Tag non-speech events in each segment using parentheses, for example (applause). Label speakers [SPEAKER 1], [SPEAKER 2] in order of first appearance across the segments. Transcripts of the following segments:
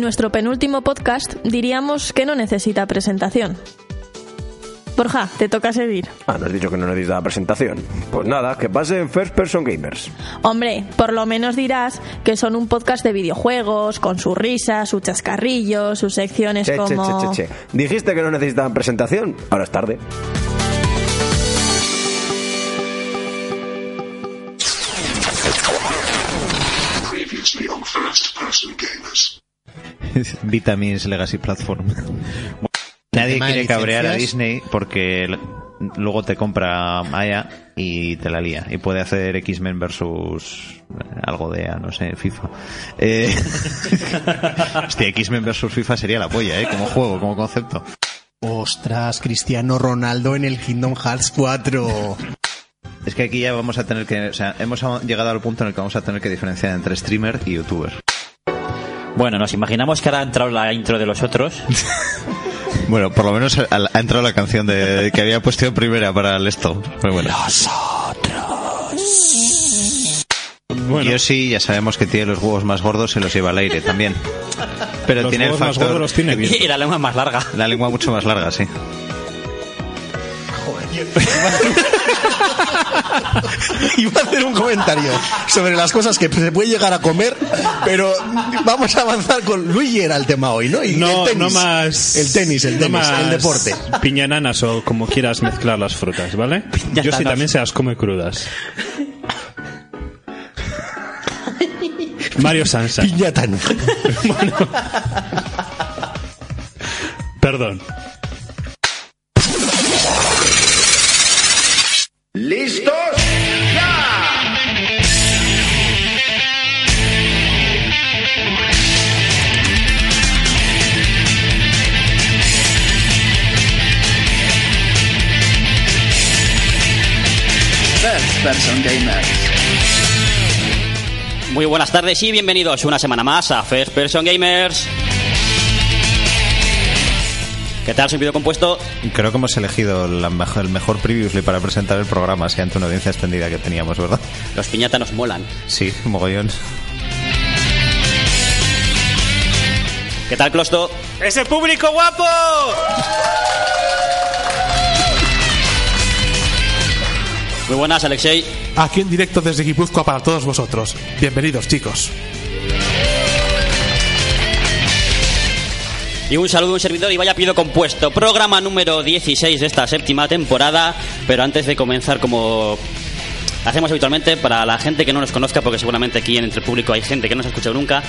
[SPEAKER 1] nuestro penúltimo podcast, diríamos que no necesita presentación. Borja, te toca seguir.
[SPEAKER 2] Ah, no has dicho que no necesita la presentación. Pues nada, que pase en First Person Gamers.
[SPEAKER 1] Hombre, por lo menos dirás que son un podcast de videojuegos, con sus risas, sus chascarrillos, sus secciones
[SPEAKER 2] Che, che,
[SPEAKER 1] como...
[SPEAKER 2] che, che, che. Dijiste que no necesitaban presentación, ahora es tarde.
[SPEAKER 3] Previously on First Person Gamers.
[SPEAKER 4] (laughs) Vitamins Legacy
[SPEAKER 5] (laughs)
[SPEAKER 4] Platform. Nadie
[SPEAKER 5] tema de
[SPEAKER 4] quiere cabrear a
[SPEAKER 5] licencias.
[SPEAKER 4] Disney porque l- luego te compra Aya y te la lía. Y puede hacer X-Men versus eh, algo de, ah, no sé, FIFA. Eh... (laughs) Hostia, X-Men versus FIFA sería la polla, ¿eh? Como juego, como concepto.
[SPEAKER 5] Ostras, Cristiano Ronaldo en el Kingdom Hearts 4.
[SPEAKER 4] Es que aquí ya vamos a tener que, o sea, hemos a- llegado al punto en el que vamos a tener que diferenciar entre streamer y youtuber.
[SPEAKER 6] Bueno, nos imaginamos que ahora ha entrado la intro de los otros.
[SPEAKER 4] (laughs) Bueno, por lo menos ha, ha entrado la canción de, que había puesto en primera para el esto. Pero bueno.
[SPEAKER 7] Bueno,
[SPEAKER 4] Yo sí, ya sabemos que tiene los huevos más gordos y los lleva al aire también. Pero
[SPEAKER 7] los
[SPEAKER 4] tiene el
[SPEAKER 7] huevos más
[SPEAKER 4] factor.
[SPEAKER 7] gordos los tiene bien.
[SPEAKER 6] (laughs) Y la lengua es más larga.
[SPEAKER 4] La lengua mucho más larga, sí.
[SPEAKER 5] (laughs) Iba a hacer un comentario sobre las cosas que se puede llegar a comer, pero vamos a avanzar con Luigi era el tema hoy, ¿no? Y
[SPEAKER 7] No,
[SPEAKER 5] el tenis.
[SPEAKER 7] no más.
[SPEAKER 5] El tenis, el
[SPEAKER 7] no
[SPEAKER 5] tenis,
[SPEAKER 7] más
[SPEAKER 5] el deporte.
[SPEAKER 7] Piñananas o como quieras mezclar las frutas, ¿vale? Yo sí
[SPEAKER 6] Piñananas.
[SPEAKER 7] también se las come crudas. Mario Sansa. (laughs)
[SPEAKER 5] Piñatán.
[SPEAKER 7] Perdón.
[SPEAKER 8] First Person Gamers.
[SPEAKER 6] (laughs) Muy buenas tardes y bienvenidos una semana más a First Person Gamers. ¿Qué tal, sentido compuesto?
[SPEAKER 4] Creo que hemos elegido la mejor, el mejor previously para presentar el programa, sea ante una audiencia extendida que teníamos, ¿verdad?
[SPEAKER 6] Los piñatas nos molan.
[SPEAKER 4] Sí, mogollón.
[SPEAKER 6] ¿Qué tal, Closto?
[SPEAKER 9] ¡Ese público guapo!
[SPEAKER 6] Muy buenas, Alexei.
[SPEAKER 10] Aquí en directo desde Guipúzcoa para todos vosotros. Bienvenidos, chicos.
[SPEAKER 6] Y un saludo, un servidor y vaya pido compuesto. Programa número 16 de esta séptima temporada. Pero antes de comenzar, como hacemos habitualmente, para la gente que no nos conozca, porque seguramente aquí en entre el público hay gente que no se ha escuchado nunca.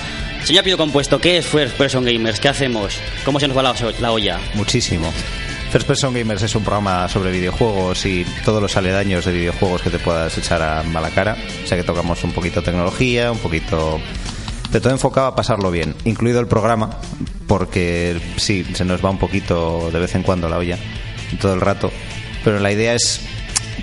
[SPEAKER 6] Señor pido compuesto, ¿qué es First Person Gamers? ¿Qué hacemos? ¿Cómo se nos va la, la olla?
[SPEAKER 4] Muchísimo. First Person Gamers es un programa sobre videojuegos y todos los aledaños de videojuegos que te puedas echar a mala cara. O sea que tocamos un poquito tecnología, un poquito... De todo enfocado a pasarlo bien, incluido el programa, porque sí, se nos va un poquito de vez en cuando la olla, todo el rato. Pero la idea es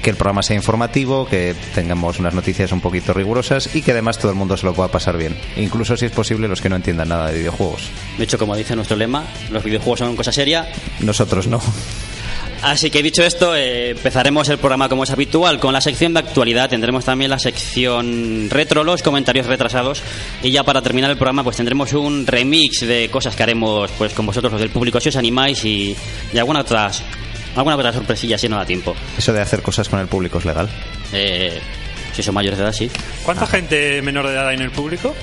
[SPEAKER 4] que el programa sea informativo, que tengamos unas noticias un poquito rigurosas y que además todo el mundo se lo pueda pasar bien. Incluso si es posible los que no entiendan nada de videojuegos.
[SPEAKER 6] De hecho, como dice nuestro lema, los videojuegos son cosa seria.
[SPEAKER 4] Nosotros no.
[SPEAKER 6] Así que dicho esto, eh, empezaremos el programa como es habitual con la sección de actualidad. Tendremos también la sección retro, los comentarios retrasados. Y ya para terminar el programa, pues tendremos un remix de cosas que haremos pues con vosotros, los del público, si os animáis y, y alguna, otras, alguna otra sorpresilla si no da tiempo.
[SPEAKER 4] Eso de hacer cosas con el público es legal.
[SPEAKER 6] Eh, si son mayores de edad, sí. Ah.
[SPEAKER 9] ¿Cuánta gente Eh, menor de edad hay en el público?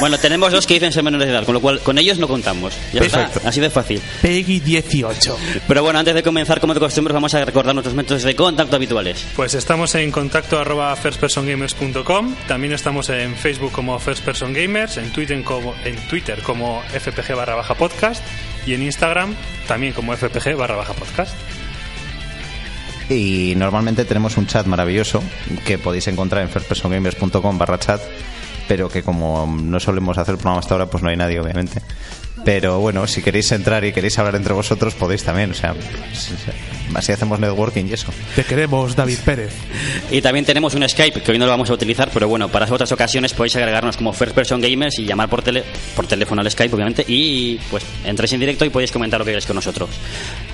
[SPEAKER 6] Bueno, tenemos dos que dicen ser menores de edad, con lo cual con ellos no contamos. Ya está,
[SPEAKER 10] Perfecto.
[SPEAKER 6] así de fácil.
[SPEAKER 10] Peggy 18.
[SPEAKER 6] Pero bueno, antes de comenzar, como de costumbre, vamos a recordar nuestros métodos de contacto habituales.
[SPEAKER 9] Pues estamos en contacto arroba firstpersongamers.com. También estamos en Facebook como First Person Gamers, en Twitter como, en Twitter como FPG barra baja podcast y en Instagram también como FPG barra baja podcast.
[SPEAKER 4] Y normalmente tenemos un chat maravilloso que podéis encontrar en firstpersongamers.com barra chat, pero que como no solemos hacer el programa hasta ahora, pues no hay nadie, obviamente. Pero bueno, si queréis entrar y queréis hablar entre vosotros, podéis también. O sea, así hacemos networking y eso.
[SPEAKER 10] Te queremos, David Pérez.
[SPEAKER 6] Y también tenemos un Skype que hoy no lo vamos a utilizar, pero bueno, para otras ocasiones podéis agregarnos como First Person Gamers y llamar por, tele, por teléfono al Skype, obviamente, y pues entréis en directo y podéis comentar lo que queráis con nosotros.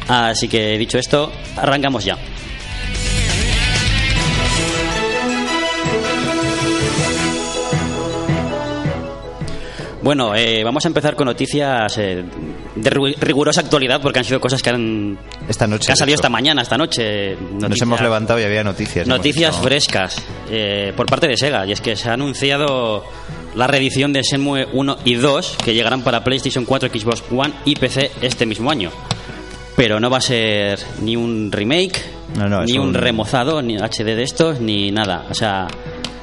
[SPEAKER 6] Así que dicho esto, arrancamos ya. Bueno, eh, vamos a empezar con noticias eh, de ru- rigurosa actualidad porque han sido cosas que han,
[SPEAKER 4] Esta noche,
[SPEAKER 6] que han salido
[SPEAKER 4] de hecho.
[SPEAKER 6] esta mañana, esta noche.
[SPEAKER 4] Nos
[SPEAKER 6] Noticia-
[SPEAKER 4] hemos levantado y había noticias. Hemos
[SPEAKER 6] Noticias
[SPEAKER 4] dicho,
[SPEAKER 6] frescas eh, por parte de Sega, y es que se ha anunciado la reedición de Shenmue 1 y 2 que llegarán para PlayStation 4, Xbox One y PC este mismo año. Pero no va a ser ni un remake,
[SPEAKER 4] No, no, es
[SPEAKER 6] ni un,
[SPEAKER 4] un-
[SPEAKER 6] remozado, ni HD de estos, ni nada. O sea,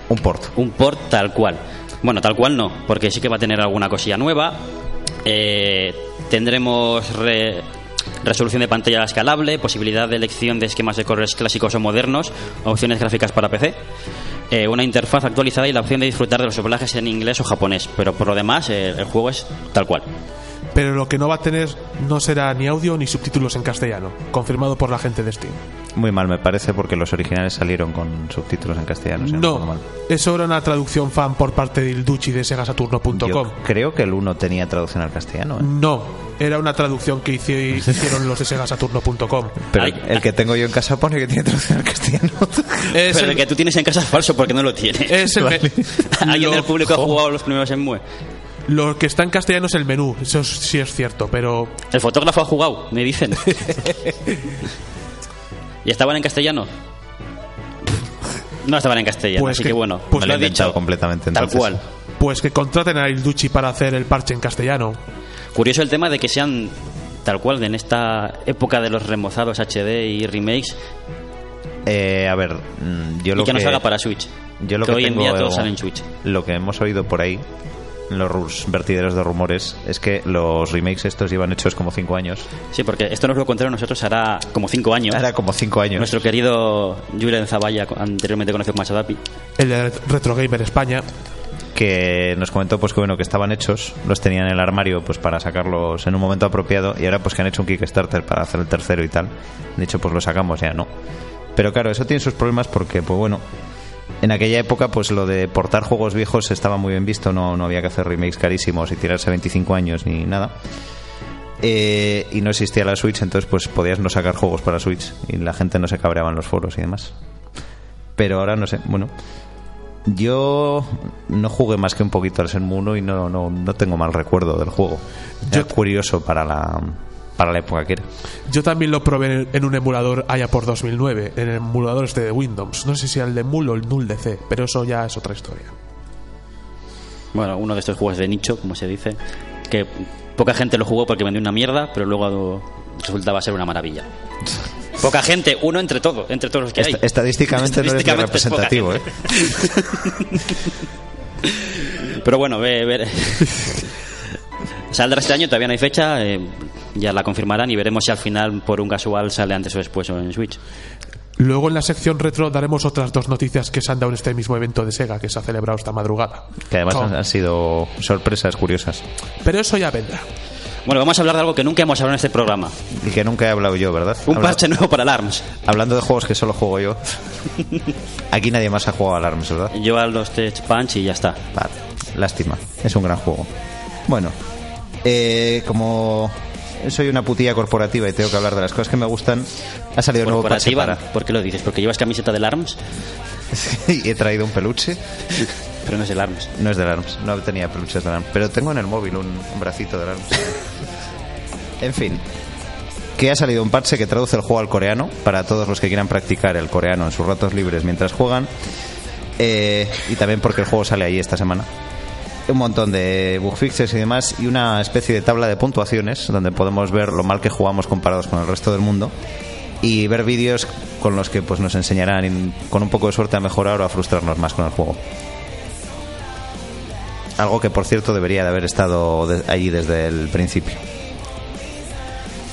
[SPEAKER 4] Un port.
[SPEAKER 6] un port tal cual. Bueno, tal cual no, porque sí que va a tener alguna cosilla nueva. Eh, tendremos re- resolución de pantalla escalable, posibilidad de elección de esquemas de colores clásicos o modernos, opciones gráficas para PC, eh, una interfaz actualizada y la opción de disfrutar de los doblajes en inglés o japonés. Pero por lo demás, eh, el juego es tal cual.
[SPEAKER 10] Pero lo que no va a tener no será ni audio ni subtítulos en castellano, confirmado por la gente de Steam.
[SPEAKER 4] Muy mal, me parece, porque los originales salieron con subtítulos en castellano. si no recuerdo
[SPEAKER 10] No,
[SPEAKER 4] mal.
[SPEAKER 10] eso era una traducción fan por parte del Duchi de segasaturno.com.
[SPEAKER 4] Yo creo que el 1 tenía traducción al castellano. ¿eh?
[SPEAKER 10] No, era una traducción que hici- hicieron los de segasaturno.com.
[SPEAKER 4] Pero
[SPEAKER 6] Ay.
[SPEAKER 4] el que tengo yo en casa pone que tiene traducción al castellano.
[SPEAKER 10] Es
[SPEAKER 6] Pero el...
[SPEAKER 10] el-
[SPEAKER 6] que tú tienes en casa es falso porque no lo tiene.
[SPEAKER 10] es el me-
[SPEAKER 6] (laughs) Alguien del
[SPEAKER 10] lo-
[SPEAKER 6] público ha jugado los primeros en Mue.
[SPEAKER 10] Lo que está en castellano es el menú, eso es- sí es cierto, pero
[SPEAKER 6] El fotógrafo (laughs) ha jugado, me
[SPEAKER 10] (laughs)
[SPEAKER 6] dicen. ¿Y estaban en castellano? No estaban en castellano,
[SPEAKER 10] Pues
[SPEAKER 6] así
[SPEAKER 10] que-
[SPEAKER 6] que, bueno,
[SPEAKER 10] pues
[SPEAKER 6] me
[SPEAKER 4] lo
[SPEAKER 6] lo he
[SPEAKER 4] he inventado
[SPEAKER 6] dicho.
[SPEAKER 4] completamente,
[SPEAKER 6] Tal
[SPEAKER 4] entonces.
[SPEAKER 6] cual.
[SPEAKER 10] pues que contraten a Il Duchi para hacer el parche en castellano.
[SPEAKER 6] Curioso el tema de que sean tal cual en esta época de los remozados HD y remakes
[SPEAKER 4] Eh, a ver, mm, yo
[SPEAKER 6] y
[SPEAKER 4] lo
[SPEAKER 6] que,
[SPEAKER 4] que,
[SPEAKER 6] nos haga para Switch.
[SPEAKER 4] yo lo
[SPEAKER 6] que, hoy en
[SPEAKER 4] tengo-
[SPEAKER 6] día todos salen en Switch.
[SPEAKER 4] Lo que hemos oído por ahí, los rus- vertideros de rumores, es que los remakes estos llevan hechos como 5 años.
[SPEAKER 6] Sí, porque esto nos lo contaron nosotros hará como cinco años.
[SPEAKER 4] Ahora como 5 años.
[SPEAKER 6] Nuestro querido Julian Zavalla, anteriormente conocido como Asadapi.
[SPEAKER 10] El de Retro Gamer España,
[SPEAKER 4] que nos comentó pues que bueno que estaban hechos los tenían en el armario pues para sacarlos en un momento apropiado y ahora pues que han hecho un Kickstarter para hacer el tercero y tal de hecho pues lo sacamos ya no pero claro eso tiene sus problemas porque pues bueno en aquella época pues lo de portar juegos viejos estaba muy bien visto no, no había que hacer remakes carísimos y tirarse 25 años ni nada Eh, y no existía la Switch entonces pues podías no sacar juegos para Switch y la gente no se cabreaba en los foros y demás pero ahora no sé bueno yo no jugué más que un poquito al Shenmue 1 y no, no, no tengo mal recuerdo del juego. Yo
[SPEAKER 10] Yo-
[SPEAKER 4] curioso para la, para la época que era.
[SPEAKER 10] yo también lo probé en un emulador allá por 2009, en emuladores de Windows. No sé si era el de Mul o el Null de C, pero eso ya es otra historia.
[SPEAKER 6] Bueno, uno de estos juegos de nicho, como se dice, que poca gente lo jugó porque vendió una mierda, pero luego resultaba ser una maravilla. Poca gente, uno entre todo, entre todos los que hay.
[SPEAKER 4] Est- estadísticamente no eres muy
[SPEAKER 6] Estadísticamente es poca
[SPEAKER 4] representativo, ¿eh?
[SPEAKER 6] gente.
[SPEAKER 4] ¿eh?
[SPEAKER 6] (laughs) Pero bueno, ve, ver. Saldrá este año, todavía no hay fecha, eh, ya la confirmarán y veremos si al final por un casual sale antes o después en Switch.
[SPEAKER 10] Luego en la sección retro daremos otras dos noticias que se han dado en este mismo evento de Sega que se ha celebrado esta madrugada.
[SPEAKER 4] Que además
[SPEAKER 10] Oh,
[SPEAKER 4] han, han sido sorpresas curiosas.
[SPEAKER 10] Pero eso ya vendrá.
[SPEAKER 6] Bueno, vamos a hablar de algo que nunca hemos hablado en este programa.
[SPEAKER 4] Y que nunca he hablado yo, ¿verdad?
[SPEAKER 6] Un
[SPEAKER 4] Habla-
[SPEAKER 6] parche nuevo para Alarms.
[SPEAKER 4] Hablando de juegos que solo juego
[SPEAKER 6] (laughs)
[SPEAKER 4] yo. Aquí nadie más ha jugado al ARMS, ¿verdad?
[SPEAKER 6] Yo al los Tech Punch y ya está.
[SPEAKER 4] Vale, lástima. Es un gran juego. Bueno, eh, como soy una putilla corporativa y tengo que hablar de las cosas que me gustan, ha salido un nuevo parche
[SPEAKER 6] corporativa.
[SPEAKER 4] para-
[SPEAKER 6] ¿Por qué lo dices? ¿Porque llevas camiseta
[SPEAKER 4] (laughs)
[SPEAKER 6] del ARMS?
[SPEAKER 4] y he traído un peluche.
[SPEAKER 6] Pero no es el ARMS.
[SPEAKER 4] No es del ARMS, no tenía peluches del ARMS. Pero tengo en el móvil un, un bracito del
[SPEAKER 6] (laughs)
[SPEAKER 4] ARMS. en fin, que ha salido un parche que traduce el juego al coreano para todos los que quieran practicar el coreano en sus ratos libres mientras juegan. Eh, y también porque el juego sale ahí esta semana. Un montón de bug fixes y demás, y una especie de tabla de puntuaciones donde podemos ver lo mal que jugamos comparados con el resto del mundo y ver vídeos con los que pues nos enseñarán in- con un poco de suerte a mejorar o a frustrarnos más con el juego. Algo que, por cierto, debería de haber estado de- allí desde el principio.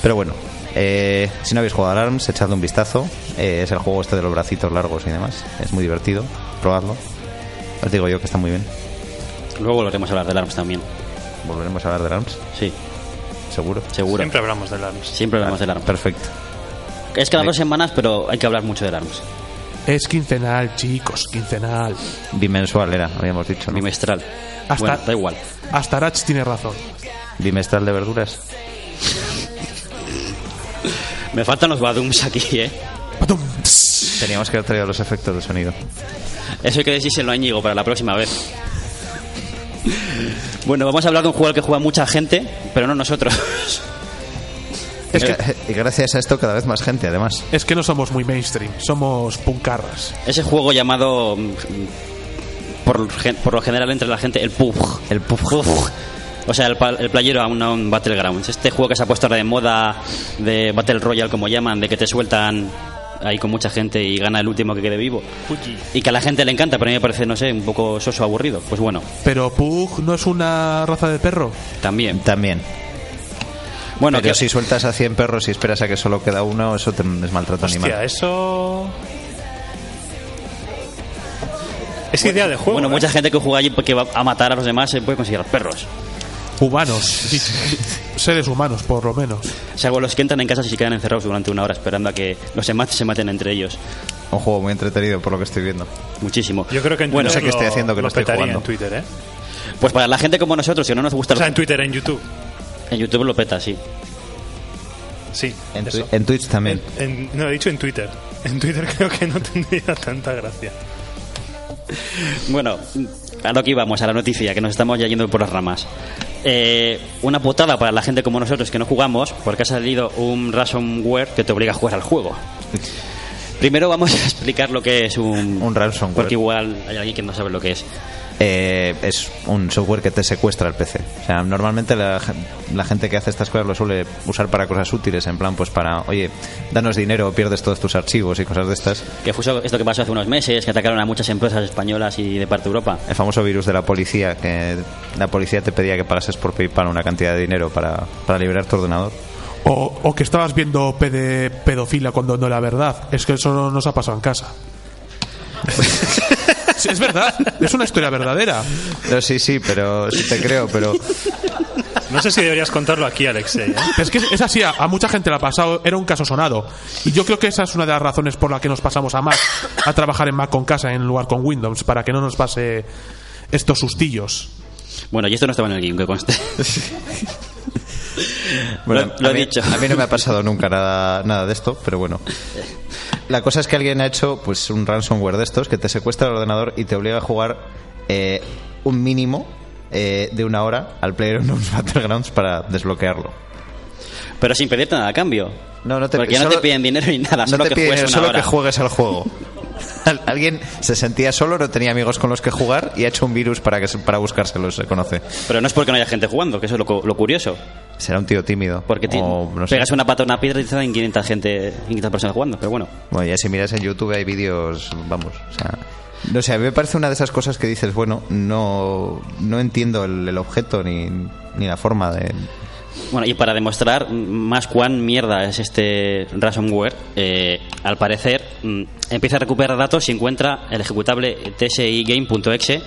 [SPEAKER 4] Pero bueno, eh, si no habéis jugado al ARMS, echadle un vistazo. Eh, es el juego este de los bracitos largos y demás. Es muy divertido. Probadlo. Os digo yo que está muy bien.
[SPEAKER 6] Luego volveremos a hablar del ARMS también.
[SPEAKER 4] Volveremos a hablar del ARMS,
[SPEAKER 6] Sí,
[SPEAKER 4] seguro.
[SPEAKER 6] seguro.
[SPEAKER 9] Siempre hablamos de ARMS.
[SPEAKER 6] Siempre hablamos del ARMS.
[SPEAKER 4] Perfecto.
[SPEAKER 6] Es cada dos semanas, pero hay que hablar mucho del ARMS.
[SPEAKER 10] Es quincenal, chicos, quincenal.
[SPEAKER 4] Bimensual era, habíamos dicho. ¿no?
[SPEAKER 6] Bimestral.
[SPEAKER 10] Hasta-
[SPEAKER 6] Bueno, da igual.
[SPEAKER 10] Hasta Arach tiene razón.
[SPEAKER 4] Bimestral de verduras.
[SPEAKER 6] Me faltan los Badums (laughs) aquí, ¿eh?
[SPEAKER 10] Patum, ps.
[SPEAKER 4] Teníamos que haber traído los efectos de sonido.
[SPEAKER 6] Eh, Eso hay que decírselo a Íñigo para la próxima vez. (laughs) Bueno, vamos a hablar de un juego al que juega mucha gente, pero no nosotros.
[SPEAKER 4] Es
[SPEAKER 6] (laughs)
[SPEAKER 4] que- Eh, y gracias a esto cada vez más gente, además.
[SPEAKER 10] Es que no somos muy mainstream, somos puncarras.
[SPEAKER 6] Ese juego llamado mm, por, gen- por lo general entre la gente el PUBG.
[SPEAKER 4] El PUBG.
[SPEAKER 6] O sea, el, pa- el playero a un Battlegrounds. Este juego que se ha puesto ahora de moda de Battle Royale, como llaman, de que te sueltan ahí con mucha gente y gana el último que quede vivo. Y que a la gente le encanta, pero a mí me parece, no sé, un poco soso aburrido. Pues bueno,
[SPEAKER 10] Pero Pug no es una raza de perro.
[SPEAKER 6] también.
[SPEAKER 4] También.
[SPEAKER 6] Bueno,
[SPEAKER 4] Pero
[SPEAKER 6] que
[SPEAKER 4] si sueltas a 100 perros y esperas a que solo queda uno, eso te- es maltrato
[SPEAKER 9] Hostia,
[SPEAKER 4] animal.
[SPEAKER 9] eso. Es idea de juego.
[SPEAKER 6] bueno,
[SPEAKER 9] ¿eh?
[SPEAKER 6] mucha gente que juega allí porque va a matar a los demás se puede conseguir los perros.
[SPEAKER 10] Humanos. y- seres humanos, por lo menos.
[SPEAKER 6] Salvo los que entran en casa y se quedan encerrados durante una hora esperando a que los demás se maten entre ellos.
[SPEAKER 4] Un juego muy entretenido por lo que estoy viendo.
[SPEAKER 6] Muchísimo.
[SPEAKER 9] Yo creo que en
[SPEAKER 6] bueno,
[SPEAKER 9] Twitter
[SPEAKER 4] sé qué estoy
[SPEAKER 9] lo-
[SPEAKER 4] haciendo, que
[SPEAKER 9] lo
[SPEAKER 4] no estoy
[SPEAKER 9] petaría
[SPEAKER 4] jugando.
[SPEAKER 9] en Twitter, ¿eh?
[SPEAKER 6] Pues para la gente como nosotros, que no nos gusta
[SPEAKER 9] O
[SPEAKER 6] el
[SPEAKER 9] sea, en Twitter, en YouTube.
[SPEAKER 6] En YouTube lo peta, sí.
[SPEAKER 9] Sí.
[SPEAKER 4] En,
[SPEAKER 9] eso.
[SPEAKER 4] Twi- en Twitch también.
[SPEAKER 9] En- no, he dicho en Twitter. (laughs) En Twitter creo que no (laughs) tendría tanta gracia.
[SPEAKER 6] Bueno, a lo que íbamos, a la noticia, que nos estamos ya yendo por las ramas. Eh, una putada para la gente como nosotros que no jugamos, porque ha salido un ransomware que te obliga a jugar al juego. Primero vamos a explicar lo que es un,
[SPEAKER 4] Un ransomware.
[SPEAKER 6] Porque igual hay alguien que no sabe lo que es.
[SPEAKER 4] Eh, es un software que te secuestra el PC. O sea, normalmente la, gen- la gente que hace estas cosas lo suele usar para cosas útiles, en plan, pues para, oye, danos dinero o pierdes todos tus archivos y cosas de estas.
[SPEAKER 6] Que fue eso- esto que pasó hace unos meses, que atacaron a muchas empresas españolas y de parte de Europa.
[SPEAKER 4] El famoso virus de la policía, que la policía te pedía que pagases por PayPal una cantidad de dinero para, para liberar tu ordenador.
[SPEAKER 10] O, o que estabas viendo pede- pedofila cuando no la verdad. Es que eso no nos ha pasado en casa. Sí, es verdad, es una historia verdadera.
[SPEAKER 4] No, sí, sí, pero sí te creo, pero
[SPEAKER 9] No sé si deberías contarlo aquí, Alexei. ¿eh?
[SPEAKER 10] Pero (laughs) es que es así, a, a mucha gente le ha pasado, era un caso sonado. Y yo creo que esa es una de las razones por la que nos pasamos a Mac, a trabajar en Mac con casa en lugar con Windows, para que no nos pase estos sustillos.
[SPEAKER 6] Bueno, y esto no estaba en el guión, que conste. (laughs)
[SPEAKER 4] Bueno,
[SPEAKER 6] Lo- lo
[SPEAKER 4] a
[SPEAKER 6] he
[SPEAKER 4] mí,
[SPEAKER 6] dicho.
[SPEAKER 4] a mí no me ha pasado nunca nada, nada de esto, pero bueno. La cosa es que alguien ha hecho pues un ransomware de estos que te secuestra el ordenador y te obliga a jugar eh, un mínimo eh, de una hora al PlayerUnknown's (laughs) Battlegrounds para desbloquearlo.
[SPEAKER 6] Pero sin pedirte nada a cambio.
[SPEAKER 4] No, no te,
[SPEAKER 6] Porque ya no
[SPEAKER 4] solo-
[SPEAKER 6] te piden dinero ni nada,
[SPEAKER 4] no
[SPEAKER 6] solo
[SPEAKER 4] te
[SPEAKER 6] que
[SPEAKER 4] piden
[SPEAKER 6] juegues
[SPEAKER 4] dinero,
[SPEAKER 6] una
[SPEAKER 4] solo
[SPEAKER 6] hora.
[SPEAKER 4] que juegues al juego. (laughs) Al- Alguien se sentía solo, no tenía amigos con los que jugar y ha hecho un virus para que se- para buscárselo, se conoce.
[SPEAKER 6] Pero no es porque no haya gente jugando, que eso es lo, cu- lo curioso.
[SPEAKER 4] Será un tío tímido.
[SPEAKER 6] Porque ti-
[SPEAKER 4] o no sé.
[SPEAKER 6] pegas una pata a una piedra y te salen 500, gente, 500 personas jugando. Pero bueno,
[SPEAKER 4] Bueno, ya si miras en YouTube hay vídeos, vamos, o sea... No sé, a mí me parece una de esas cosas que dices, bueno, no, no entiendo el, el objeto ni, ni la forma de...
[SPEAKER 6] bueno y para demostrar mm, más cuán mierda es este ransomware, eh, al parecer mm, empieza a recuperar datos y encuentra el ejecutable tsigame.exe,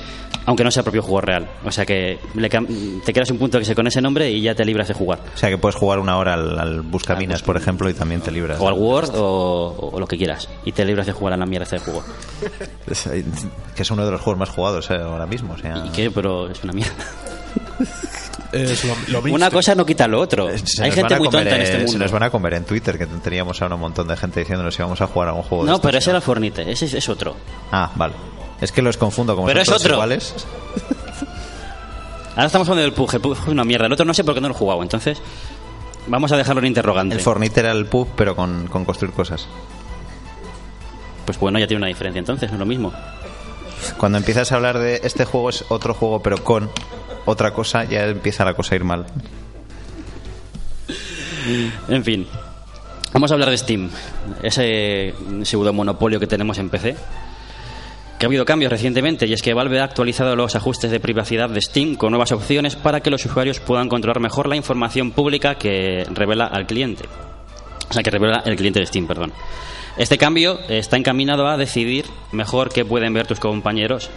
[SPEAKER 6] aunque no sea el propio juego real. O sea que le cam- te creas un punto exe con ese nombre y ya te libras de jugar.
[SPEAKER 4] O sea, que puedes jugar una hora al, al Buscaminas, por ejemplo, y también te libras.
[SPEAKER 6] O al Word o, o lo que quieras. Y te libras de jugar a la mierda del juego.
[SPEAKER 4] (laughs) Es- Que es uno de los juegos más jugados eh, ahora mismo, o sea...
[SPEAKER 6] ¿Y qué? Pero es una mierda.
[SPEAKER 10] Es lo, lo mismo.
[SPEAKER 6] Una cosa no quita lo otro.
[SPEAKER 4] (laughs) Se nos
[SPEAKER 6] Hay
[SPEAKER 4] van
[SPEAKER 6] gente
[SPEAKER 4] a
[SPEAKER 6] muy
[SPEAKER 4] comer,
[SPEAKER 6] tonta en
[SPEAKER 4] eh,
[SPEAKER 6] este
[SPEAKER 4] Se nos
[SPEAKER 6] mundo.
[SPEAKER 4] van a comer en Twitter, que teníamos ahora un montón de gente diciéndonos si vamos a jugar a un juego de
[SPEAKER 6] No,
[SPEAKER 4] estos,
[SPEAKER 6] pero ese
[SPEAKER 4] ¿no?
[SPEAKER 6] era Fornite, ese es- es otro.
[SPEAKER 4] Ah, vale. Es que los confundo como son
[SPEAKER 6] Pero es
[SPEAKER 4] todos
[SPEAKER 6] otro.
[SPEAKER 4] iguales.
[SPEAKER 6] Ahora estamos hablando del PUG, el PUG es una mierda. El otro no sé por qué no lo he jugado, entonces vamos a dejarlo en interrogante.
[SPEAKER 4] El Fornite era el pub, pero con, con construir cosas.
[SPEAKER 6] Pues bueno, ya tiene una diferencia entonces, no es lo mismo.
[SPEAKER 4] Cuando empiezas a hablar de este juego es otro juego, pero con otra cosa, ya empieza la cosa a ir mal.
[SPEAKER 6] Mm. En fin, vamos a hablar de Steam, ese pseudo monopolio que tenemos en PC. Que ha habido cambios recientemente y es que Valve ha actualizado los ajustes de privacidad de Steam con nuevas opciones para que los usuarios puedan controlar mejor la información pública que revela al cliente. O sea, que revela el cliente de Steam, perdón. Este cambio está encaminado a decidir mejor qué pueden ver tus compañeros,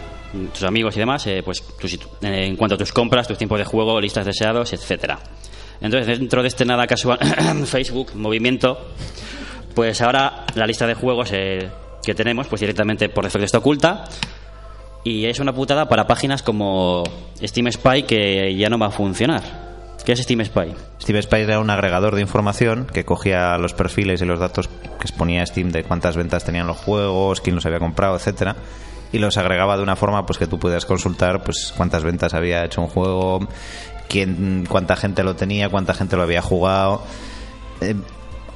[SPEAKER 6] tus amigos y demás, eh, pues tus- eh, en cuanto a tus compras, tus tiempos de juego, listas deseados, etcétera. Entonces, dentro de este nada casual (coughs) Facebook movimiento, pues ahora la lista de juegos eh, que tenemos, pues directamente por defecto está oculta. Y es una putada para páginas como Steam Spy que ya no va a funcionar. ¿Qué es Steam Spy?
[SPEAKER 4] Steam Spy era un agregador de información que cogía los perfiles y los datos que exponía Steam de cuántas ventas tenían los juegos, quién los había comprado, etcétera, y los agregaba de una forma pues que tú pudieras consultar pues cuántas ventas había hecho un juego, quién, cuánta gente lo tenía, cuánta gente lo había jugado. Eh,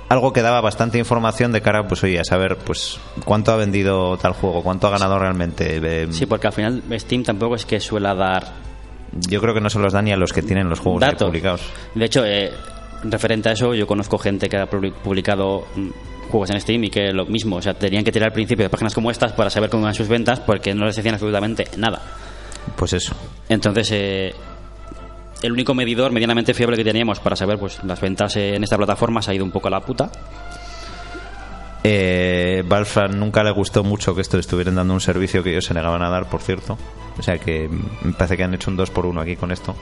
[SPEAKER 4] algo que daba bastante información de cara pues oye, a saber pues cuánto ha vendido tal juego, cuánto ha ganado realmente. Eh,
[SPEAKER 6] Sí, porque al final Steam tampoco es que suela dar
[SPEAKER 4] Yo creo que no se los da ni a los que tienen los juegos ya
[SPEAKER 6] datos.
[SPEAKER 4] publicados.
[SPEAKER 6] De hecho, eh, referente a eso, yo conozco gente que ha publi- publicado mm, juegos en Steam y que lo mismo, o sea, tenían que tirar al principio de páginas como estas para saber cómo eran sus ventas porque no les decían absolutamente nada.
[SPEAKER 4] Pues eso.
[SPEAKER 6] Entonces, eh, el único medidor medianamente fiable que teníamos para saber pues las ventas eh, en esta plataforma se ha ido un poco a la puta.
[SPEAKER 4] Eh, Valfran nunca le gustó mucho que esto estuvieran dando un servicio que ellos se negaban a dar, por cierto. O sea que mm, me parece que han hecho un 2 por 1 aquí con esto.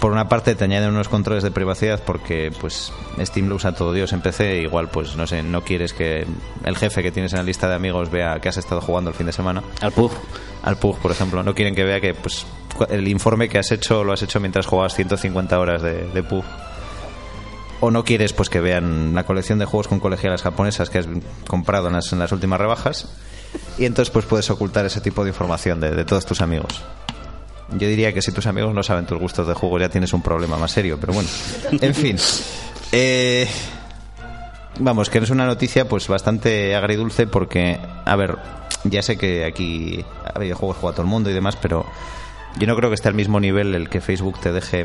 [SPEAKER 4] Por una parte te añaden unos controles de privacidad porque pues Steam lo usa todo Dios en PC, igual pues no sé, no quieres que el jefe que tienes en la lista de amigos vea que has estado jugando el fin de semana.
[SPEAKER 6] Al PUG.
[SPEAKER 4] Al PUG, por ejemplo, no quieren que vea que pues cu- el informe que has hecho lo has hecho mientras jugabas 150 horas de, de PUG o no quieres pues que vean la colección de juegos con colegialas japonesas que has comprado en las, en las últimas rebajas y entonces pues puedes ocultar ese tipo de información de, de todos tus amigos yo diría que si tus amigos no saben tus gustos de juego ya tienes un problema más serio pero bueno en fin Eh, vamos que es una noticia pues bastante agridulce porque a ver ya sé que aquí a videojuegos juega todo el mundo y demás pero yo no creo que esté al mismo nivel el que Facebook te deje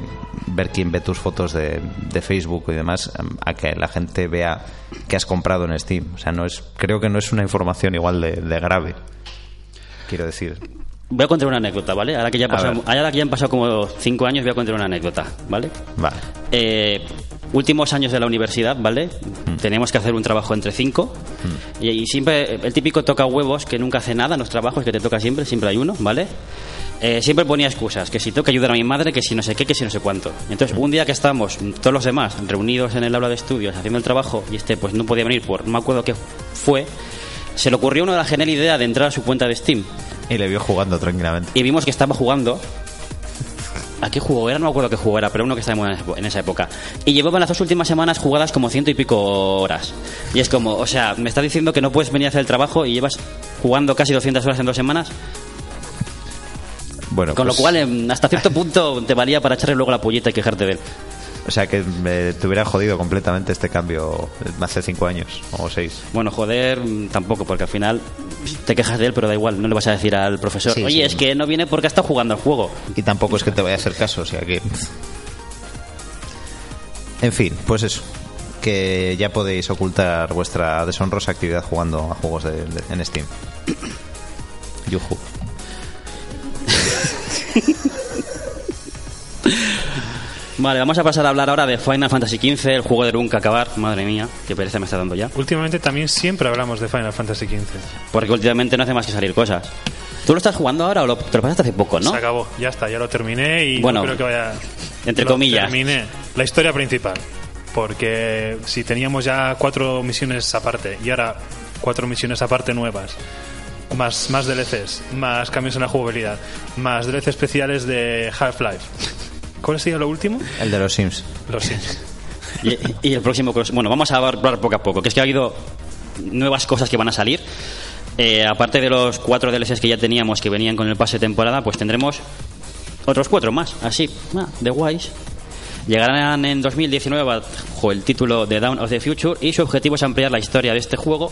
[SPEAKER 4] ver quién ve tus fotos de, de Facebook y demás em, a que la gente vea que has comprado en Steam. O sea, no es, creo que no es una información igual de, de grave. Quiero decir.
[SPEAKER 6] Voy a contar una anécdota, ¿vale? Ahora que ya,
[SPEAKER 4] A
[SPEAKER 6] pasamos-
[SPEAKER 4] ver.
[SPEAKER 6] ahora que ya han pasado como cinco años, voy a contar una anécdota, ¿vale?
[SPEAKER 4] Vale.
[SPEAKER 6] Eh, últimos años de la universidad, ¿vale?
[SPEAKER 4] Mm.
[SPEAKER 6] Tenemos que hacer un trabajo entre cinco.
[SPEAKER 3] Hmm.
[SPEAKER 6] Y, y siempre, eh, el típico toca huevos que nunca hace nada en los trabajos, que te toca siempre, siempre hay uno, ¿vale? Eh, siempre ponía excusas, que si tengo que ayudar a mi madre, que si no sé qué, que si no sé cuánto. Entonces, un día que estamos mm, todos los demás reunidos en el aula de estudios haciendo el trabajo, y este pues no podía venir por, no me acuerdo qué fue, se le ocurrió una de la genial idea de entrar a su cuenta de Steam
[SPEAKER 4] Y le vio jugando tranquilamente.
[SPEAKER 6] y vimos que estaba jugando. ¿A qué juego era? No me acuerdo qué juego era, pero uno que estaba en esa epo- en esa época. Y llevaba las dos últimas semanas jugadas como ciento y pico horas. Y es como, o sea, me estás diciendo que no puedes venir a hacer el trabajo y llevas jugando casi 200 horas en dos semanas.
[SPEAKER 4] Bueno,
[SPEAKER 6] Con
[SPEAKER 4] pues,
[SPEAKER 6] lo cual, em, hasta cierto punto, te valía para echarle luego la pollita y quejarte de él.
[SPEAKER 4] O sea, que me, te hubiera jodido completamente este cambio hace cinco años o seis.
[SPEAKER 6] Bueno, joder, mm, tampoco, porque al final te quejas de él, pero da igual, no le vas a decir al profesor,
[SPEAKER 4] Sí,
[SPEAKER 6] oye,
[SPEAKER 4] sí.
[SPEAKER 6] es que no viene porque ha estado jugando al juego.
[SPEAKER 4] Y tampoco es que te vaya a hacer caso, o sea que. En fin, pues eso. Que ya podéis ocultar vuestra deshonrosa actividad jugando a juegos de- de- en Steam. (coughs) Yuju.
[SPEAKER 6] Vale, vamos a pasar a hablar ahora de Final Fantasy XV, el juego de nunca acabar. Madre mía, qué pereza me está dando ya.
[SPEAKER 9] Últimamente también siempre hablamos de Final Fantasy XV.
[SPEAKER 6] Porque últimamente no hace más que salir cosas. ¿Tú lo estás jugando ahora o lo, te lo pasaste hace poco, Pues no?
[SPEAKER 9] Se acabó, ya está, ya lo terminé y no
[SPEAKER 6] Bueno,
[SPEAKER 9] creo que vaya.
[SPEAKER 6] entre
[SPEAKER 9] lo
[SPEAKER 6] comillas.
[SPEAKER 9] Terminé la historia principal. Porque si teníamos ya cuatro misiones aparte y ahora cuatro misiones aparte nuevas, más, más DLCs, más cambios en la jugabilidad, más DLC especiales de Half-Life. ¿Cuál sería lo último?
[SPEAKER 6] Eh,
[SPEAKER 4] El de los Sims.
[SPEAKER 9] Los
[SPEAKER 6] (laughs)
[SPEAKER 9] Sims.
[SPEAKER 6] Y, y el próximo cross. Bueno, vamos a hablar poco a poco, que es que ha habido nuevas cosas que van a salir. Eh, aparte de los cuatro DLCs que ya teníamos que venían con el pase de temporada, pues tendremos otros cuatro más, así, ah, de guays. Llegarán en 2019 bajo el título de Down of the Future y su objetivo es ampliar la historia de este juego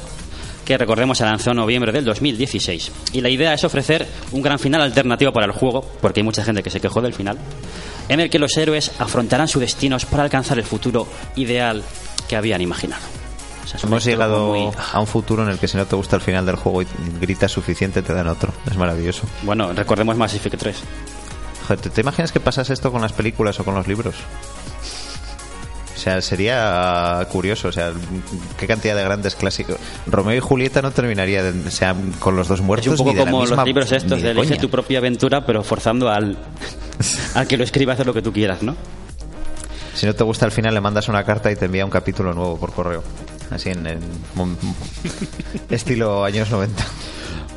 [SPEAKER 6] que recordemos se lanzó en noviembre del 2016. Y la idea es ofrecer un gran final alternativo para el juego, porque hay mucha gente que se quejó del final, en el que los héroes afrontarán sus destinos para alcanzar el futuro ideal que habían imaginado. O sea, es un
[SPEAKER 4] Hemos
[SPEAKER 6] título
[SPEAKER 4] llegado
[SPEAKER 6] muy-
[SPEAKER 4] a un futuro en el que si no te gusta el final del juego y gritas suficiente te dan otro. Es maravilloso.
[SPEAKER 6] Bueno, recordemos Mass Effect 3.
[SPEAKER 4] Joder, ¿te, te imaginas que pasas esto con las películas o con los libros? O sea, sería curioso, o sea, qué cantidad de grandes clásicos. Romeo y Julieta no terminaría, de- o sea, con los dos muertos.
[SPEAKER 6] Es un poco
[SPEAKER 4] ni de la
[SPEAKER 6] como
[SPEAKER 4] misma-
[SPEAKER 6] los libros
[SPEAKER 4] ni
[SPEAKER 6] estos de
[SPEAKER 4] de
[SPEAKER 6] elige
[SPEAKER 4] coña.
[SPEAKER 6] tu propia aventura, pero forzando al, al que lo escriba a hacer lo que tú quieras, ¿no?
[SPEAKER 4] Si no te gusta al final le mandas una carta y te envía un capítulo nuevo por correo. Así en, en- mon- (laughs) estilo años 90.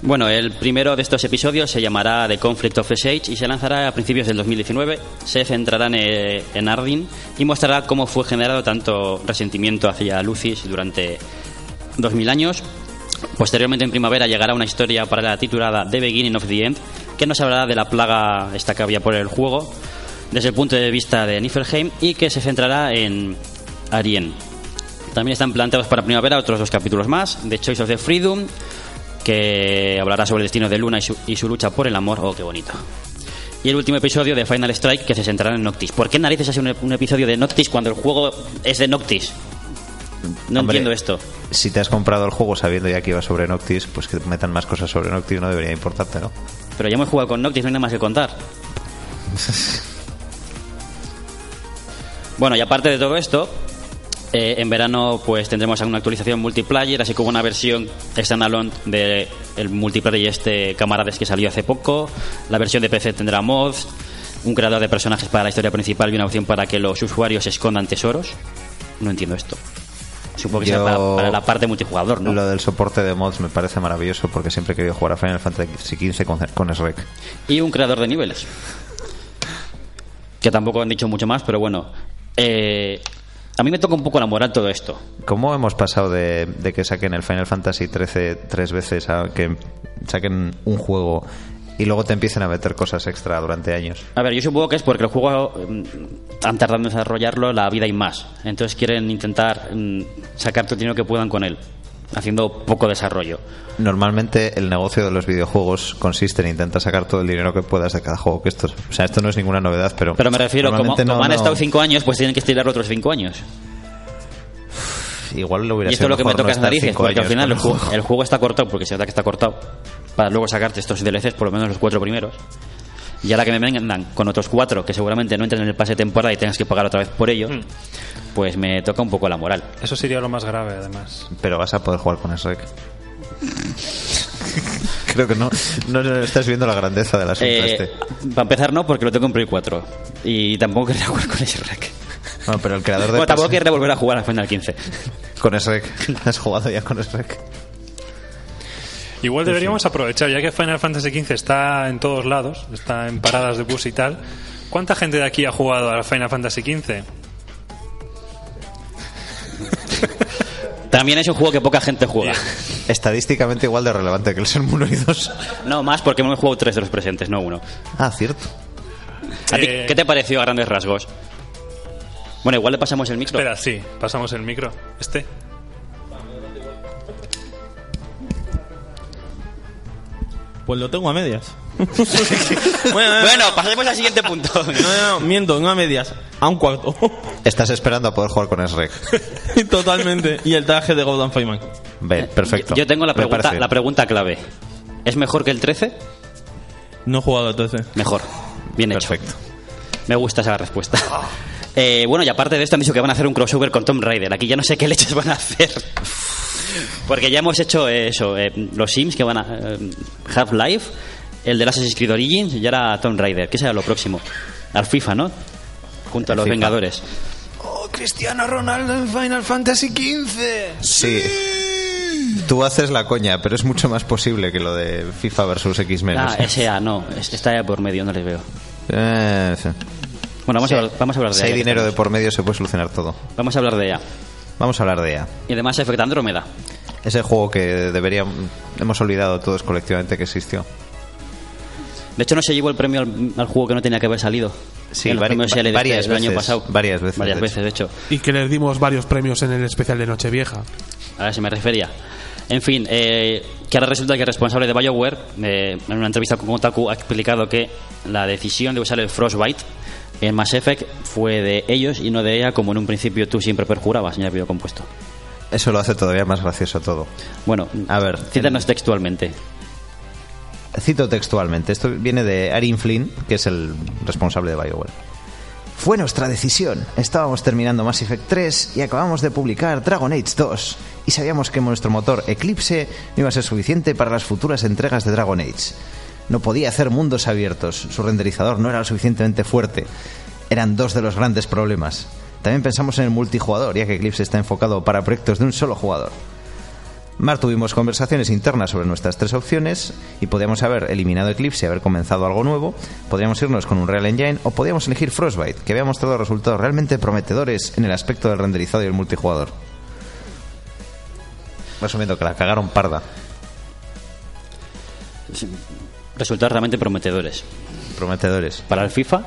[SPEAKER 6] Bueno, el primero de estos episodios se llamará The Conflict of Age y se lanzará a principios del 2019. Se centrará en, eh, en Ardyn y mostrará cómo fue generado tanto resentimiento hacia Lucis durante 2000 años Posteriormente en primavera llegará una historia para la titulada The Beginning of the End, que nos hablará de la plaga esta que había por el juego desde el punto de vista de Niflheim y que se centrará en Arien. También están planteados para primavera otros dos capítulos más, The Choice of the Freedom, que hablará sobre el destino de Luna y su, y su lucha por el amor, oh, qué bonito. Y el último episodio de Final Strike que se centrará en Noctis. ¿Por qué narices hace un, un episodio de Noctis cuando el juego es de Noctis? No
[SPEAKER 4] Hombre,
[SPEAKER 6] entiendo esto.
[SPEAKER 4] Si te has comprado el juego sabiendo ya que iba sobre Noctis, pues que te metan más cosas sobre Noctis no debería importarte, ¿no?
[SPEAKER 6] Pero ya hemos jugado con Noctis, no hay nada más
[SPEAKER 4] (laughs)
[SPEAKER 6] que contar. Bueno, y aparte de todo esto, eh, en verano pues tendremos alguna actualización multiplayer, así como una versión standalone de el multiplayer y este Camarades que salió hace poco. La versión de PC tendrá mods, un creador de personajes para la historia principal y una opción para que los usuarios escondan tesoros. No entiendo esto. Supongo que
[SPEAKER 4] Yo-
[SPEAKER 6] será para, para la parte multijugador, ¿no?
[SPEAKER 4] Lo del soporte de mods me parece maravilloso porque siempre he querido jugar a Final Fantasy XV con, con SREC.
[SPEAKER 6] y un creador de niveles. Que tampoco han dicho mucho más, pero bueno. Eh, a mí me toca un poco la moral todo esto.
[SPEAKER 4] ¿Cómo hemos pasado de, de que saquen el Final Fantasy XIII tres veces a que saquen un juego y luego te empiecen a meter cosas extra durante años?
[SPEAKER 6] A ver, yo supongo que es porque el juego mm, han tardado en desarrollarlo la vida y más. Entonces quieren intentar mm, sacar todo el dinero que puedan con él, haciendo poco desarrollo.
[SPEAKER 4] Normalmente el negocio de los videojuegos consiste en intentar sacar todo el dinero que puedas de cada juego. Que esto, es- o sea, esto no es ninguna novedad, pero...
[SPEAKER 6] Pero me refiero, como,
[SPEAKER 4] normalmente
[SPEAKER 6] como
[SPEAKER 4] no-
[SPEAKER 6] han
[SPEAKER 4] no-
[SPEAKER 6] estado cinco años, pues tienen que estirarlo otros cinco años.
[SPEAKER 4] Igual lo hubiera
[SPEAKER 6] Y esto
[SPEAKER 4] sido
[SPEAKER 6] es lo que me
[SPEAKER 4] mejor no
[SPEAKER 6] toca las
[SPEAKER 4] estar
[SPEAKER 6] narices,
[SPEAKER 4] cinco
[SPEAKER 6] porque al
[SPEAKER 4] años
[SPEAKER 6] final el
[SPEAKER 4] con
[SPEAKER 6] juego, el juego está cortado, porque se nota que está cortado, para luego sacarte estos DLCs, por lo menos los cuatro primeros. Y ahora que me vengan con otros cuatro, que seguramente no entren en el pase de temporada y tengas que pagar otra vez por ello,
[SPEAKER 9] Mm.
[SPEAKER 6] pues me toca un poco la moral.
[SPEAKER 9] Eso sería lo más grave, además.
[SPEAKER 4] Pero vas a poder jugar con SREC. (laughs) Creo que no, no estás viendo la grandeza del asunto
[SPEAKER 6] Eh,
[SPEAKER 4] este.
[SPEAKER 6] para empezar, no, porque lo tengo en Play 4. Y tampoco quería jugar con ese rack.
[SPEAKER 4] Bueno, pero el creador de...
[SPEAKER 6] Bueno, tampoco
[SPEAKER 4] perso-
[SPEAKER 6] querría volver a jugar a Final 15.
[SPEAKER 4] Con SREC. (laughs) Has jugado ya con SREC.
[SPEAKER 9] Igual deberíamos aprovechar, ya que Final Fantasy XV está en todos lados, está en paradas de bus y tal. ¿Cuánta gente de aquí ha jugado a Final Fantasy XV?
[SPEAKER 6] También es un juego que poca gente juega.
[SPEAKER 4] Estadísticamente igual de relevante que el Sun 1 y 2.
[SPEAKER 6] No, más porque hemos jugado tres de los presentes, no uno.
[SPEAKER 4] Ah,
[SPEAKER 6] (laughs)
[SPEAKER 4] cierto.
[SPEAKER 6] ¿A ti
[SPEAKER 9] Eh,
[SPEAKER 6] qué te pareció a grandes rasgos? Bueno, igual le pasamos el micro.
[SPEAKER 9] Espera, sí, pasamos el micro. Este.
[SPEAKER 11] Pues lo tengo a medias. (laughs) bueno,
[SPEAKER 6] Bueno, pasemos al siguiente punto.
[SPEAKER 11] no, no, miento, no a medias, a un cuarto.
[SPEAKER 4] Estás esperando a poder jugar con SREC.
[SPEAKER 11] (laughs) Totalmente. Y el traje de Gordon Freeman.
[SPEAKER 4] Ve, perfecto.
[SPEAKER 6] Eh, Yo tengo la
[SPEAKER 4] Me
[SPEAKER 6] pregunta,
[SPEAKER 4] parece
[SPEAKER 6] la pregunta clave. ¿Es mejor que el 13?
[SPEAKER 11] No he jugado al 13.
[SPEAKER 6] Mejor. Bien hecho.
[SPEAKER 4] Eh. Perfecto.
[SPEAKER 6] Me gusta esa respuesta. (laughs) Eh, bueno, y aparte de esto han dicho que van a hacer un crossover con Tomb Raider. Aquí ya no sé qué leches van a hacer. (laughs) Porque ya hemos hecho eh, eso, eh, los Sims que van a... eh, Half-Life, el de Assassin's Creed Origins y ahora Tomb Raider. ¿Qué será lo próximo? Al FIFA, ¿no? Junto a los
[SPEAKER 4] FIFA.
[SPEAKER 6] Vengadores.
[SPEAKER 4] Sí. Tú haces la coña, pero es mucho más posible que lo de FIFA versus X-Men.
[SPEAKER 6] Ah,
[SPEAKER 4] o sea.
[SPEAKER 6] SA, no. es- Está ya por medio, no les veo.
[SPEAKER 4] Eh, sí.
[SPEAKER 6] Bueno, vamos, a, hablar- vamos a hablar de
[SPEAKER 4] Si hay
[SPEAKER 6] EA,
[SPEAKER 4] dinero de
[SPEAKER 6] estamos.
[SPEAKER 4] por medio se puede solucionar todo.
[SPEAKER 6] Vamos a hablar de ella.
[SPEAKER 4] Vamos a hablar de EA.
[SPEAKER 6] Y además Efecto Andrómeda.
[SPEAKER 4] Ese juego que debería hemos olvidado todos colectivamente que existió.
[SPEAKER 6] De hecho, no se llevó el premio al, al juego que no tenía que haber salido.
[SPEAKER 4] Sí,
[SPEAKER 6] En los
[SPEAKER 4] vari-
[SPEAKER 6] premios
[SPEAKER 4] va-
[SPEAKER 6] LDC
[SPEAKER 4] varias
[SPEAKER 6] del año
[SPEAKER 4] veces,
[SPEAKER 6] pasado.
[SPEAKER 4] varias veces,
[SPEAKER 6] Varias
[SPEAKER 4] de
[SPEAKER 6] veces, de hecho.
[SPEAKER 10] Y que les dimos varios premios en el especial de Nochevieja.
[SPEAKER 6] A ver, se me refería. En fin, eh, que ahora resulta que el responsable de BioWare, eh, en una entrevista con Kotaku, ha explicado que la decisión de usar el Frostbite en Mass Effect fue de ellos y no de ella, como en un principio tú siempre perjurabas, señor video compuesto.
[SPEAKER 4] Eso lo hace todavía más gracioso todo.
[SPEAKER 6] Bueno,
[SPEAKER 4] A ver,
[SPEAKER 6] cítanos textualmente.
[SPEAKER 4] Cito textualmente, esto viene de Arin Flynn, que es el responsable de BioWare. Fue nuestra decisión. Estábamos terminando Mass Effect 3 y acabamos de publicar Dragon Age 2 y sabíamos que nuestro motor Eclipse no iba a ser suficiente para las futuras entregas de Dragon Age. No podía hacer mundos abiertos, su renderizador no era lo suficientemente fuerte. Eran dos de los grandes problemas. También pensamos en el multijugador, ya que Eclipse está enfocado para proyectos de un solo jugador. Mar tuvimos conversaciones internas sobre nuestras tres opciones y podíamos haber eliminado Eclipse y haber comenzado algo nuevo, podríamos irnos con un Real Engine o podíamos elegir Frostbite, que había mostrado resultados realmente prometedores en el aspecto del renderizado y el multijugador. Resumiendo, que la cagaron parda.
[SPEAKER 6] Resultados realmente prometedores.
[SPEAKER 4] Prometedores.
[SPEAKER 6] Para
[SPEAKER 4] (laughs)
[SPEAKER 6] el FIFA.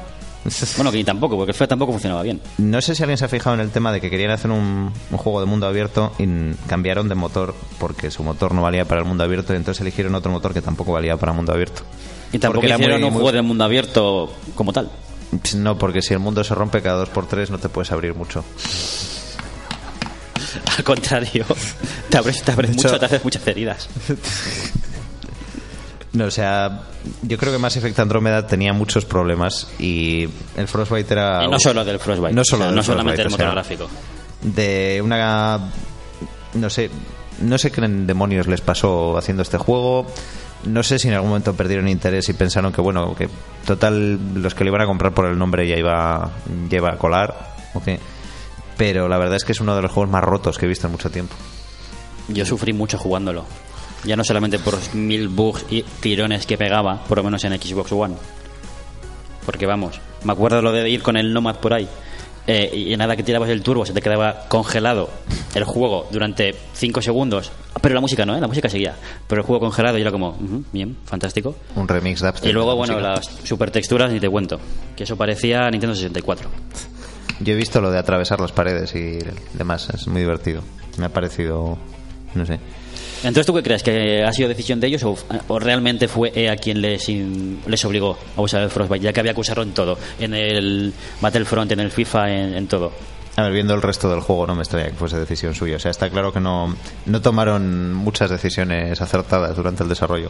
[SPEAKER 6] Bueno, que ni tampoco, porque el FIFA tampoco funcionaba bien.
[SPEAKER 4] No sé si alguien se ha fijado en el tema de que querían hacer un, un juego de mundo abierto y n- cambiaron de motor porque su motor no valía para el mundo abierto y entonces eligieron otro motor que tampoco valía para el mundo abierto.
[SPEAKER 6] Y tampoco
[SPEAKER 4] Porque era
[SPEAKER 6] hicieron
[SPEAKER 4] muy-
[SPEAKER 6] un
[SPEAKER 4] muy-
[SPEAKER 6] juego de mundo abierto como tal.
[SPEAKER 4] No, porque si el mundo se rompe cada dos por tres no te puedes abrir mucho.
[SPEAKER 6] Al contrario, te abres, te abres
[SPEAKER 4] De hecho-
[SPEAKER 6] mucho, te haces muchas heridas.
[SPEAKER 4] No, o sea, yo creo que Mass Effect Andrómeda tenía muchos problemas y el Frostbite era...
[SPEAKER 6] Y no solo del Frostbite.
[SPEAKER 4] Ah, No, solo
[SPEAKER 6] O sea,
[SPEAKER 4] del
[SPEAKER 6] no solamente
[SPEAKER 4] Frostbite,
[SPEAKER 6] del motor
[SPEAKER 4] o sea,
[SPEAKER 6] gráfico.
[SPEAKER 4] De una... No sé, no sé qué demonios les pasó haciendo este juego. No sé si en algún momento perdieron interés y pensaron que, bueno, que total, los que lo iban a comprar por el nombre ya iba, ya iba a colar. ¿o qué? Pero la verdad es que es uno de los juegos más rotos que he visto en mucho tiempo.
[SPEAKER 6] Yo sufrí mucho jugándolo. Ya no solamente por los mil bugs y tirones que pegaba, por lo menos en Xbox One. Porque vamos, me acuerdo lo de ir con el Nomad por ahí. eh, y nada que tirabas el turbo, se te quedaba congelado el juego durante 5 segundos. Pero la música no, ¿eh? la música seguía. Pero el juego congelado y era como, "Ujú, bien, fantástico.
[SPEAKER 4] Un remix de Abstract
[SPEAKER 6] Y luego,
[SPEAKER 4] de
[SPEAKER 6] bueno,
[SPEAKER 4] música.
[SPEAKER 6] las supertexturas ni te cuento. Que eso parecía Nintendo 64.
[SPEAKER 4] Yo he visto lo de atravesar las paredes y demás, es muy divertido. Me ha parecido, no sé.
[SPEAKER 6] Entonces, ¿tú qué crees? ¿Que ha sido decisión de ellos o, o realmente fue EA quien les, in- les obligó a usar el Frostbite? Ya que había que usarlo en todo: en el Battlefront, en el FIFA, en, en todo.
[SPEAKER 4] A ver, viendo el resto del juego no me extraña que fuese decisión suya. O sea, está claro que no, no tomaron muchas decisiones acertadas durante el desarrollo.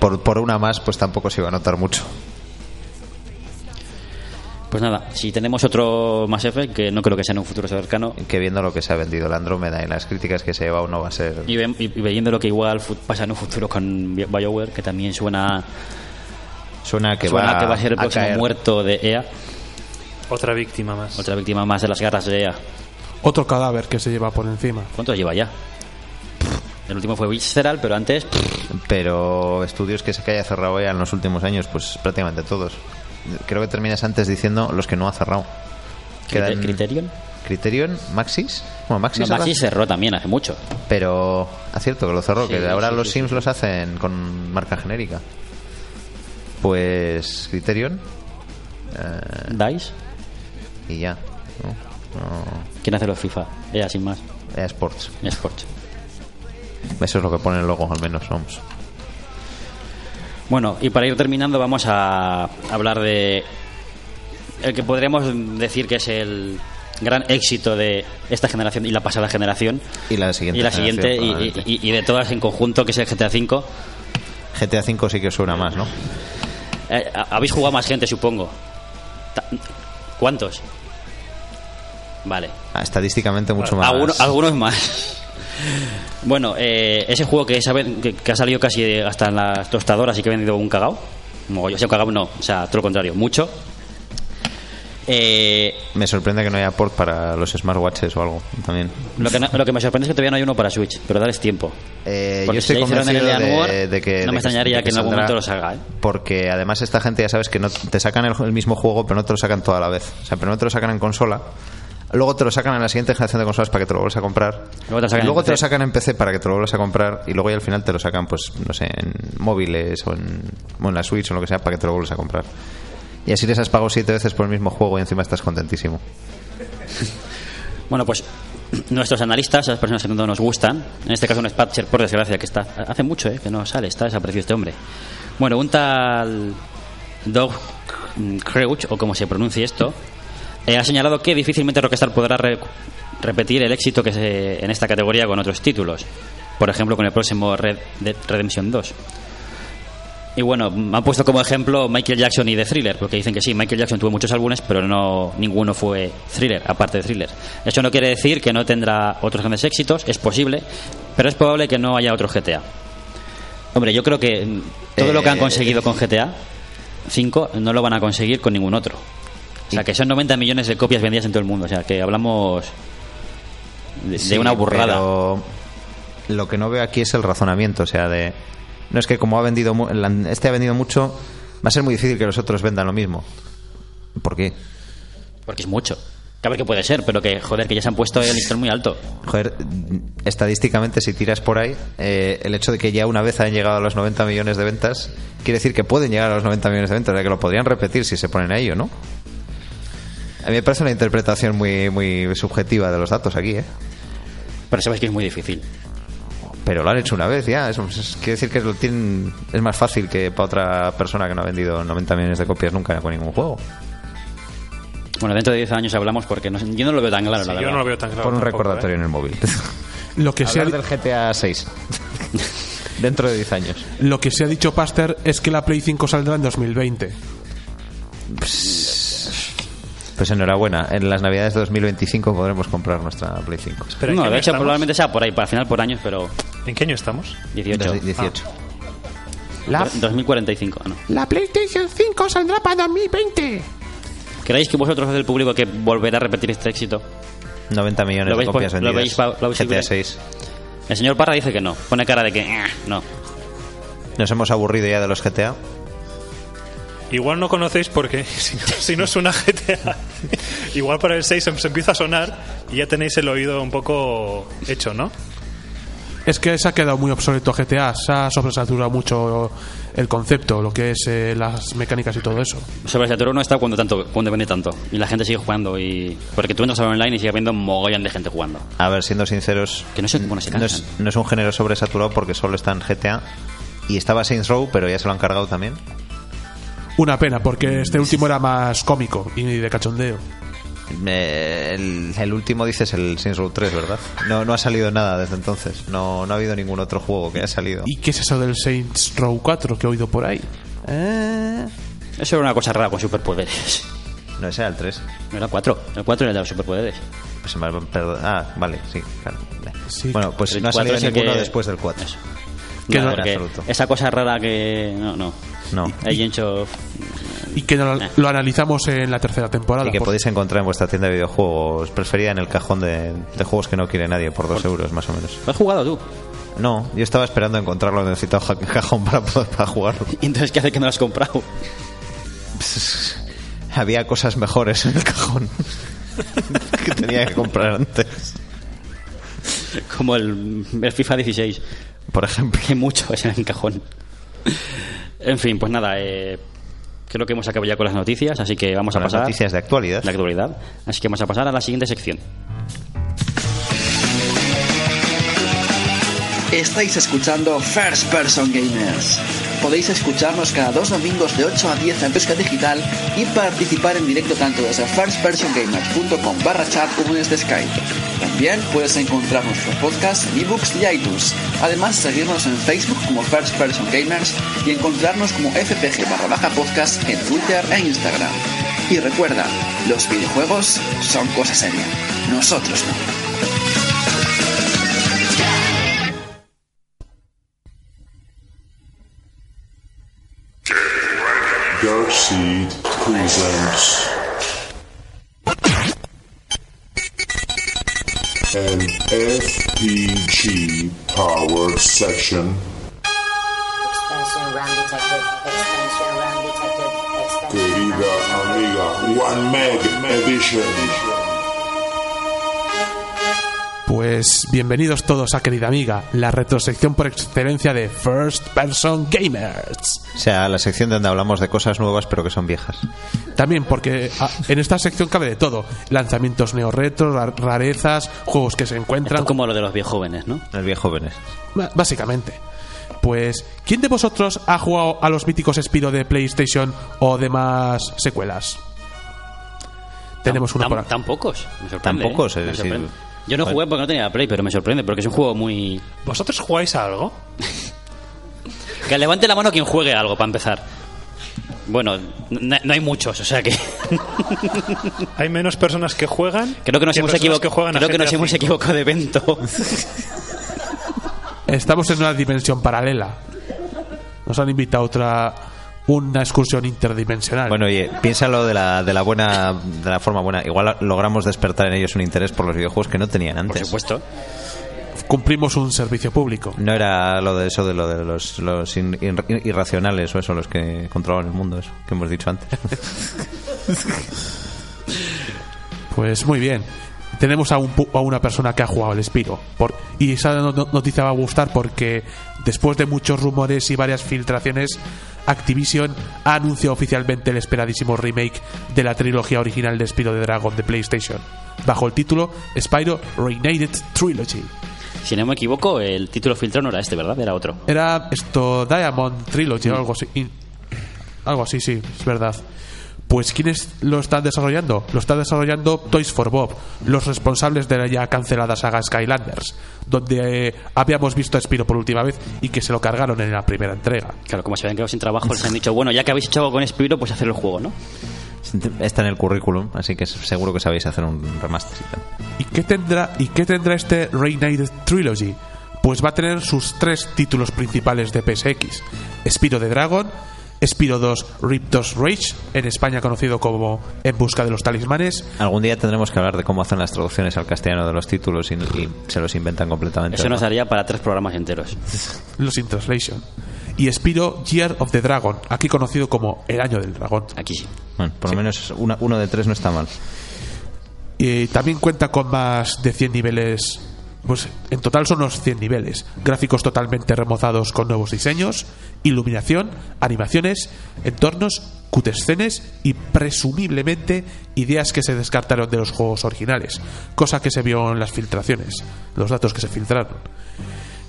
[SPEAKER 4] Por, por una más, pues tampoco se iba a notar mucho.
[SPEAKER 6] Pues nada, si tenemos otro Mass Effect, que no creo que sea en un futuro cercano,
[SPEAKER 4] Que viendo lo que se ha vendido la Andrómeda y las críticas que se ha llevado, no va a ser...
[SPEAKER 6] y, ve- y viendo lo que igual fu- pasa en un futuro con Bi- BioWare, que también suena,
[SPEAKER 4] Suena que,
[SPEAKER 6] suena
[SPEAKER 4] va,
[SPEAKER 6] que va a ser el próximo
[SPEAKER 4] caer.
[SPEAKER 6] muerto de EA,
[SPEAKER 9] Otra víctima más.
[SPEAKER 6] otra víctima más de las garras de EA.
[SPEAKER 10] Otro cadáver que se lleva por encima.
[SPEAKER 6] ¿Cuánto lleva ya? El último fue Visceral, pero antes.
[SPEAKER 4] Pero estudios que se que haya cerrado ya en los últimos años, pues prácticamente todos. Creo que terminas antes diciendo los que no ha cerrado. Quedan-
[SPEAKER 6] ¿Criterion?
[SPEAKER 4] Criterion, Maxis. Bueno, Maxis,
[SPEAKER 6] No,
[SPEAKER 4] ahora-
[SPEAKER 6] Maxi cerró también hace mucho.
[SPEAKER 4] Pero acierto que lo cerró,
[SPEAKER 6] Sí,
[SPEAKER 4] que ahora
[SPEAKER 6] sí,
[SPEAKER 4] los
[SPEAKER 6] sí,
[SPEAKER 4] Sims los hacen con marca genérica. Pues Criterion. eh,
[SPEAKER 6] ¿Dice?
[SPEAKER 4] y ya. ¿no? No,
[SPEAKER 6] ¿Quién hace los FIFA? EA, sin más.
[SPEAKER 4] EA Sports.
[SPEAKER 6] Sports.
[SPEAKER 4] Eso es lo que pone el logo, al menos, vamos.
[SPEAKER 6] Bueno, y para ir terminando, vamos a hablar de. El que podríamos decir que es el gran éxito de esta generación y la pasada generación.
[SPEAKER 4] Y la siguiente.
[SPEAKER 6] Y la
[SPEAKER 4] generación, pues,
[SPEAKER 6] siguiente, y,
[SPEAKER 4] probablemente.
[SPEAKER 6] y- y de todas en conjunto, que es el GTA V.
[SPEAKER 4] GTA V sí que os suena más, ¿no?
[SPEAKER 6] Eh, a- habéis jugado más gente, supongo. Ta- ¿Cuántos? Vale.
[SPEAKER 4] Ah, estadísticamente mucho más.
[SPEAKER 6] Algunos, algunos más. (laughs) Bueno, eh, ese juego que, saben, que, que ha salido casi de- hasta en las tostadoras y que ha vendido un cagao. No, yo sé, un cagao no, o sea, todo lo contrario, mucho. Eh,
[SPEAKER 4] Me sorprende que no haya port para los smartwatches o algo también.
[SPEAKER 6] lo, que no- lo que me sorprende es que todavía no hay uno para Switch, pero dales tiempo.
[SPEAKER 4] Eh,
[SPEAKER 6] Porque
[SPEAKER 4] yo estoy
[SPEAKER 6] si le hicieron
[SPEAKER 4] convencido
[SPEAKER 6] el
[SPEAKER 4] de,
[SPEAKER 6] Anwar,
[SPEAKER 4] de que. de
[SPEAKER 6] no me extrañaría
[SPEAKER 4] de
[SPEAKER 6] que en algún
[SPEAKER 4] saldrá,
[SPEAKER 6] momento lo salga, ¿eh?
[SPEAKER 4] Porque además, esta gente ya sabes que no te sacan el, el mismo juego, pero no te lo sacan toda la vez. O sea, pero no te lo sacan en consola. Luego te lo sacan en la siguiente generación de consolas para que te lo vuelvas a comprar.
[SPEAKER 6] Luego te lo sacan en
[SPEAKER 4] Luego te lo
[SPEAKER 6] PC.
[SPEAKER 4] sacan en PC para que te lo vuelvas a comprar. Y luego ya al final te lo sacan, pues, no sé, en móviles o en, o en la Switch o en lo que sea para que te lo vuelvas a comprar. Y así les has pagado siete veces por el mismo juego y encima estás contentísimo.
[SPEAKER 6] Bueno, pues (clears throat) nuestros analistas, las personas que tanto nos gustan, en este caso un Spatcher, por desgracia, que está hace mucho ¿eh? que no sale, está desaparecido este hombre. Bueno, un tal Doug Crouch, o como se pronuncie esto, eh, ha señalado que difícilmente Rockstar podrá re- repetir el éxito que se, en esta categoría con otros títulos, por ejemplo con el próximo Red Dead Redemption 2. Y bueno, me han puesto como ejemplo Michael Jackson y The Thriller, porque dicen que sí, Michael Jackson tuvo muchos álbumes, pero no ninguno fue thriller, aparte de thriller. Eso no quiere decir que no tendrá otros grandes éxitos, es posible, pero es probable que no haya otro GTA. Hombre, yo creo que mm, todo lo que han
[SPEAKER 4] Eh,
[SPEAKER 6] conseguido con GTA 5 no lo van a conseguir con ningún otro. O sea, que son 90 millones de copias vendidas en todo el mundo. O sea, que hablamos de, de
[SPEAKER 4] Sí,
[SPEAKER 6] una burrada.
[SPEAKER 4] pero lo que no veo aquí es el razonamiento, o sea, de no es que como ha vendido mu- la- este ha vendido mucho, va a ser muy difícil que los otros vendan lo mismo. ¿Por qué?
[SPEAKER 6] Porque es mucho. Que a ver qué puede ser, pero que, joder, que ya se han puesto el listón muy alto.
[SPEAKER 4] Joder, estadísticamente, si tiras por ahí, eh, el hecho de que ya una vez hayan llegado a los 90 millones de ventas, quiere decir que pueden llegar a los 90 millones de ventas, o sea, que lo podrían repetir si se ponen a ello, ¿no? A mí me parece una interpretación muy, muy subjetiva de los datos aquí, ¿eh?
[SPEAKER 6] Pero sabes que es muy difícil.
[SPEAKER 4] Pero lo han hecho una vez ya, es, es- quiere decir que lo tienen, es más fácil que para otra persona que no ha vendido 90 millones de copias nunca con ningún juego.
[SPEAKER 6] Bueno, dentro de 10 años hablamos porque no, sé- yo no lo veo tan claro,
[SPEAKER 4] Sí,
[SPEAKER 6] la
[SPEAKER 4] yo
[SPEAKER 6] verdad.
[SPEAKER 4] no lo veo tan claro Pon un tampoco, recordatorio ¿eh? en el móvil. (laughs)
[SPEAKER 10] Lo que sea
[SPEAKER 4] Hablar del GTA 6. Dentro de 10 años.
[SPEAKER 10] Lo que se ha dicho Pasteur es que la Play 5 saldrá en 2020.
[SPEAKER 4] Pues enhorabuena, en las navidades de 2025 podremos comprar nuestra Play 5.
[SPEAKER 9] Espera, ¿en
[SPEAKER 6] no,
[SPEAKER 9] qué
[SPEAKER 6] de
[SPEAKER 9] año
[SPEAKER 6] hecho,
[SPEAKER 9] estamos?
[SPEAKER 6] probablemente sea por ahí, para final por años, pero
[SPEAKER 9] ¿En qué año estamos?
[SPEAKER 6] 18.
[SPEAKER 4] Desde 18.
[SPEAKER 6] Ah, 2045, no.
[SPEAKER 10] La PlayStation 5 saldrá para 2020.
[SPEAKER 6] ¿Creéis que vosotros del público que volverá a repetir este éxito?
[SPEAKER 4] 90 millones
[SPEAKER 6] ¿Lo
[SPEAKER 4] de
[SPEAKER 6] veis,
[SPEAKER 4] copias
[SPEAKER 6] po- lo
[SPEAKER 4] vendidas.
[SPEAKER 6] veis pa- plausible?
[SPEAKER 4] GTA 6.
[SPEAKER 6] El señor Parra dice que no. Pone cara de que "Ah, no.
[SPEAKER 4] Nos hemos aburrido ya de los GTA.
[SPEAKER 9] Igual no conocéis porque (laughs) si no, si no suena GTA, (laughs) igual para el 6 se empieza a sonar y ya tenéis el oído un poco hecho, ¿no?
[SPEAKER 10] Es que se ha quedado muy obsoleto GTA, se ha sobresaturado mucho el concepto, lo que es eh, las mecánicas y todo eso.
[SPEAKER 6] Sobre Saturno no está cuando tanto cuando vende tanto. Y la gente sigue jugando. y Porque tú entras al online y sigue habiendo un mogollón de gente jugando.
[SPEAKER 4] A ver, siendo sinceros,
[SPEAKER 6] Que no sé cómo no se
[SPEAKER 4] no es,
[SPEAKER 6] cansan.
[SPEAKER 4] no es un género sobresaturado porque solo está en GTA. Y estaba Saints Row, pero ya se lo han cargado también.
[SPEAKER 10] Una pena, porque este último era más cómico y de cachondeo.
[SPEAKER 4] Eh, el, el último dices el Saints Row 3, ¿verdad? No, no ha salido nada desde entonces. No, no ha habido ningún otro juego que haya salido.
[SPEAKER 10] ¿Y qué es eso del Saints Row 4 que he oído por ahí? Ah.
[SPEAKER 6] Eso era una cosa rara con superpoderes.
[SPEAKER 4] No, ese era el 3.
[SPEAKER 6] No era el 4. El 4 era el de los superpoderes.
[SPEAKER 4] Pues se me ha- perdón. Ah, vale, sí, claro.
[SPEAKER 10] Sí.
[SPEAKER 4] Bueno, pues
[SPEAKER 6] El
[SPEAKER 4] no ha
[SPEAKER 6] 4
[SPEAKER 4] salido
[SPEAKER 6] es el
[SPEAKER 4] ninguno
[SPEAKER 6] que-
[SPEAKER 4] después del 4.
[SPEAKER 6] Eso.
[SPEAKER 10] Que
[SPEAKER 6] No,
[SPEAKER 10] no-
[SPEAKER 6] porque
[SPEAKER 4] en absoluto.
[SPEAKER 6] esa cosa rara que. No, no.
[SPEAKER 4] No.
[SPEAKER 6] El Yencho.
[SPEAKER 10] Y que no lo, lo analizamos en la tercera temporada.
[SPEAKER 4] Y que
[SPEAKER 10] por-
[SPEAKER 4] podéis encontrar en vuestra tienda de videojuegos preferida en el cajón de, de juegos que no quiere nadie por 2 euros más o menos.
[SPEAKER 6] ¿Lo has jugado tú?
[SPEAKER 4] No, yo estaba esperando encontrarlo en el citado ja- cajón para poder para jugarlo.
[SPEAKER 6] (laughs) ¿Y entonces qué hace que no lo has comprado?
[SPEAKER 4] (laughs) Había cosas mejores en el cajón (laughs) que tenía que comprar antes.
[SPEAKER 6] (laughs) Como el, el FIFA 16.
[SPEAKER 4] Por ejemplo.
[SPEAKER 6] Que mucho es en el cajón. En fin, pues nada. eh, creo que hemos acabado ya con las noticias, así que vamos a
[SPEAKER 4] Las
[SPEAKER 6] pasar.
[SPEAKER 4] noticias de actualidad.
[SPEAKER 6] La actualidad. Así que vamos a pasar a la siguiente sección.
[SPEAKER 8] Estáis escuchando First Person Gamers. Podéis escucharnos cada dos domingos de 8 a 10 en Pesca Digital y participar en directo tanto desde firstpersongamers.com barra chat como desde Skype. También puedes encontrar nuestros podcasts en ebooks y iTunes. Además, seguirnos en Facebook como First Person Gamers y encontrarnos como FPG barra baja podcast en Twitter e Instagram. Y recuerda, los videojuegos son cosa seria. Nosotros no.
[SPEAKER 3] Darkseid presents. An FPG powered section.
[SPEAKER 12] Expansion run detected. Expansion run detected. Expansion
[SPEAKER 3] Querida amiga, One Meg Edition.
[SPEAKER 10] Pues bienvenidos todos a querida amiga, la retrosección por excelencia de First Person Gamers.
[SPEAKER 4] O sea, la sección donde hablamos de cosas nuevas pero que son viejas.
[SPEAKER 10] También porque ah, en esta sección cabe de todo: lanzamientos neorretro, ra- rarezas, juegos que se encuentran.
[SPEAKER 6] Esto es como lo de los viejos jóvenes, ¿no?
[SPEAKER 4] Los viejos jóvenes.
[SPEAKER 10] Ba- Básicamente. Pues, ¿quién de vosotros ha jugado a los míticos Spiro de PlayStation o demás secuelas? Tenemos una
[SPEAKER 6] Tan-
[SPEAKER 10] por aquí.
[SPEAKER 6] Tan pocos. Me sorprende.
[SPEAKER 4] Tan pocos,
[SPEAKER 6] ¿eh?
[SPEAKER 4] es
[SPEAKER 6] Me
[SPEAKER 4] decir-
[SPEAKER 6] sorprende. Yo no jugué porque no tenía la Play, pero me sorprende porque es un juego muy.
[SPEAKER 9] ¿Vosotros jugáis a algo?
[SPEAKER 6] (laughs) Que levante la mano quien juegue algo para empezar. Bueno, no, no hay muchos, o sea que (laughs)
[SPEAKER 9] Hay menos personas que juegan.
[SPEAKER 6] creo que nos
[SPEAKER 9] personas
[SPEAKER 6] hemos
[SPEAKER 9] que
[SPEAKER 6] equivocado.
[SPEAKER 9] juegan a
[SPEAKER 6] creo que nos
[SPEAKER 9] GTA
[SPEAKER 6] hemos
[SPEAKER 9] V.
[SPEAKER 6] equivocado de evento.
[SPEAKER 10] (laughs) Estamos en una dimensión paralela. Nos han invitado a otra una excursión interdimensional.
[SPEAKER 4] Bueno, oye, piénsalo de la, de la buena, de la forma buena. Igual logramos despertar en ellos un interés por los videojuegos que no tenían
[SPEAKER 6] Por
[SPEAKER 4] antes.
[SPEAKER 6] supuesto.
[SPEAKER 10] Cumplimos un servicio público.
[SPEAKER 4] No era lo de eso de lo de los, los in- ir- irracionales o eso, los
[SPEAKER 6] (laughs)
[SPEAKER 4] que controlaban el mundo, eso que hemos dicho antes.
[SPEAKER 10] Pues muy bien. Tenemos a, un pu- a una persona que ha jugado el Spiro. Por, y esa no- no- noticia va a gustar porque después de muchos rumores y varias filtraciones, Activision ha anunciado oficialmente el esperadísimo remake de la trilogía original de Spiro de Dragon de PlayStation, bajo el título Spyro Reignited Trilogy.
[SPEAKER 6] Si no me equivoco, el título filtrado no era este, ¿verdad? Era otro.
[SPEAKER 10] Era esto, Diamond Trilogy o algo así. In- algo así, sí, es verdad. Pues ¿quiénes lo están desarrollando? Lo está desarrollando Toys for Bob, los responsables de la ya cancelada saga Skylanders, donde eh, habíamos visto a Spiro por última vez y que se lo cargaron en la primera entrega.
[SPEAKER 6] Claro, como se habían quedado sin trabajo, les han dicho, bueno, ya que habéis hecho algo con Spiro, pues hacer el juego, ¿no?
[SPEAKER 4] Está en el currículum, así que seguro que sabéis hacer un remaster. y tal.
[SPEAKER 10] ¿Y qué tendrá, y qué tendrá este Reignited Trilogy? Pues va a tener sus tres títulos principales de PSX: Spiro the Dragon, Spiro 2 Riptos Rage, en España conocido como En Busca de los Talismanes,
[SPEAKER 4] Algún día tendremos que hablar de cómo hacen las traducciones al castellano de los títulos y, y se los inventan completamente.
[SPEAKER 6] Eso
[SPEAKER 4] ¿no?
[SPEAKER 6] nos daría para tres
[SPEAKER 10] (laughs)
[SPEAKER 6] programas enteros.
[SPEAKER 10] Los in Translation, y Spiro Year of the Dragon, aquí conocido como El Año del Dragón.
[SPEAKER 6] Aquí sí.
[SPEAKER 4] Bueno, por lo menos una- uno de tres no está mal.
[SPEAKER 10] Y también cuenta con más de 100 niveles. Pues en total son unos 100 niveles. Gráficos totalmente remozados con nuevos diseños, iluminación, animaciones, entornos, cutescenes y presumiblemente ideas que se descartaron de los juegos originales. Cosa que se vio en las filtraciones, los datos que se filtraron.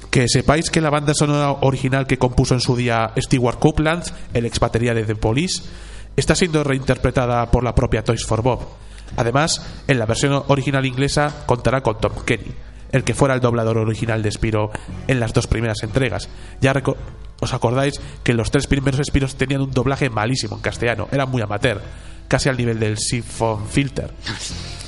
[SPEAKER 10] Que sepáis que la banda sonora original que compuso en su día Stewart Copeland, el ex batería de The Police, está siendo reinterpretada por la propia Toys for Bob. Además, en la versión original inglesa contará con Tom Kenny, el que fuera el doblador original de Spiro en las dos primeras entregas. Ya reco- os acordáis que los tres primeros Spiros tenían un doblaje malísimo en castellano, era muy amateur, casi al nivel del Siphon Filter.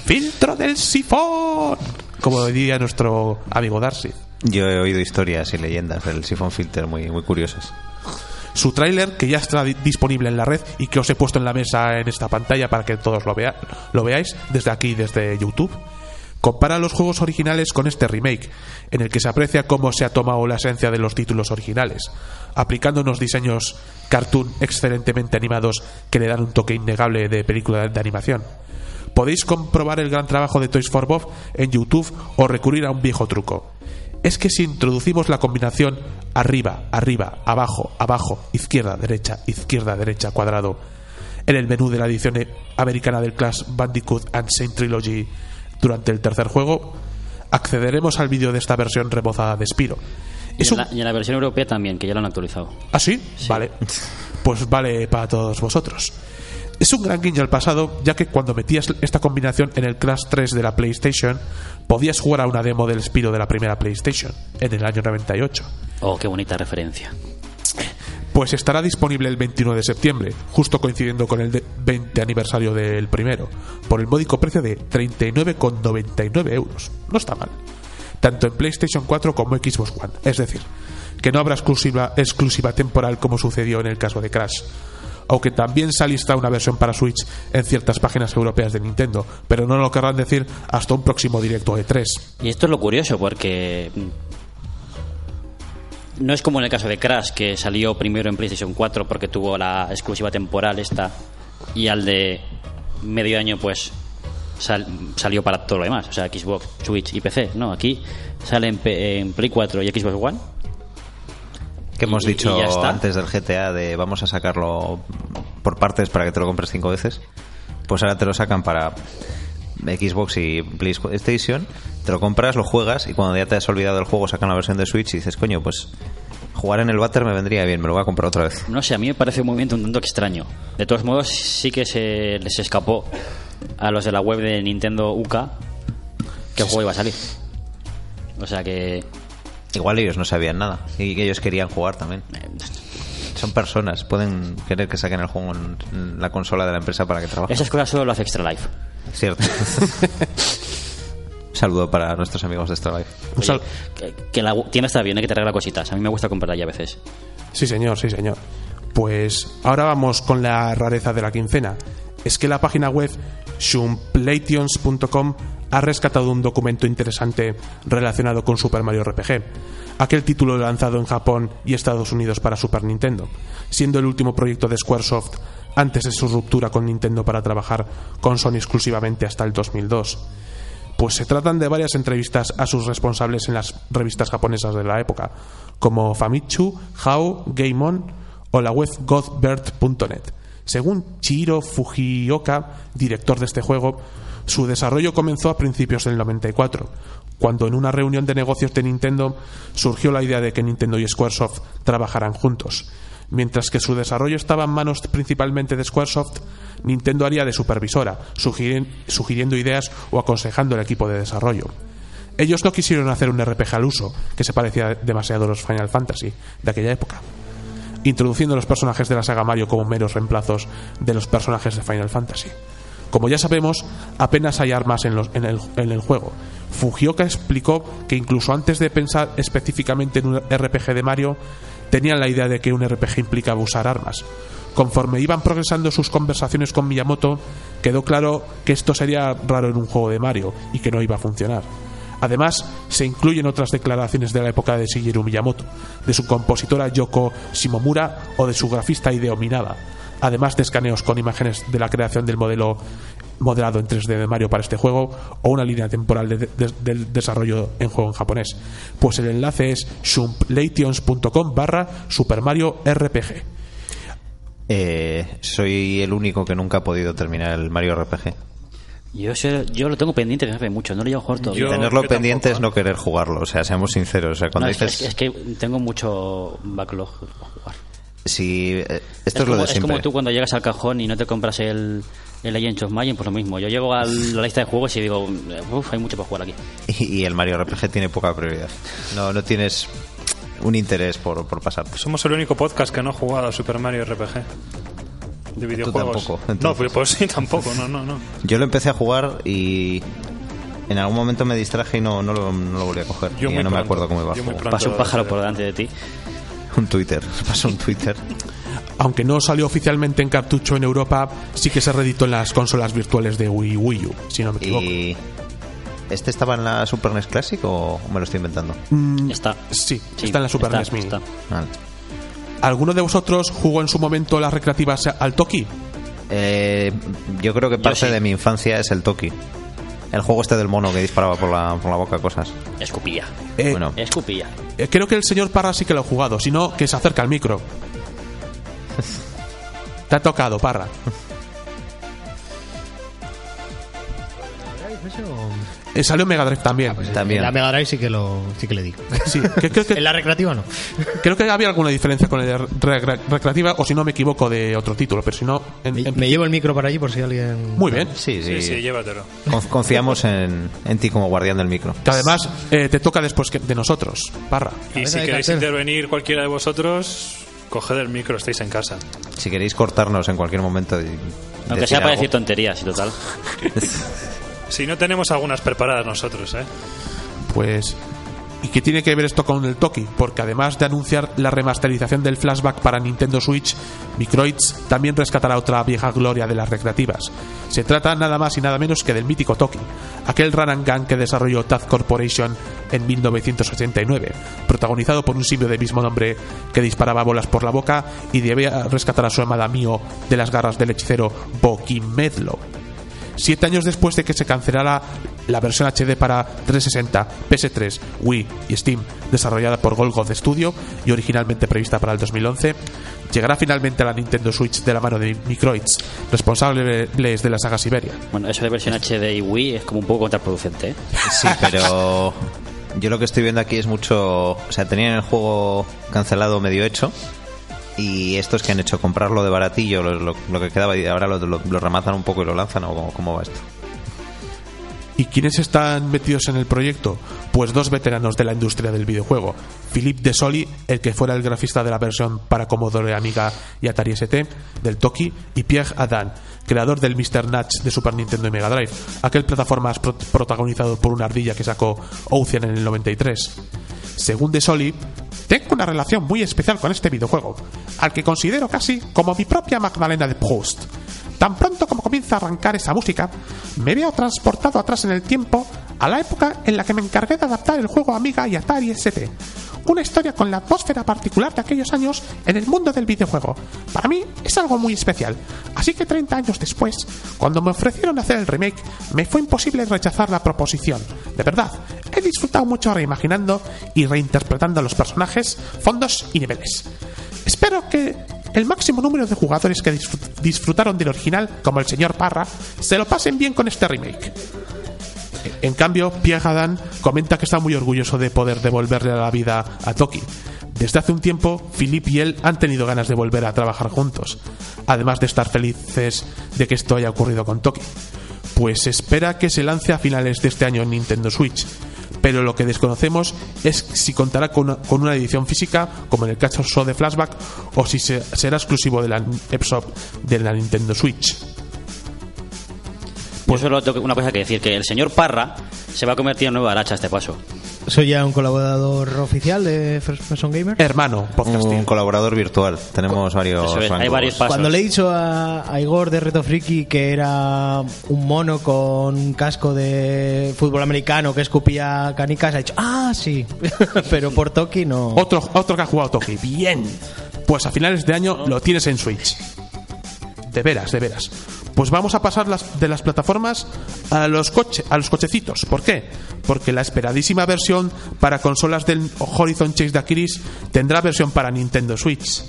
[SPEAKER 10] ¡Filtro del sifón! Como diría nuestro amigo Darcy.
[SPEAKER 4] Yo he oído historias y leyendas del Siphon Filter muy, muy curiosas.
[SPEAKER 10] su tráiler que ya está di- disponible en la red y que os he puesto en la mesa en esta pantalla para que todos lo, vea- lo veáis desde aquí, desde YouTube. Compara los juegos originales con este remake, en el que se aprecia cómo se ha tomado la esencia de los títulos originales, aplicando unos diseños cartoon excelentemente animados que le dan un toque innegable de película de animación. Podéis comprobar el gran trabajo de Toys for Bob en YouTube o recurrir a un viejo truco. Es que si introducimos la combinación arriba, arriba, abajo, abajo, izquierda, derecha, izquierda, derecha, cuadrado, en el menú de la edición eh, americana del Clash Bandicoot and Saint Trilogy durante el tercer juego, accederemos al vídeo de esta versión remozada de Spiro.
[SPEAKER 6] Y en, la, y en la versión europea también, que ya lo han actualizado.
[SPEAKER 10] ¿Ah, sí? Vale. Pues vale para todos vosotros. Es un gran guiño al pasado, ya que cuando metías esta combinación en el Crash 3 de la PlayStation, podías jugar a una demo del Spiro de la primera PlayStation, en el año 98.
[SPEAKER 6] Oh, qué bonita referencia.
[SPEAKER 10] Pues estará disponible el 21 de septiembre, justo coincidiendo con el de- 20 aniversario del primero, por el módico precio de 39,99 euros. No está mal. Tanto en PlayStation 4 como Xbox One. Es decir, que no habrá exclusiva, exclusiva temporal como sucedió en el caso de Crash. Aunque también se alista una versión para Switch en ciertas páginas europeas de Nintendo, pero no lo querrán decir hasta un próximo directo de 3.
[SPEAKER 6] Y esto es lo curioso, porque. mm, No es como en el caso de Crash, que salió primero en PlayStation 4 porque tuvo la exclusiva temporal esta. Y al de medio año, pues. sal- salió para todo lo demás. O sea, Xbox, Switch y PC. No, aquí sale en, P- en Play 4 y Xbox One.
[SPEAKER 4] Que hemos
[SPEAKER 6] Y- y
[SPEAKER 4] dicho
[SPEAKER 6] ya está.
[SPEAKER 4] antes del GTA de vamos a sacarlo por partes para que te lo compres cinco veces. Pues ahora te lo sacan para Xbox y PlayStation. Te lo compras, lo juegas y cuando ya te has olvidado del juego sacan la versión de Switch y dices, coño, pues jugar en el Water me vendría bien, me lo voy a comprar otra vez.
[SPEAKER 6] No sé, a mí me parece un movimiento un tanto extraño. De todos modos, sí que se les escapó a los de la web de Nintendo UK que el juego iba a salir. O sea que.
[SPEAKER 4] Igual ellos no sabían nada y que ellos querían jugar también. Son personas, pueden querer que saquen el juego en- en la consola de la empresa para que trabajen.
[SPEAKER 6] Esas cosas solo lo hace Extra Life. (laughs)
[SPEAKER 4] Cierto. Un saludo para nuestros amigos de Extra Life.
[SPEAKER 6] Oye, que, que la tienda está bien, hay ¿eh? que te regala cositas. A mí me gusta comprar allí a veces.
[SPEAKER 10] Sí, señor, sí, señor. Pues ahora vamos con la rareza de la quincena. Es que la página web shumplations.com ha rescatado un documento interesante relacionado con Super Mario RPG, aquel título lanzado en Japón y Estados Unidos para Super Nintendo, siendo el último proyecto de Squaresoft antes de su ruptura con Nintendo para trabajar con Sony exclusivamente hasta el 2002. Pues se tratan de varias entrevistas a sus responsables en las revistas japonesas de la época, como Famitsu, How, Game On o la web godbird.net. Según Chihiro Fujioka, director de este juego, su desarrollo comenzó a principios del 94, cuando en una reunión de negocios de Nintendo surgió la idea de que Nintendo y Squaresoft trabajaran juntos. Mientras que su desarrollo estaba en manos principalmente de Squaresoft, Nintendo haría de supervisora, sugiri- sugiriendo ideas o aconsejando al equipo de desarrollo. Ellos no quisieron hacer un RPG al uso, que se parecía demasiado a los Final Fantasy de aquella época, introduciendo los personajes de la saga Mario como meros reemplazos de los personajes de Final Fantasy. Como ya sabemos, apenas hay armas en, los- en el, en el juego. Fujioka explicó que incluso antes de pensar específicamente en un RPG de Mario, tenían la idea de que un RPG implicaba usar armas. Conforme iban progresando sus conversaciones con Miyamoto, quedó claro que esto sería raro en un juego de Mario y que no iba a funcionar. Además, se incluyen otras declaraciones de la época de Shigeru Miyamoto, de su compositora Yoko Shimomura o de su grafista Hideo Minada, además de escaneos con imágenes de la creación del modelo modelado en 3D de Mario para este juego o una línea temporal de- de- del desarrollo en juego en japonés. Pues el enlace es shumplations.com barra Super Mario RPG.
[SPEAKER 4] Eh, soy el único que nunca ha podido terminar el Mario RPG.
[SPEAKER 6] Yo, sé- yo lo tengo pendiente desde hace mucho, no lo he jugado todavía.
[SPEAKER 4] Tenerlo pendiente es no querer jugarlo, o sea, seamos sinceros. O sea, cuando
[SPEAKER 6] No, es,
[SPEAKER 4] dices.
[SPEAKER 6] es- es que tengo mucho backlog a jugar.
[SPEAKER 4] si, eh,
[SPEAKER 6] Es
[SPEAKER 4] esto es,
[SPEAKER 6] como,
[SPEAKER 4] lo de
[SPEAKER 6] es como
[SPEAKER 4] siempre.
[SPEAKER 6] tú cuando llegas al cajón y no te compras el, el Legend of Magic, pues lo mismo. Yo llego a la lista de juegos y digo, uff, hay mucho para jugar aquí.
[SPEAKER 4] (laughs) Y, y el Mario RPG tiene poca prioridad. No, no tienes un interés por, por pasar.
[SPEAKER 9] Somos el único podcast que no ha jugado a Super Mario RPG. De videojuegos.
[SPEAKER 4] tampoco,
[SPEAKER 9] no,
[SPEAKER 4] entonces.
[SPEAKER 9] pues, pues sí, tampoco, no, no, no.
[SPEAKER 4] Yo lo empecé a jugar y en algún momento me distraje y no, no, lo, no lo volví a coger.
[SPEAKER 6] Yo
[SPEAKER 4] Y ya
[SPEAKER 6] muy
[SPEAKER 4] no me
[SPEAKER 6] pronto,
[SPEAKER 4] acuerdo cómo iba a
[SPEAKER 6] yo muy
[SPEAKER 4] jugar.
[SPEAKER 6] pronto Pasó un pájaro por delante de ti.
[SPEAKER 4] Un Twitter, (laughs) pasó un Twitter.
[SPEAKER 10] Aunque no salió oficialmente en cartucho en Europa, sí que se reeditó en las consolas virtuales de Wii y Wii U, si no me equivoco.
[SPEAKER 4] ¿Y este estaba en la Super NES Classic o me lo estoy inventando?
[SPEAKER 6] está.
[SPEAKER 10] Mm, Sí, está en la Super NES Mini.
[SPEAKER 4] Vale.
[SPEAKER 10] ¿Alguno de vosotros jugó en su momento las recreativas al Toki?
[SPEAKER 4] Eh, yo creo que parte de mi infancia es el Toki. El juego este del mono que disparaba por la, por la boca cosas.
[SPEAKER 6] Escupilla.
[SPEAKER 10] Eh,
[SPEAKER 4] bueno,
[SPEAKER 6] Escupilla.
[SPEAKER 10] Eh, Creo que el señor Parra sí que lo ha jugado, si no, que se acerca
[SPEAKER 4] (laughs)
[SPEAKER 10] al micro. Te ha tocado, Parra. Eh, salió en Mega Drive también.
[SPEAKER 13] La Mega Drive sí que, lo, sí que le di. (laughs)
[SPEAKER 10] Sí, que- creo que-
[SPEAKER 13] en la recreativa no.
[SPEAKER 10] Creo que había alguna diferencia con el de re- re- Recreativa, o si no me equivoco, de otro título, pero si no. en- en-
[SPEAKER 13] Me llevo el micro para allí por si alguien.
[SPEAKER 10] Muy bien.
[SPEAKER 4] Sí, sí.
[SPEAKER 9] Sí, llévatelo.
[SPEAKER 4] Conf- Confiamos en, en ti como guardián del micro.
[SPEAKER 10] Que además eh, te toca después que- de nosotros, Parra.
[SPEAKER 9] Y si queréis intervenir cualquiera de vosotros, coged el micro, estáis en casa.
[SPEAKER 4] Si queréis cortarnos en cualquier momento. y
[SPEAKER 9] Aunque sea para decir
[SPEAKER 6] tonterías y total.
[SPEAKER 9] (laughs) Si no, tenemos algunas preparadas nosotros, ¿eh?
[SPEAKER 10] Pues. ¿Y qué tiene que ver esto con el Toki? Porque además de anunciar la remasterización del flashback para Nintendo Switch, Microids también rescatará otra vieja gloria de las recreativas. Se trata nada más y nada menos que del mítico Toki, aquel run and gun que desarrolló Taz Corporation en 1989, protagonizado por un simio de mismo nombre que disparaba bolas por la boca y debía rescatar a su amada Mio de las garras del hechicero Boquimedlo siete años después de que se cancelara la versión HD para 360, PS3, Wii y Steam, desarrollada por Golgoth Studio y originalmente prevista para el 2011, llegará finalmente a la Nintendo Switch de la mano de Microids, responsables de la saga Siberia.
[SPEAKER 6] Bueno, eso de versión HD y Wii es como un poco contraproducente. ¿eh?
[SPEAKER 4] Sí, pero yo lo que estoy viendo aquí es mucho. O sea, tenían el juego cancelado medio hecho. Y estos que han hecho comprarlo de baratillo, lo, lo- lo que quedaba, y ahora lo, lo, lo rematan un poco y lo lanzan, o cómo, cómo va esto.
[SPEAKER 10] ¿Y quiénes están metidos en el proyecto? Pues dos veteranos de la industria del videojuego. Philip De Soli, el que fuera el grafista de la versión para Commodore Amiga y Atari ST del Toki, y Pierre Adam, creador del Mr. Natch de Super Nintendo y Mega Drive, aquel plataformas pro- protagonizado por una ardilla que sacó Ocean en el 93. Según De Soli, tengo una relación muy especial con este videojuego, al que considero casi como mi propia Magdalena de Proust. Tan pronto como comienza a arrancar esa música, me veo transportado atrás en el tiempo a la época en la que me encargué de adaptar el juego Amiga y Atari ST. una historia con la atmósfera particular de aquellos años en el mundo del videojuego. Para mí es algo muy especial, así que 30 años después, cuando me ofrecieron hacer el remake, me fue imposible rechazar la proposición. De verdad, he disfrutado mucho reimaginando y reinterpretando los personajes, fondos y niveles. Espero que el máximo número de jugadores que disfrut- disfrutaron del original, como el señor Parra, se lo pasen bien con este remake. En cambio, Pierre Haddan comenta que está muy orgulloso de poder devolverle la vida a Toki. Desde hace un tiempo, Philip y él han tenido ganas de volver a trabajar juntos, además de estar felices de que esto haya ocurrido con Toki. Pues espera que se lance a finales de este año en Nintendo Switch, pero lo que desconocemos es si contará con una, con una edición física, como en el caso de Flashback, o si se- será exclusivo de la Epshop de la Nintendo Switch.
[SPEAKER 6] Pues solo tengo una cosa que decir, que el señor Parra se va a convertir en nueva aracha a este paso.
[SPEAKER 13] Soy ya un colaborador oficial de First Person Gamer.
[SPEAKER 10] Hermano,
[SPEAKER 4] Un colaborador virtual. Tenemos varios.
[SPEAKER 6] Eso es, hay
[SPEAKER 4] rangos.
[SPEAKER 6] varios pasos.
[SPEAKER 13] Cuando le he dicho a, a Igor de Reto Friki que era un mono con un casco de fútbol americano que escupía canicas, ha dicho, ah,
[SPEAKER 6] (laughs)
[SPEAKER 13] sí, pero por Toki no.
[SPEAKER 10] Otro, otro que ha jugado Toki. Bien. Pues a finales de año lo tienes en Switch. De veras, de veras. Pues vamos a pasar las- de las plataformas a los, coche, a los cochecitos. ¿Por qué? Porque la esperadísima versión para consolas del Horizon Chase de Aquiris tendrá versión para Nintendo Switch.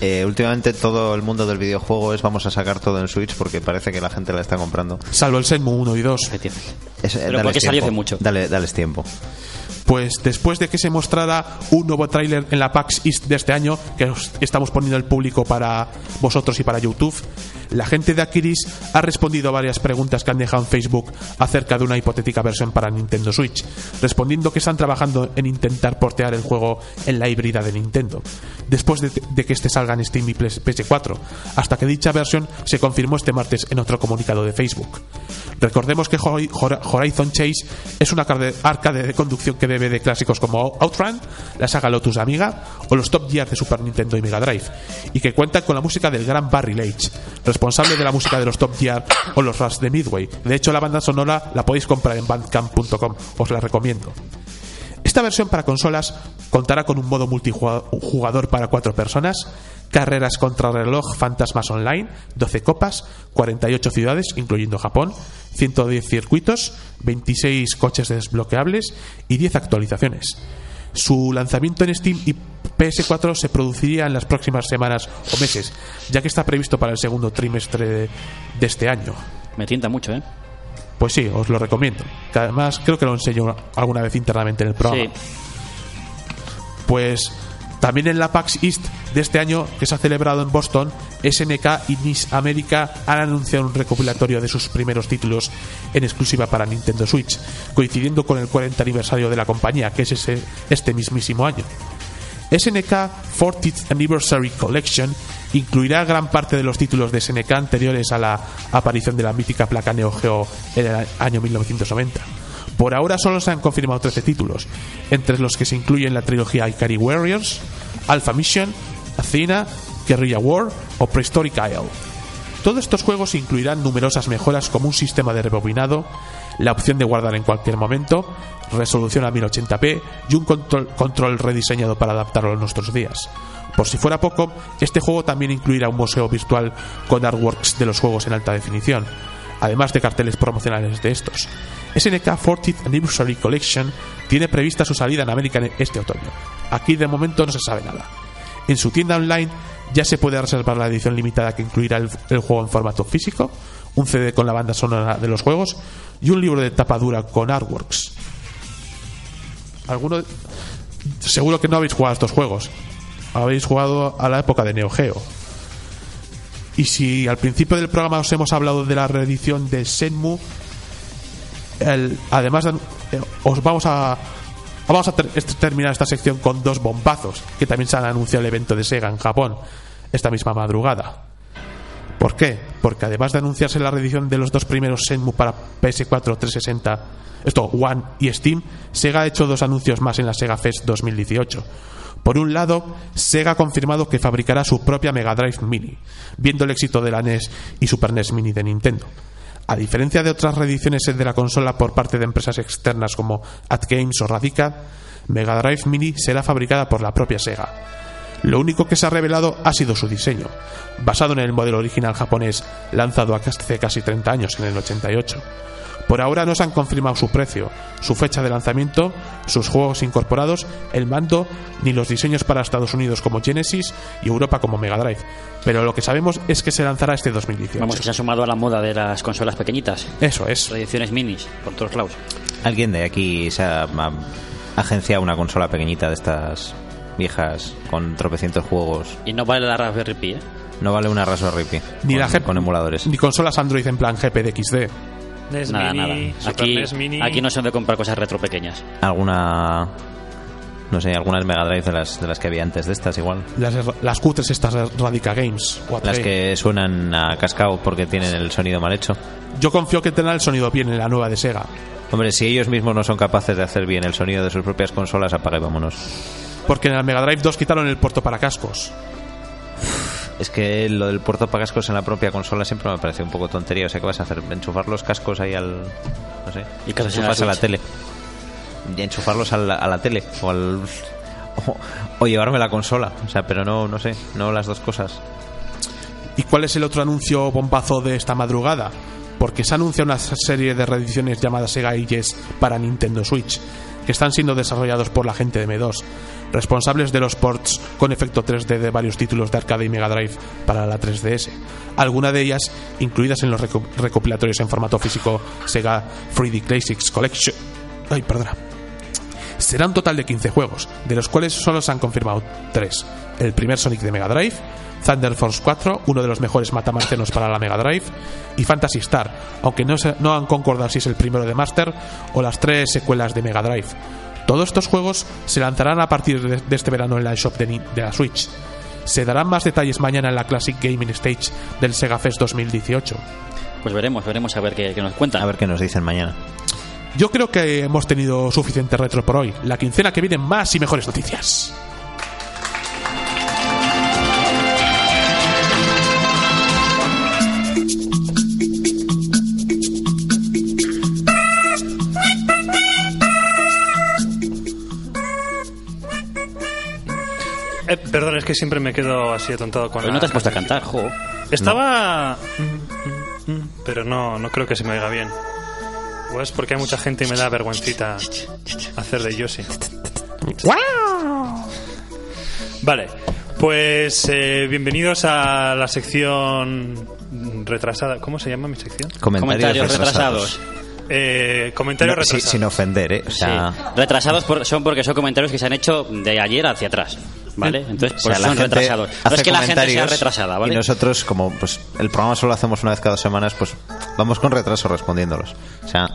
[SPEAKER 4] Eh, últimamente todo el mundo del videojuego es vamos a sacar todo en Switch porque parece que la gente la está comprando.
[SPEAKER 10] Salvo el Senmu 1 y 2.
[SPEAKER 4] Es- eh,
[SPEAKER 6] Pero
[SPEAKER 4] dales
[SPEAKER 6] porque salió
[SPEAKER 4] tiempo.
[SPEAKER 6] hace mucho.
[SPEAKER 4] Dale, dales tiempo.
[SPEAKER 10] Pues después de que se mostrara un nuevo tráiler en la PAX East de este año, que os estamos poniendo al público para vosotros y para YouTube, la gente de Akiris ha respondido a varias preguntas que han dejado en Facebook acerca de una hipotética versión para Nintendo Switch, respondiendo que están trabajando en intentar portear el juego en la híbrida de Nintendo, después de, de que este salga en Steam y PS- PS4, hasta que dicha versión se confirmó este martes en otro comunicado de Facebook. Recordemos que Hori- Hor- Horizon Chase es una carde- arcade de conducción que bebe de clásicos como Outrun, la saga Lotus de Amiga o los Top Gear de Super Nintendo y Mega Drive, y que cuenta con la música del gran Barry Leitch, responsable de la música de los Top Gear o los Rush de Midway. De hecho, la banda sonora la podéis comprar en bandcamp.com, os la recomiendo. Esta versión para consolas contará con un modo multijugador para cuatro personas, carreras contra reloj, fantasmas online, 12 copas, 48 ciudades, incluyendo Japón, 110 circuitos, 26 coches desbloqueables y 10 actualizaciones. Su lanzamiento en Steam y PS4 se produciría en las próximas semanas o meses, ya que está previsto para el segundo trimestre de, de este año.
[SPEAKER 6] Me tienta mucho, ¿eh?
[SPEAKER 10] Pues sí, os lo recomiendo. Que además creo que lo enseño alguna vez internamente en el programa.
[SPEAKER 6] Sí.
[SPEAKER 10] Pues también en la PAX East de este año, que se ha celebrado en Boston, SNK y NIS América han anunciado un recopilatorio de sus primeros títulos en exclusiva para Nintendo Switch, coincidiendo con el 40 aniversario de la compañía, que es ese- este mismísimo año. SNK 40th Anniversary Collection incluirá gran parte de los títulos de SNK anteriores a la aparición de la mítica placa Neo Geo en el año 1990. Por ahora solo se han confirmado 13 títulos, entre los que se incluyen la trilogía Ikari Warriors, Alpha Mission, Athena, Guerrilla War o Prehistoric Isle. Todos estos juegos incluirán numerosas mejoras como un sistema de rebobinado, la opción de guardar en cualquier momento, resolución a 1080p y un control, control rediseñado para adaptarlo a nuestros días. Por si fuera poco, este juego también incluirá un museo virtual con artworks de los juegos en alta definición, además de carteles promocionales de estos. SNK 40th Anniversary Collection tiene prevista su salida en América este otoño. Aquí de momento no se sabe nada. En su tienda online ya se puede reservar la edición limitada que incluirá el, el juego en formato físico, un CD con la banda sonora de los juegos y un libro de tapa dura con artworks. Alguno seguro que no habéis jugado a estos juegos. Habéis jugado a la época de Neo Geo. Y si al principio del programa os hemos hablado de la reedición de Senmu, el- además eh, os vamos a vamos a ter- est- terminar esta sección con dos bombazos que también se han anunciado el evento de Sega en Japón esta misma madrugada. ¿Por qué? Porque además de anunciarse la reedición de los dos primeros Senmu para PS4, 360, esto, One y Steam, Sega ha hecho dos anuncios más en la Sega Fest 2018. Por un lado, Sega ha confirmado que fabricará su propia Mega Drive Mini, viendo el éxito de la NES y Super NES Mini de Nintendo. A diferencia de otras reediciones de la consola por parte de empresas externas como At Games o Radica, Mega Drive Mini será fabricada por la propia Sega. Lo único que se ha revelado ha sido su diseño, basado en el modelo original japonés lanzado hace casi 30 años, en el 88. Por ahora no se han confirmado su precio, su fecha de lanzamiento, sus juegos incorporados, el mando, ni los diseños para Estados Unidos como Genesis y Europa como Mega Drive. Pero lo que sabemos es que se lanzará este 2018.
[SPEAKER 6] Vamos, que se ha sumado a la moda de las consolas pequeñitas.
[SPEAKER 10] Eso es.
[SPEAKER 6] Ediciones minis, por todos lados.
[SPEAKER 4] ¿Alguien de aquí se ha ha agenciado una consola pequeñita de estas viejas con tropecientos juegos?
[SPEAKER 6] Y no vale la Raspberry Pi, ¿eh?
[SPEAKER 4] No vale una Raspberry Pi.
[SPEAKER 10] Ni
[SPEAKER 4] con,
[SPEAKER 10] la G-
[SPEAKER 4] con emuladores.
[SPEAKER 10] Ni consolas Android en plan GPDXD.
[SPEAKER 9] NES
[SPEAKER 6] nada,
[SPEAKER 9] Mini,
[SPEAKER 6] nada.
[SPEAKER 9] Super
[SPEAKER 6] Aquí,
[SPEAKER 9] NES Mini.
[SPEAKER 6] aquí no se han de comprar cosas retro pequeñas.
[SPEAKER 4] Alguna no sé, algunas Mega Drive de las de las que había antes de estas igual.
[SPEAKER 10] Las, las cutres estas de Radica Games. E, 4G.
[SPEAKER 4] Las que suenan a cascao porque tienen el sonido mal hecho.
[SPEAKER 10] Yo confío que tendrá el sonido bien en la nueva de Sega.
[SPEAKER 4] Hombre, si ellos mismos no son capaces de hacer bien el sonido de sus propias consolas, apaga y vámonos.
[SPEAKER 10] Porque en la Mega Drive 2 quitaron el puerto para cascos.
[SPEAKER 4] Es que lo del puerto para cascos en la propia consola siempre me parece un poco tontería. O sea, ¿qué vas a hacer? ¿Enchufar los cascos ahí al. No sé.
[SPEAKER 6] Y
[SPEAKER 4] los
[SPEAKER 6] cascos en la
[SPEAKER 4] enchufas a la
[SPEAKER 6] Switch.
[SPEAKER 4] tele. Y enchufarlos a la, a la tele. O al. O, o llevarme la consola. O sea, pero no, no sé. No las dos cosas.
[SPEAKER 10] ¿Y cuál es el otro anuncio bombazo de esta madrugada? Porque se anuncia una serie de reediciones llamadas Sega Ages para Nintendo Switch, que están siendo desarrollados por la gente de M2, responsables de los ports con efecto 3D de varios títulos de arcade y Mega Drive para la 3DS, algunas de ellas incluidas en los recu- recopilatorios en formato físico Sega 3D Classics Collection. Ay, perdona. Será un total de 15 juegos, de los cuales solo se han confirmado 3. El primer Sonic de Mega Drive, Thunder Force 4, uno de los mejores matamarcianos para la Mega Drive, y Fantasy Star, aunque no, se- no han concordado si es el primero de Master o las tres secuelas de Mega Drive. Todos estos juegos se lanzarán a partir de, de este verano en la eShop de, Ni- de la Switch. Se darán más detalles mañana en la Classic Gaming Stage del Sega Fest 2018.
[SPEAKER 6] Pues veremos, veremos a ver qué, qué nos cuentan.
[SPEAKER 4] A ver qué nos dicen mañana.
[SPEAKER 10] Yo creo que hemos tenido suficiente retro por hoy. La quincena que viene más y mejores noticias.
[SPEAKER 9] Eh, perdón, es que siempre me quedo así atontado con
[SPEAKER 6] Hoy
[SPEAKER 9] la
[SPEAKER 6] no te has puesto a
[SPEAKER 9] canción.
[SPEAKER 6] cantar, jo.
[SPEAKER 9] Estaba... Pero no, no creo que se me oiga bien. O es porque hay mucha gente y me da vergüencita hacer de Yoshi. Vale, pues eh, bienvenidos a la sección retrasada. ¿Cómo se llama mi sección?
[SPEAKER 4] Comentarios,
[SPEAKER 6] Comentarios retrasados.
[SPEAKER 9] Eh, comentarios
[SPEAKER 4] No, sí,
[SPEAKER 9] retrasados.
[SPEAKER 4] sin ofender, ¿eh? O sea,
[SPEAKER 6] Sí. Retrasados por- son porque son comentarios que se han hecho de ayer hacia atrás. ¿Vale? Entonces,
[SPEAKER 4] o
[SPEAKER 6] por
[SPEAKER 4] sea,
[SPEAKER 6] eso son retrasados. No
[SPEAKER 4] Pues hace
[SPEAKER 6] es que la gente sea
[SPEAKER 4] comentarios
[SPEAKER 6] retrasada, ¿vale?
[SPEAKER 4] Y nosotros, como pues el programa solo lo hacemos una vez cada dos semanas, pues vamos con retraso respondiéndolos. O sea,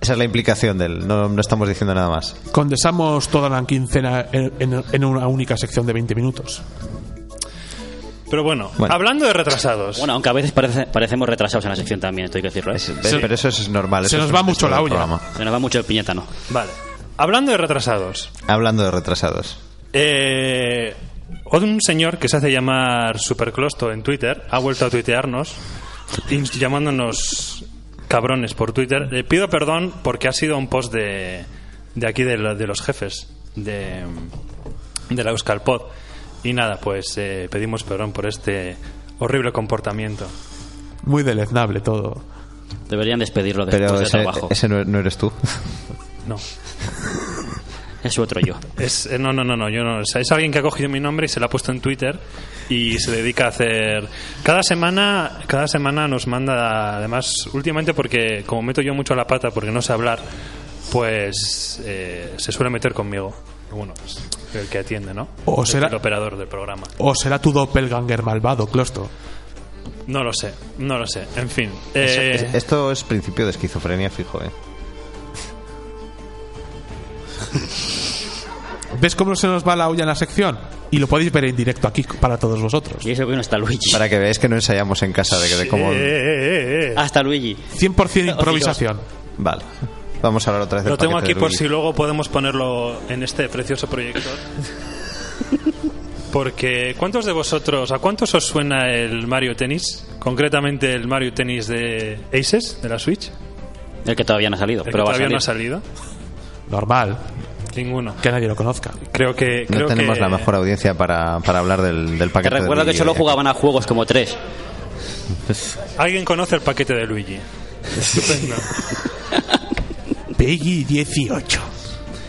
[SPEAKER 4] esa es la implicación del. No, no estamos diciendo nada más.
[SPEAKER 10] Condensamos toda la quincena en, en- en una única sección de 20 minutos.
[SPEAKER 9] Pero bueno,
[SPEAKER 4] Bueno.
[SPEAKER 9] hablando de retrasados.
[SPEAKER 6] Bueno, aunque a veces parece- parecemos retrasados en la sección también, estoy que decirlo. ¿eh?
[SPEAKER 4] ¿Ves? Pero eso es normal.
[SPEAKER 10] se
[SPEAKER 4] eso
[SPEAKER 10] nos
[SPEAKER 4] es
[SPEAKER 10] va
[SPEAKER 4] un
[SPEAKER 10] mucho
[SPEAKER 4] texto
[SPEAKER 10] la
[SPEAKER 4] del
[SPEAKER 10] olla.
[SPEAKER 4] programa.
[SPEAKER 6] Se nos va mucho el piñetano.
[SPEAKER 9] Vale. Hablando de retrasados.
[SPEAKER 4] Hablando de retrasados.
[SPEAKER 9] Eh, un señor que se hace llamar Superclosto en Twitter ha vuelto a tuitearnos y llamándonos cabrones por Twitter. Le pido perdón porque ha sido un post de, de aquí de, lo- de los jefes de, de la Euskalpod. Y nada, pues eh, pedimos perdón por este horrible comportamiento.
[SPEAKER 10] Muy deleznable todo.
[SPEAKER 6] Deberían despedirlo después
[SPEAKER 4] Pero
[SPEAKER 6] de
[SPEAKER 4] ese,
[SPEAKER 6] Pues trabajo.
[SPEAKER 4] ese no, no eres tú. (laughs)
[SPEAKER 9] No.
[SPEAKER 6] Es otro yo.
[SPEAKER 9] Es, eh, no, no, no, no, yo no. O sea, es alguien que ha cogido mi nombre y se lo ha puesto en Twitter y se dedica a hacer. Cada semana, cada semana nos manda, además, últimamente porque como meto yo mucho la pata porque no sé hablar, pues eh, se suele meter conmigo. Bueno, es el que atiende, ¿no?
[SPEAKER 10] O
[SPEAKER 9] Es
[SPEAKER 10] será-
[SPEAKER 9] el operador del programa.
[SPEAKER 10] ¿O será tu doppelganger malvado, Closto?
[SPEAKER 9] No lo sé, no lo sé. En fin.
[SPEAKER 4] Eso-
[SPEAKER 9] eh,
[SPEAKER 4] es- esto es principio de esquizofrenia fijo, ¿eh?
[SPEAKER 10] ¿Ves cómo se nos va la olla en la sección? Y lo podéis ver en directo aquí para todos vosotros.
[SPEAKER 6] Y eso que no está Luigi.
[SPEAKER 4] Para que veáis que no ensayamos en casa de, de cómo.
[SPEAKER 9] eh, eh, eh, eh.
[SPEAKER 6] Hasta Luigi. (laughs)
[SPEAKER 10] 100% improvisación.
[SPEAKER 4] Vale. Vamos a hablar otra vez del
[SPEAKER 9] Lo tengo
[SPEAKER 4] paquete
[SPEAKER 9] aquí
[SPEAKER 4] de
[SPEAKER 9] por
[SPEAKER 4] Ruby.
[SPEAKER 9] si luego podemos ponerlo en este precioso proyector. Porque, ¿cuántos de vosotros, a cuántos os suena el Mario Tennis? Concretamente el Mario Tennis de Aces, de la Switch.
[SPEAKER 6] El que todavía no ha salido.
[SPEAKER 9] El que
[SPEAKER 6] pero va a
[SPEAKER 9] todavía no ha
[SPEAKER 6] salir.
[SPEAKER 9] salido.
[SPEAKER 10] Normal.
[SPEAKER 9] Ninguno.
[SPEAKER 10] Que nadie lo conozca.
[SPEAKER 9] Creo que.
[SPEAKER 4] No
[SPEAKER 9] creo
[SPEAKER 4] tenemos
[SPEAKER 9] que-
[SPEAKER 4] la mejor audiencia para, para hablar del, del
[SPEAKER 6] Te
[SPEAKER 4] paquete. de
[SPEAKER 6] recuerdo que
[SPEAKER 4] vídeo.
[SPEAKER 6] solo jugaban a juegos como tres.
[SPEAKER 4] (laughs)
[SPEAKER 9] ¿Alguien conoce el paquete
[SPEAKER 4] (laughs)
[SPEAKER 9] de Luigi? Estupendo.
[SPEAKER 10] Peggy 18.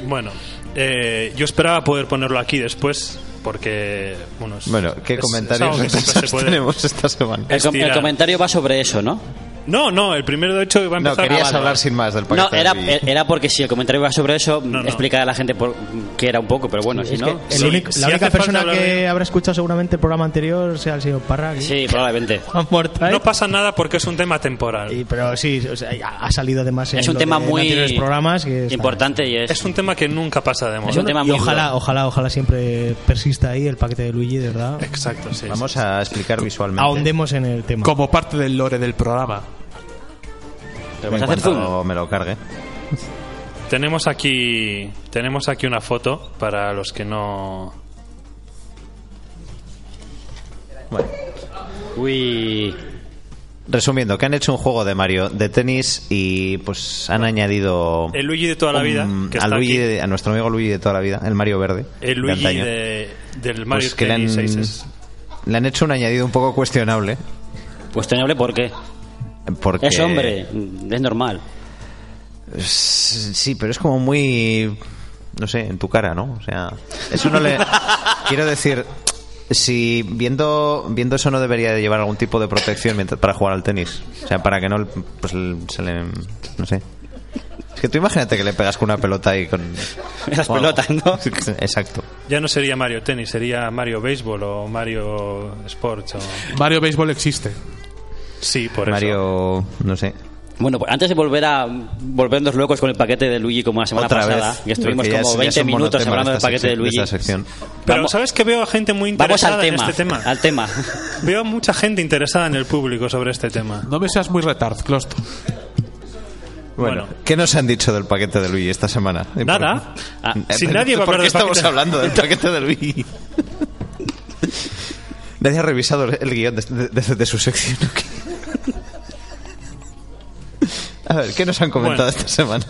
[SPEAKER 9] Bueno, eh, yo esperaba poder ponerlo aquí después, porque. Bueno, es-
[SPEAKER 4] Bueno, ¿qué
[SPEAKER 9] es- es
[SPEAKER 4] comentarios (laughs)
[SPEAKER 9] algo que siempre se
[SPEAKER 4] retrasados
[SPEAKER 9] puede-
[SPEAKER 4] tenemos esta semana?
[SPEAKER 6] El, com- el
[SPEAKER 9] Estirar.
[SPEAKER 6] comentario va sobre eso, ¿no?
[SPEAKER 9] No, no, el primero de hecho iba a
[SPEAKER 4] No,
[SPEAKER 9] empezar.
[SPEAKER 4] querías
[SPEAKER 9] Ah, vale,
[SPEAKER 4] hablar
[SPEAKER 9] vale.
[SPEAKER 4] sin más del
[SPEAKER 6] No,
[SPEAKER 4] paquete.
[SPEAKER 6] era, eh,
[SPEAKER 4] de vídeo.
[SPEAKER 6] era porque si el comentario iba sobre eso, explicar a la gente por qué era un poco, pero bueno, si
[SPEAKER 13] Es
[SPEAKER 6] no.
[SPEAKER 13] que el
[SPEAKER 6] sí.
[SPEAKER 13] único-
[SPEAKER 6] Si
[SPEAKER 13] la
[SPEAKER 6] hace
[SPEAKER 13] única
[SPEAKER 6] falta
[SPEAKER 13] persona
[SPEAKER 6] hablar
[SPEAKER 13] que
[SPEAKER 6] de-
[SPEAKER 13] habrá escuchado seguramente el programa anterior sea el señor Parra. aquí. (laughs)
[SPEAKER 6] Sí, probablemente.
[SPEAKER 13] Juan Mortal.
[SPEAKER 9] No pasa nada porque es un tema temporal.
[SPEAKER 13] Y- pero sí, o sea, ya ha salido además en
[SPEAKER 6] Es un
[SPEAKER 13] lo
[SPEAKER 6] tema
[SPEAKER 13] de
[SPEAKER 6] muy
[SPEAKER 13] anteriores programas que está-
[SPEAKER 6] importante y es.
[SPEAKER 9] Es un tema que nunca pasa de moda.
[SPEAKER 6] Es un tema
[SPEAKER 13] y
[SPEAKER 6] muy
[SPEAKER 13] ojalá,
[SPEAKER 6] duro.
[SPEAKER 13] ojalá, ojalá siempre persista ahí el paquete de Luigi, de verdad.
[SPEAKER 9] Exacto, sí.
[SPEAKER 4] Vamos a explicar visualmente.
[SPEAKER 13] Ahondemos en el tema.
[SPEAKER 10] Como parte del lore del programa.
[SPEAKER 6] ¿Pero
[SPEAKER 4] En
[SPEAKER 6] vas a hacer zoom?
[SPEAKER 4] cuanto me lo cargue.
[SPEAKER 9] Tenemos aquí, tenemos aquí una foto para los que no.
[SPEAKER 4] Bueno.
[SPEAKER 6] Uy.
[SPEAKER 4] Resumiendo, que han hecho un juego de Mario de tenis y pues han añadido
[SPEAKER 9] El Luigi de toda la
[SPEAKER 4] un-
[SPEAKER 9] vida. Que
[SPEAKER 4] a,
[SPEAKER 9] está
[SPEAKER 4] Mm, Luigi
[SPEAKER 9] aquí.
[SPEAKER 4] de- a nuestro amigo Luigi de toda la vida, el Mario verde. de
[SPEAKER 9] El Luigi
[SPEAKER 4] antaño.
[SPEAKER 9] de- eh, del Mario
[SPEAKER 4] Pues que le han,
[SPEAKER 9] Tennis Aces.
[SPEAKER 4] le han hecho un añadido un poco cuestionable.
[SPEAKER 6] Pues tenible, ¿por qué?
[SPEAKER 4] Porque
[SPEAKER 6] Es hombre, es normal.
[SPEAKER 4] Sí, pero es como muy. No sé, en tu cara, ¿no? O sea, eso no le.
[SPEAKER 6] (laughs)
[SPEAKER 4] Quiero decir, si viendo, viendo eso no debería de llevar algún tipo de protección mientras- para jugar al tenis. O sea, para que no pues, se le. No sé. Es que tú imagínate que le pegas con una pelota y con.
[SPEAKER 6] Las
[SPEAKER 4] o algo.
[SPEAKER 6] pelotas,
[SPEAKER 4] (laughs)
[SPEAKER 6] ¿no?
[SPEAKER 4] Exacto.
[SPEAKER 9] Ya no sería Mario Tennis, sería Mario Béisbol o Mario Sports. o-
[SPEAKER 10] Mario Baseball existe.
[SPEAKER 9] Sí, por eso.
[SPEAKER 4] Mario. No sé.
[SPEAKER 6] Bueno, pues antes de volver a volvernos locos con el paquete de Luigi como la semana
[SPEAKER 4] Otra
[SPEAKER 6] pasada,
[SPEAKER 4] vez.
[SPEAKER 6] que estuvimos
[SPEAKER 4] porque ya es-
[SPEAKER 6] como
[SPEAKER 4] ya es
[SPEAKER 6] 20
[SPEAKER 4] un
[SPEAKER 6] minutos
[SPEAKER 4] monotema
[SPEAKER 6] hablando
[SPEAKER 4] de
[SPEAKER 6] del
[SPEAKER 4] esta
[SPEAKER 6] paquete de
[SPEAKER 4] sección-
[SPEAKER 6] Luigi.
[SPEAKER 4] esta sección.
[SPEAKER 9] Pero
[SPEAKER 6] vamos-
[SPEAKER 9] sabes que veo a gente muy
[SPEAKER 6] Vamos
[SPEAKER 9] interesada
[SPEAKER 6] al tema,
[SPEAKER 9] en este tema.
[SPEAKER 6] al tema.
[SPEAKER 9] Veo mucha gente interesada en el público sobre este tema.
[SPEAKER 10] No me seas muy retard, Clost.
[SPEAKER 4] Bueno,
[SPEAKER 9] Bueno.
[SPEAKER 4] ¿qué nos han dicho del paquete de Luigi esta semana? (laughs)
[SPEAKER 9] Nada.
[SPEAKER 4] Ah,
[SPEAKER 9] Si
[SPEAKER 4] pero
[SPEAKER 9] nadie va a
[SPEAKER 4] ¿por
[SPEAKER 9] hablar
[SPEAKER 4] qué
[SPEAKER 9] del
[SPEAKER 4] estamos
[SPEAKER 9] paquete?
[SPEAKER 4] hablando
[SPEAKER 9] (laughs)
[SPEAKER 4] del paquete de Luigi? Nadie ha revisado el guión de, de- de su sección. ¿o qué? A ver, ¿qué nos han comentado
[SPEAKER 9] Bueno.
[SPEAKER 4] esta semana?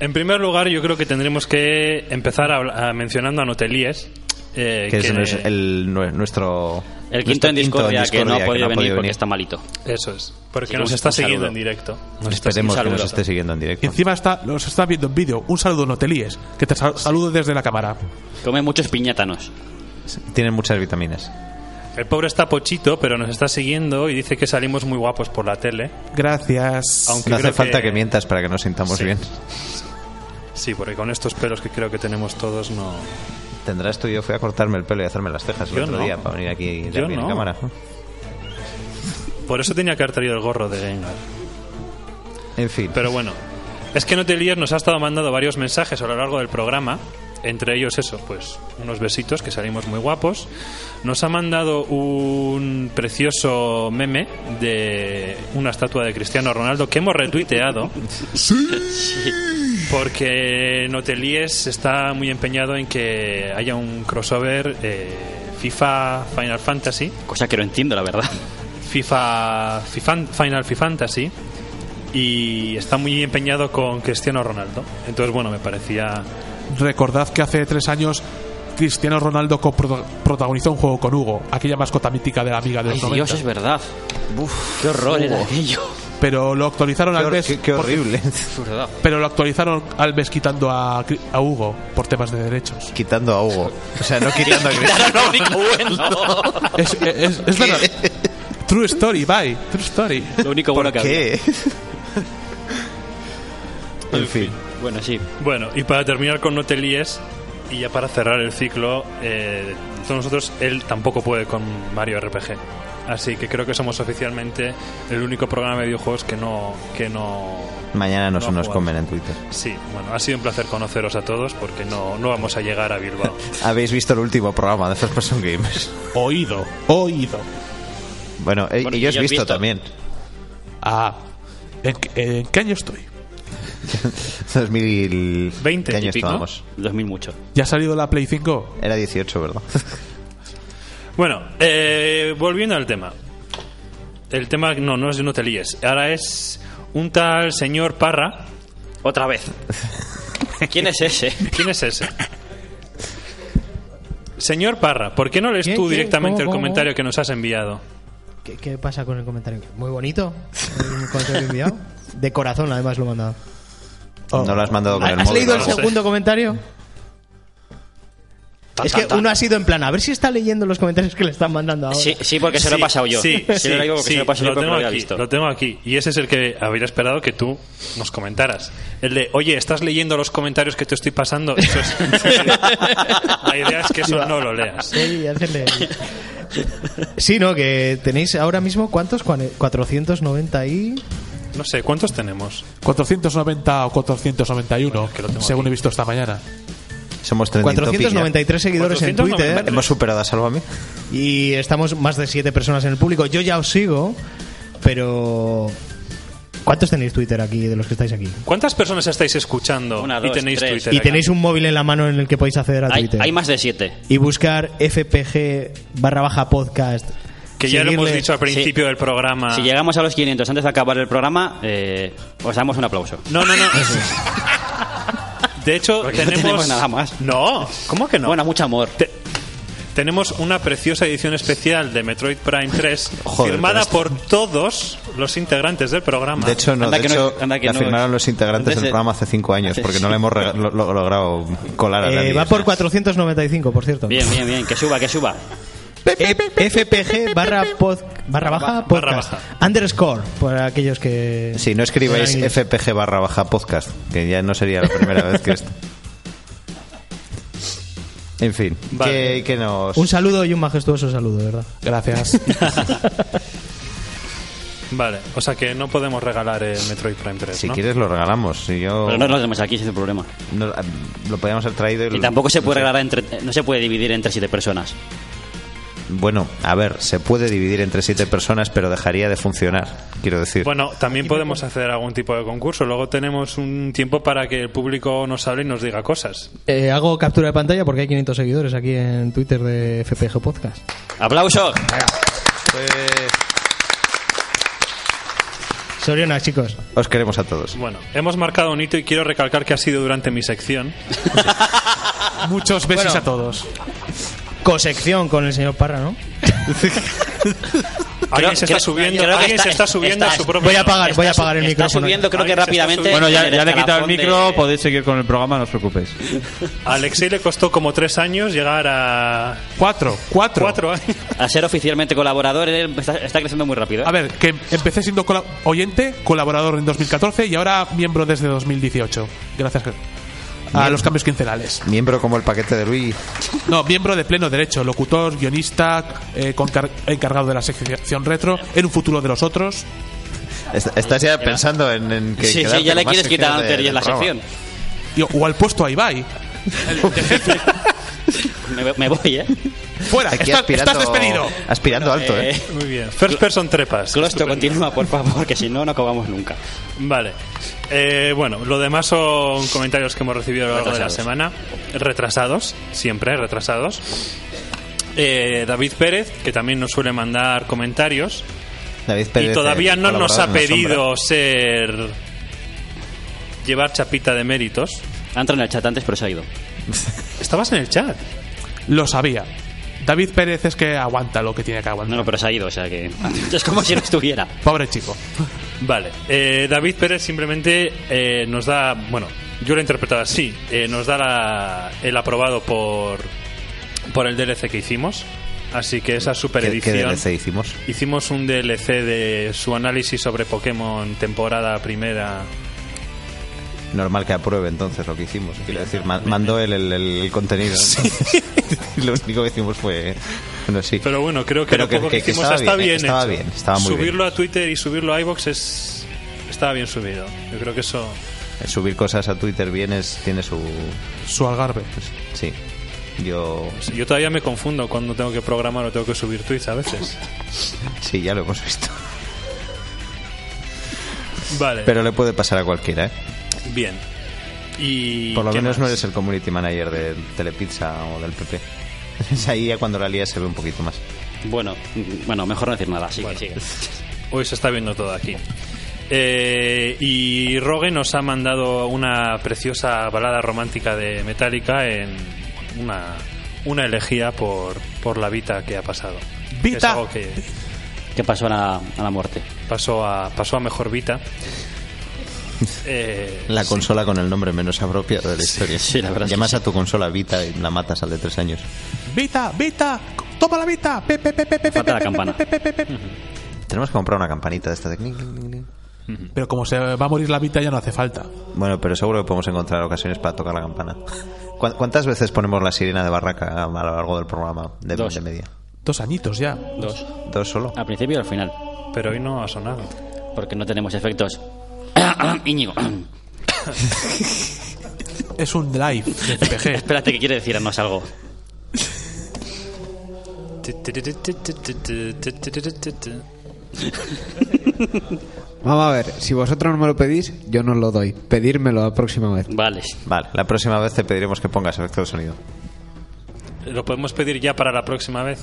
[SPEAKER 9] En primer lugar, yo creo que tendremos que empezar a, habla- a mencionando a Noteliers. eh,
[SPEAKER 4] que es
[SPEAKER 9] que-
[SPEAKER 4] nues- el, nue- nuestro...
[SPEAKER 6] El
[SPEAKER 4] nuestro
[SPEAKER 6] quinto en discordia, que no ha podido venir porque
[SPEAKER 4] venir.
[SPEAKER 6] está malito.
[SPEAKER 9] Eso es. Porque
[SPEAKER 6] Sí,
[SPEAKER 9] nos
[SPEAKER 6] un-
[SPEAKER 9] está
[SPEAKER 6] un
[SPEAKER 9] siguiendo
[SPEAKER 6] saludo.
[SPEAKER 9] en directo.
[SPEAKER 4] Esperemos
[SPEAKER 6] un
[SPEAKER 4] que nos
[SPEAKER 6] saludo.
[SPEAKER 4] esté siguiendo en
[SPEAKER 10] Y
[SPEAKER 4] directo.
[SPEAKER 10] (laughs) encima está, los está viendo en vídeo. Un saludo, no te líes. Que te sal- saludo desde la cámara.
[SPEAKER 6] Come muchos piñátanos.
[SPEAKER 4] Tienen muchas vitaminas.
[SPEAKER 9] El pobre está pochito, pero nos está siguiendo y dice que salimos muy guapos por la tele.
[SPEAKER 10] Gracias.
[SPEAKER 9] Aunque
[SPEAKER 4] No hace
[SPEAKER 9] creo
[SPEAKER 4] falta que... mientas para que nos sintamos
[SPEAKER 9] Sí.
[SPEAKER 4] bien.
[SPEAKER 9] Sí, porque con estos pelos que creo que tenemos todos no.
[SPEAKER 4] Tendrás tú y yo fui a cortarme el pelo y a hacerme las cejas el
[SPEAKER 9] Yo
[SPEAKER 4] otro
[SPEAKER 9] no.
[SPEAKER 4] día para venir aquí
[SPEAKER 9] Yo
[SPEAKER 4] también
[SPEAKER 9] no.
[SPEAKER 4] en cámara.
[SPEAKER 9] Por eso tenía que haber traído el gorro de Gengar.
[SPEAKER 4] En fin.
[SPEAKER 9] Pero bueno, es que Notelier nos ha estado mandando varios mensajes a lo largo del programa. Entre ellos eso, pues unos besitos que salimos muy guapos. Nos ha mandado un precioso meme de una estatua de Cristiano Ronaldo que hemos retuiteado. Porque Notelies está muy empeñado en que haya un crossover eh, FIFA Final Fantasy
[SPEAKER 6] Cosa que no entiendo, la verdad.
[SPEAKER 9] FIFA, Fifan- Final Fi- Fantasy y está muy empeñado con Cristiano Ronaldo. Entonces, bueno, me parecía...
[SPEAKER 10] Recordad que hace tres años Cristiano Ronaldo coprotagonizó protagonizó un juego con Hugo, aquella mascota mítica de la amiga de los
[SPEAKER 6] Ay,
[SPEAKER 10] 90.
[SPEAKER 6] Dios, es verdad. qué horror era aquello. (laughs)
[SPEAKER 10] Pero lo actualizaron
[SPEAKER 4] Qué
[SPEAKER 10] al
[SPEAKER 4] hor-
[SPEAKER 10] mes.
[SPEAKER 4] qué, qué
[SPEAKER 10] por-
[SPEAKER 4] horrible.
[SPEAKER 10] (laughs) pero lo actualizaron al mes quitando a, Cri- a Hugo por temas de derechos.
[SPEAKER 4] quitando a Hugo. O sea, no quitando
[SPEAKER 10] (laughs)
[SPEAKER 4] a Cristiano.
[SPEAKER 6] Lo único bueno.
[SPEAKER 10] Es, es-
[SPEAKER 4] (laughs)
[SPEAKER 10] es verdad. True story, bye. True story.
[SPEAKER 6] Lo único bueno que había.
[SPEAKER 4] ¿Qué? En fin.
[SPEAKER 6] Bueno, sí.
[SPEAKER 9] Bueno, y para terminar con Notelies y ya para cerrar el ciclo, eh, todos nosotros, él tampoco puede con Mario RPG. Así que creo que somos oficialmente el único programa de videojuegos que no... Que no
[SPEAKER 4] Mañana nos,
[SPEAKER 9] no ha
[SPEAKER 4] nos
[SPEAKER 9] jugado.
[SPEAKER 4] comen en Twitter.
[SPEAKER 9] Sí, bueno, ha sido un placer conoceros a todos porque no, no vamos a llegar a Bilbao.
[SPEAKER 4] Habéis visto el último programa de First Person Games.
[SPEAKER 10] Oído, oído.
[SPEAKER 4] Bueno, eh,
[SPEAKER 6] Bueno,
[SPEAKER 4] y yo he visto, también.
[SPEAKER 10] Ah, ¿en, qué- en qué año estoy?
[SPEAKER 4] 2020 (laughs)
[SPEAKER 9] Veinte
[SPEAKER 4] ¿Qué
[SPEAKER 9] y
[SPEAKER 4] año
[SPEAKER 9] pico.
[SPEAKER 4] estábamos?
[SPEAKER 6] 2000 mucho.
[SPEAKER 10] ¿Ya ha salido la Play 5?
[SPEAKER 4] Era 18, ¿verdad?
[SPEAKER 9] Bueno, eh, volviendo al tema. El tema no, no es de no te líes. Ahora es un tal señor Parra
[SPEAKER 6] Otra vez. (laughs) ¿Quién es ese?
[SPEAKER 9] ¿Quién es ese? Señor Parra, ¿por qué no lees
[SPEAKER 13] ¿Quién,
[SPEAKER 9] tú
[SPEAKER 13] quién?
[SPEAKER 9] directamente
[SPEAKER 13] ¿Cómo,
[SPEAKER 9] el
[SPEAKER 13] cómo,
[SPEAKER 9] comentario que nos has enviado?
[SPEAKER 13] ¿Qué, qué pasa con el comentario? Muy bonito. el comentario que he enviado. De corazón, además, lo he mandado. Oh.
[SPEAKER 4] No lo has mandado con el
[SPEAKER 13] ¿Has
[SPEAKER 4] móvil,
[SPEAKER 13] leído el
[SPEAKER 4] ¿no?
[SPEAKER 13] segundo comentario? Es que uno ha sido en plan, a ver si está leyendo los comentarios que le están mandando ahora.
[SPEAKER 6] Sí, sí, porque se lo he pasado yo.
[SPEAKER 9] Sí,
[SPEAKER 6] Sí,
[SPEAKER 9] sí,
[SPEAKER 6] lo digo porque
[SPEAKER 9] sí,
[SPEAKER 6] se lo he pasado yo porque
[SPEAKER 9] tengo
[SPEAKER 6] lo había
[SPEAKER 9] aquí,
[SPEAKER 6] visto.
[SPEAKER 9] lo tengo aquí. Y ese es el que habría esperado que tú nos comentaras. El de, oye, ¿estás leyendo los comentarios que te estoy pasando? Eso
[SPEAKER 6] (laughs)
[SPEAKER 9] es- La idea es que eso no lo leas.
[SPEAKER 13] Sí, hacerle- Sí, no, que tenéis ahora mismo, ¿cuántos? Cuane- 490 y...
[SPEAKER 9] No sé, ¿cuántos tenemos?
[SPEAKER 10] 490 o 491, según he visto esta mañana.
[SPEAKER 4] Somos
[SPEAKER 13] 493 seguidores en Twitter.
[SPEAKER 4] Hemos superado a Sálvame.
[SPEAKER 13] Y estamos más de 7 personas en el público. Yo ya os sigo, pero... ¿Cuántos tenéis Twitter aquí de los que estáis aquí?
[SPEAKER 9] ¿Cuántas personas estáis escuchando
[SPEAKER 6] Una,
[SPEAKER 9] y
[SPEAKER 6] dos,
[SPEAKER 9] tenéis
[SPEAKER 6] tres.
[SPEAKER 9] Twitter?
[SPEAKER 13] Y
[SPEAKER 9] acá?
[SPEAKER 13] tenéis un móvil en la mano en el que podéis acceder a
[SPEAKER 6] Hay,
[SPEAKER 13] Twitter.
[SPEAKER 6] hay más de siete.
[SPEAKER 13] Y buscar fpg barra baja podcast.
[SPEAKER 9] Que ya lo hemos
[SPEAKER 13] Seguirle-
[SPEAKER 9] dicho al principio del programa.
[SPEAKER 6] Si llegamos a los 500 antes de acabar el programa, eh, os damos un aplauso.
[SPEAKER 9] No, no, no. De hecho,
[SPEAKER 6] Porque no
[SPEAKER 9] tenemos...
[SPEAKER 6] tenemos nada más.
[SPEAKER 9] No, ¿cómo que no?
[SPEAKER 6] Bueno, mucho amor.
[SPEAKER 9] Tenemos una preciosa edición especial de Metroid Prime 3
[SPEAKER 4] Joder,
[SPEAKER 9] firmada
[SPEAKER 4] pero esto-
[SPEAKER 9] por todos los integrantes del programa.
[SPEAKER 4] De hecho, no, de hecho la firmaron los integrantes
[SPEAKER 9] Entonces,
[SPEAKER 4] del programa hace 5 años porque no la hemos rega- lo- lo- logrado colar a
[SPEAKER 13] Eh,
[SPEAKER 4] nadie.
[SPEAKER 13] va por 495, por cierto.
[SPEAKER 6] Bien, bien, bien. Que suba, que suba.
[SPEAKER 13] FPG Eh, barra, pod- barra baja podcast. Underscore, por aquellos que...
[SPEAKER 4] Si no escribáis
[SPEAKER 13] Ay.
[SPEAKER 4] fpg barra baja podcast, que ya no sería la primera vez que esto. En fin, que, que nos...
[SPEAKER 13] Un saludo y un majestuoso saludo, de ¿verdad? (laughs)
[SPEAKER 10] Gracias.
[SPEAKER 9] Vale, o sea que no podemos regalar el Metroid Prime 3.
[SPEAKER 4] Si
[SPEAKER 9] ¿no?
[SPEAKER 4] quieres lo regalamos. Si yo...
[SPEAKER 6] Pero no lo tenemos aquí, ese es el problema.
[SPEAKER 4] no- eh, lo podíamos haber traído.
[SPEAKER 6] Y tampoco se puede regalar entre, no se puede dividir entre
[SPEAKER 4] (laughs)
[SPEAKER 6] siete personas.
[SPEAKER 4] Bueno, a ver, se puede dividir entre siete personas, pero dejaría de funcionar, quiero decir.
[SPEAKER 9] Bueno, también podemos hacer algún tipo de concurso. Luego tenemos un tiempo para que el público nos hable y nos diga cosas.
[SPEAKER 13] Eh, hago captura de pantalla porque hay 500 seguidores aquí en Twitter de FPG Podcast.
[SPEAKER 6] ¡Aplauso!
[SPEAKER 4] pues,
[SPEAKER 13] Soriona, chicos.
[SPEAKER 4] Os queremos a todos.
[SPEAKER 9] Bueno, hemos marcado un hito y quiero recalcar que ha sido durante mi sección.
[SPEAKER 10] Muchos besos
[SPEAKER 13] Bueno.
[SPEAKER 10] a todos.
[SPEAKER 13] Cosección con el señor Parra, ¿no?
[SPEAKER 9] Alguien se está
[SPEAKER 6] creo-
[SPEAKER 9] subiendo,
[SPEAKER 6] creo que
[SPEAKER 9] alguien
[SPEAKER 6] está-
[SPEAKER 9] se está subiendo
[SPEAKER 6] está-
[SPEAKER 9] a su propio.
[SPEAKER 13] Voy a apagar, voy a
[SPEAKER 6] Está
[SPEAKER 13] apagar el
[SPEAKER 6] su- está
[SPEAKER 13] micrófono.
[SPEAKER 6] subiendo, creo que
[SPEAKER 9] Alguien se está
[SPEAKER 6] rápidamente.
[SPEAKER 9] subiendo.
[SPEAKER 11] Bueno, ya,
[SPEAKER 6] en el
[SPEAKER 11] ya le he quitado el
[SPEAKER 6] escalafón de-
[SPEAKER 11] micro, pues- podéis seguir con el programa, no os preocupéis.
[SPEAKER 9] A Alexei le costó como tres años llegar a.
[SPEAKER 10] Cuatro, cuatro.
[SPEAKER 9] Cuatro ah, años.
[SPEAKER 6] A ser oficialmente colaborador, él está, está creciendo muy rápido. ¿eh?
[SPEAKER 10] A ver, que empecé siendo cola- oyente, colaborador en 2014 y ahora miembro desde 2018. Gracias a los cambios quincenales.
[SPEAKER 4] Miembro como el paquete de Luis.
[SPEAKER 10] No, miembro de pleno derecho, locutor, guionista, eh, con car- encargado de la sección retro, en un futuro de los otros.
[SPEAKER 4] Est- Estás ya pensando en, en que.
[SPEAKER 6] sí,
[SPEAKER 4] quedarte
[SPEAKER 6] sí, ya le
[SPEAKER 4] con más
[SPEAKER 6] quieres quitar
[SPEAKER 4] secciones de-
[SPEAKER 6] anterior
[SPEAKER 4] del
[SPEAKER 6] la
[SPEAKER 4] programa.
[SPEAKER 6] sección.
[SPEAKER 10] Y- o al puesto ahí va.
[SPEAKER 6] Me, me voy, ¿eh?
[SPEAKER 10] Fuera,
[SPEAKER 4] Aquí
[SPEAKER 10] estás,
[SPEAKER 4] aspirando,
[SPEAKER 10] estás despedido.
[SPEAKER 4] Aspirando alto,
[SPEAKER 6] eh,
[SPEAKER 4] ¿eh?
[SPEAKER 9] Muy bien. First person trepas.
[SPEAKER 6] Closto, continúa, por favor, que si no, no acabamos nunca.
[SPEAKER 9] Vale. Eh, bueno, lo demás son comentarios que hemos recibido a lo largo de la
[SPEAKER 6] Retrasados.
[SPEAKER 9] semana. Retrasados, siempre retrasados. Eh, David Pérez, que también nos suele mandar comentarios.
[SPEAKER 4] David Pérez,
[SPEAKER 9] y todavía
[SPEAKER 4] el
[SPEAKER 9] no nos ha
[SPEAKER 4] colaborador en la
[SPEAKER 9] pedido ser. llevar chapita de méritos.
[SPEAKER 6] Ha entrado en el chat antes, pero se ha ido.
[SPEAKER 9] Estabas en el chat.
[SPEAKER 10] Lo sabía. David Pérez es que aguanta lo que tiene que aguantar.
[SPEAKER 6] No, no, pero se ha ido, o
[SPEAKER 10] (laughs)
[SPEAKER 6] sea que. Es como si no
[SPEAKER 4] (laughs)
[SPEAKER 6] estuviera.
[SPEAKER 10] Pobre chico.
[SPEAKER 9] Vale, eh, David Pérez simplemente eh, nos da, bueno, yo lo he interpretado así, eh, nos da la- el aprobado por, por el DLC que hicimos, así que esa super
[SPEAKER 4] sombra. ¿Qué, qué
[SPEAKER 9] edición.
[SPEAKER 4] DLC hicimos?
[SPEAKER 9] Hicimos un DLC de su análisis sobre Pokémon temporada primera.
[SPEAKER 4] Normal que apruebe entonces lo que hicimos. Quiero decir, ma- mandó él el, el- el contenido. (laughs) lo único que hicimos fue. Bueno, sí.
[SPEAKER 9] Pero bueno, creo que
[SPEAKER 4] Pero
[SPEAKER 9] lo poco que, hicimos está bien,
[SPEAKER 4] eh, Estaba
[SPEAKER 9] hecho.
[SPEAKER 4] bien, estaba muy bien.
[SPEAKER 9] Subirlo a Twitter y subirlo a iBox es estaba bien subido. Yo creo que eso
[SPEAKER 4] El subir cosas a Twitter bien es, tiene su.
[SPEAKER 10] Su algarve.
[SPEAKER 4] Sí. Yo.
[SPEAKER 9] yo todavía me confundo cuando tengo que programar o tengo que subir tweets
[SPEAKER 4] (laughs)
[SPEAKER 9] a veces.
[SPEAKER 4] Sí, ya lo hemos visto.
[SPEAKER 9] Vale,
[SPEAKER 4] Pero le puede pasar a cualquiera, ¿eh?
[SPEAKER 9] bien. Y
[SPEAKER 4] Por lo
[SPEAKER 9] ¿qué
[SPEAKER 4] menos no
[SPEAKER 9] más?
[SPEAKER 4] eres el community manager de Telepizza o del PP. (laughs) Es ahí ya cuando la lía se ve un poquito más.
[SPEAKER 9] Ah,
[SPEAKER 6] Bueno, mm, bueno, mejor no decir nada, así que sigue.
[SPEAKER 9] Hoy se está viendo todo aquí. Eh, y Rogue nos ha mandado una preciosa balada romántica de Metallica en una, una elegía por, por la vida que ha pasado.
[SPEAKER 6] Vita.
[SPEAKER 9] Es algo que
[SPEAKER 6] que pasó a la, a la muerte.
[SPEAKER 9] pasó a, pasó a mejor vida. Eh,
[SPEAKER 4] La consola con el nombre menos apropiado de la historia.
[SPEAKER 6] sí, la verdad es que
[SPEAKER 4] Llamas
[SPEAKER 6] sí.
[SPEAKER 4] a tu consola Vita y la matas al de tres años.
[SPEAKER 10] Vita, Vita, toma la Vita. Pe, pe, pe, pe, pe,
[SPEAKER 4] Falta
[SPEAKER 10] pe,
[SPEAKER 4] la
[SPEAKER 10] pe,
[SPEAKER 4] campana.
[SPEAKER 10] pe, pe, pe, pe.
[SPEAKER 4] Tenemos que comprar una campanita de esta de...
[SPEAKER 10] Pero como se va a morir la Vita ya no hace falta.
[SPEAKER 4] Bueno, pero seguro que podemos encontrar ocasiones para tocar la campana. ¿Cu- ¿Cuántas veces ponemos la sirena de barraca a lo largo del programa de,
[SPEAKER 6] Dos.
[SPEAKER 4] de media?
[SPEAKER 10] Dos añitos ya.
[SPEAKER 6] Dos.
[SPEAKER 4] ¿Dos solo?
[SPEAKER 6] Al principio y al final.
[SPEAKER 9] Pero hoy no ha sonado.
[SPEAKER 6] Porque no tenemos efectos. (coughs) Íñigo.
[SPEAKER 10] (coughs) Es un live de CPG.
[SPEAKER 6] (laughs) Espérate que quiere decirnos algo.
[SPEAKER 14] Vamos a ver, si vosotros no me lo pedís, yo no os lo doy. Pedírmelo la próxima vez.
[SPEAKER 6] Vale.
[SPEAKER 4] Vale, la próxima vez te pediremos que pongas efecto de sonido.
[SPEAKER 9] Lo podemos pedir ya para la próxima vez.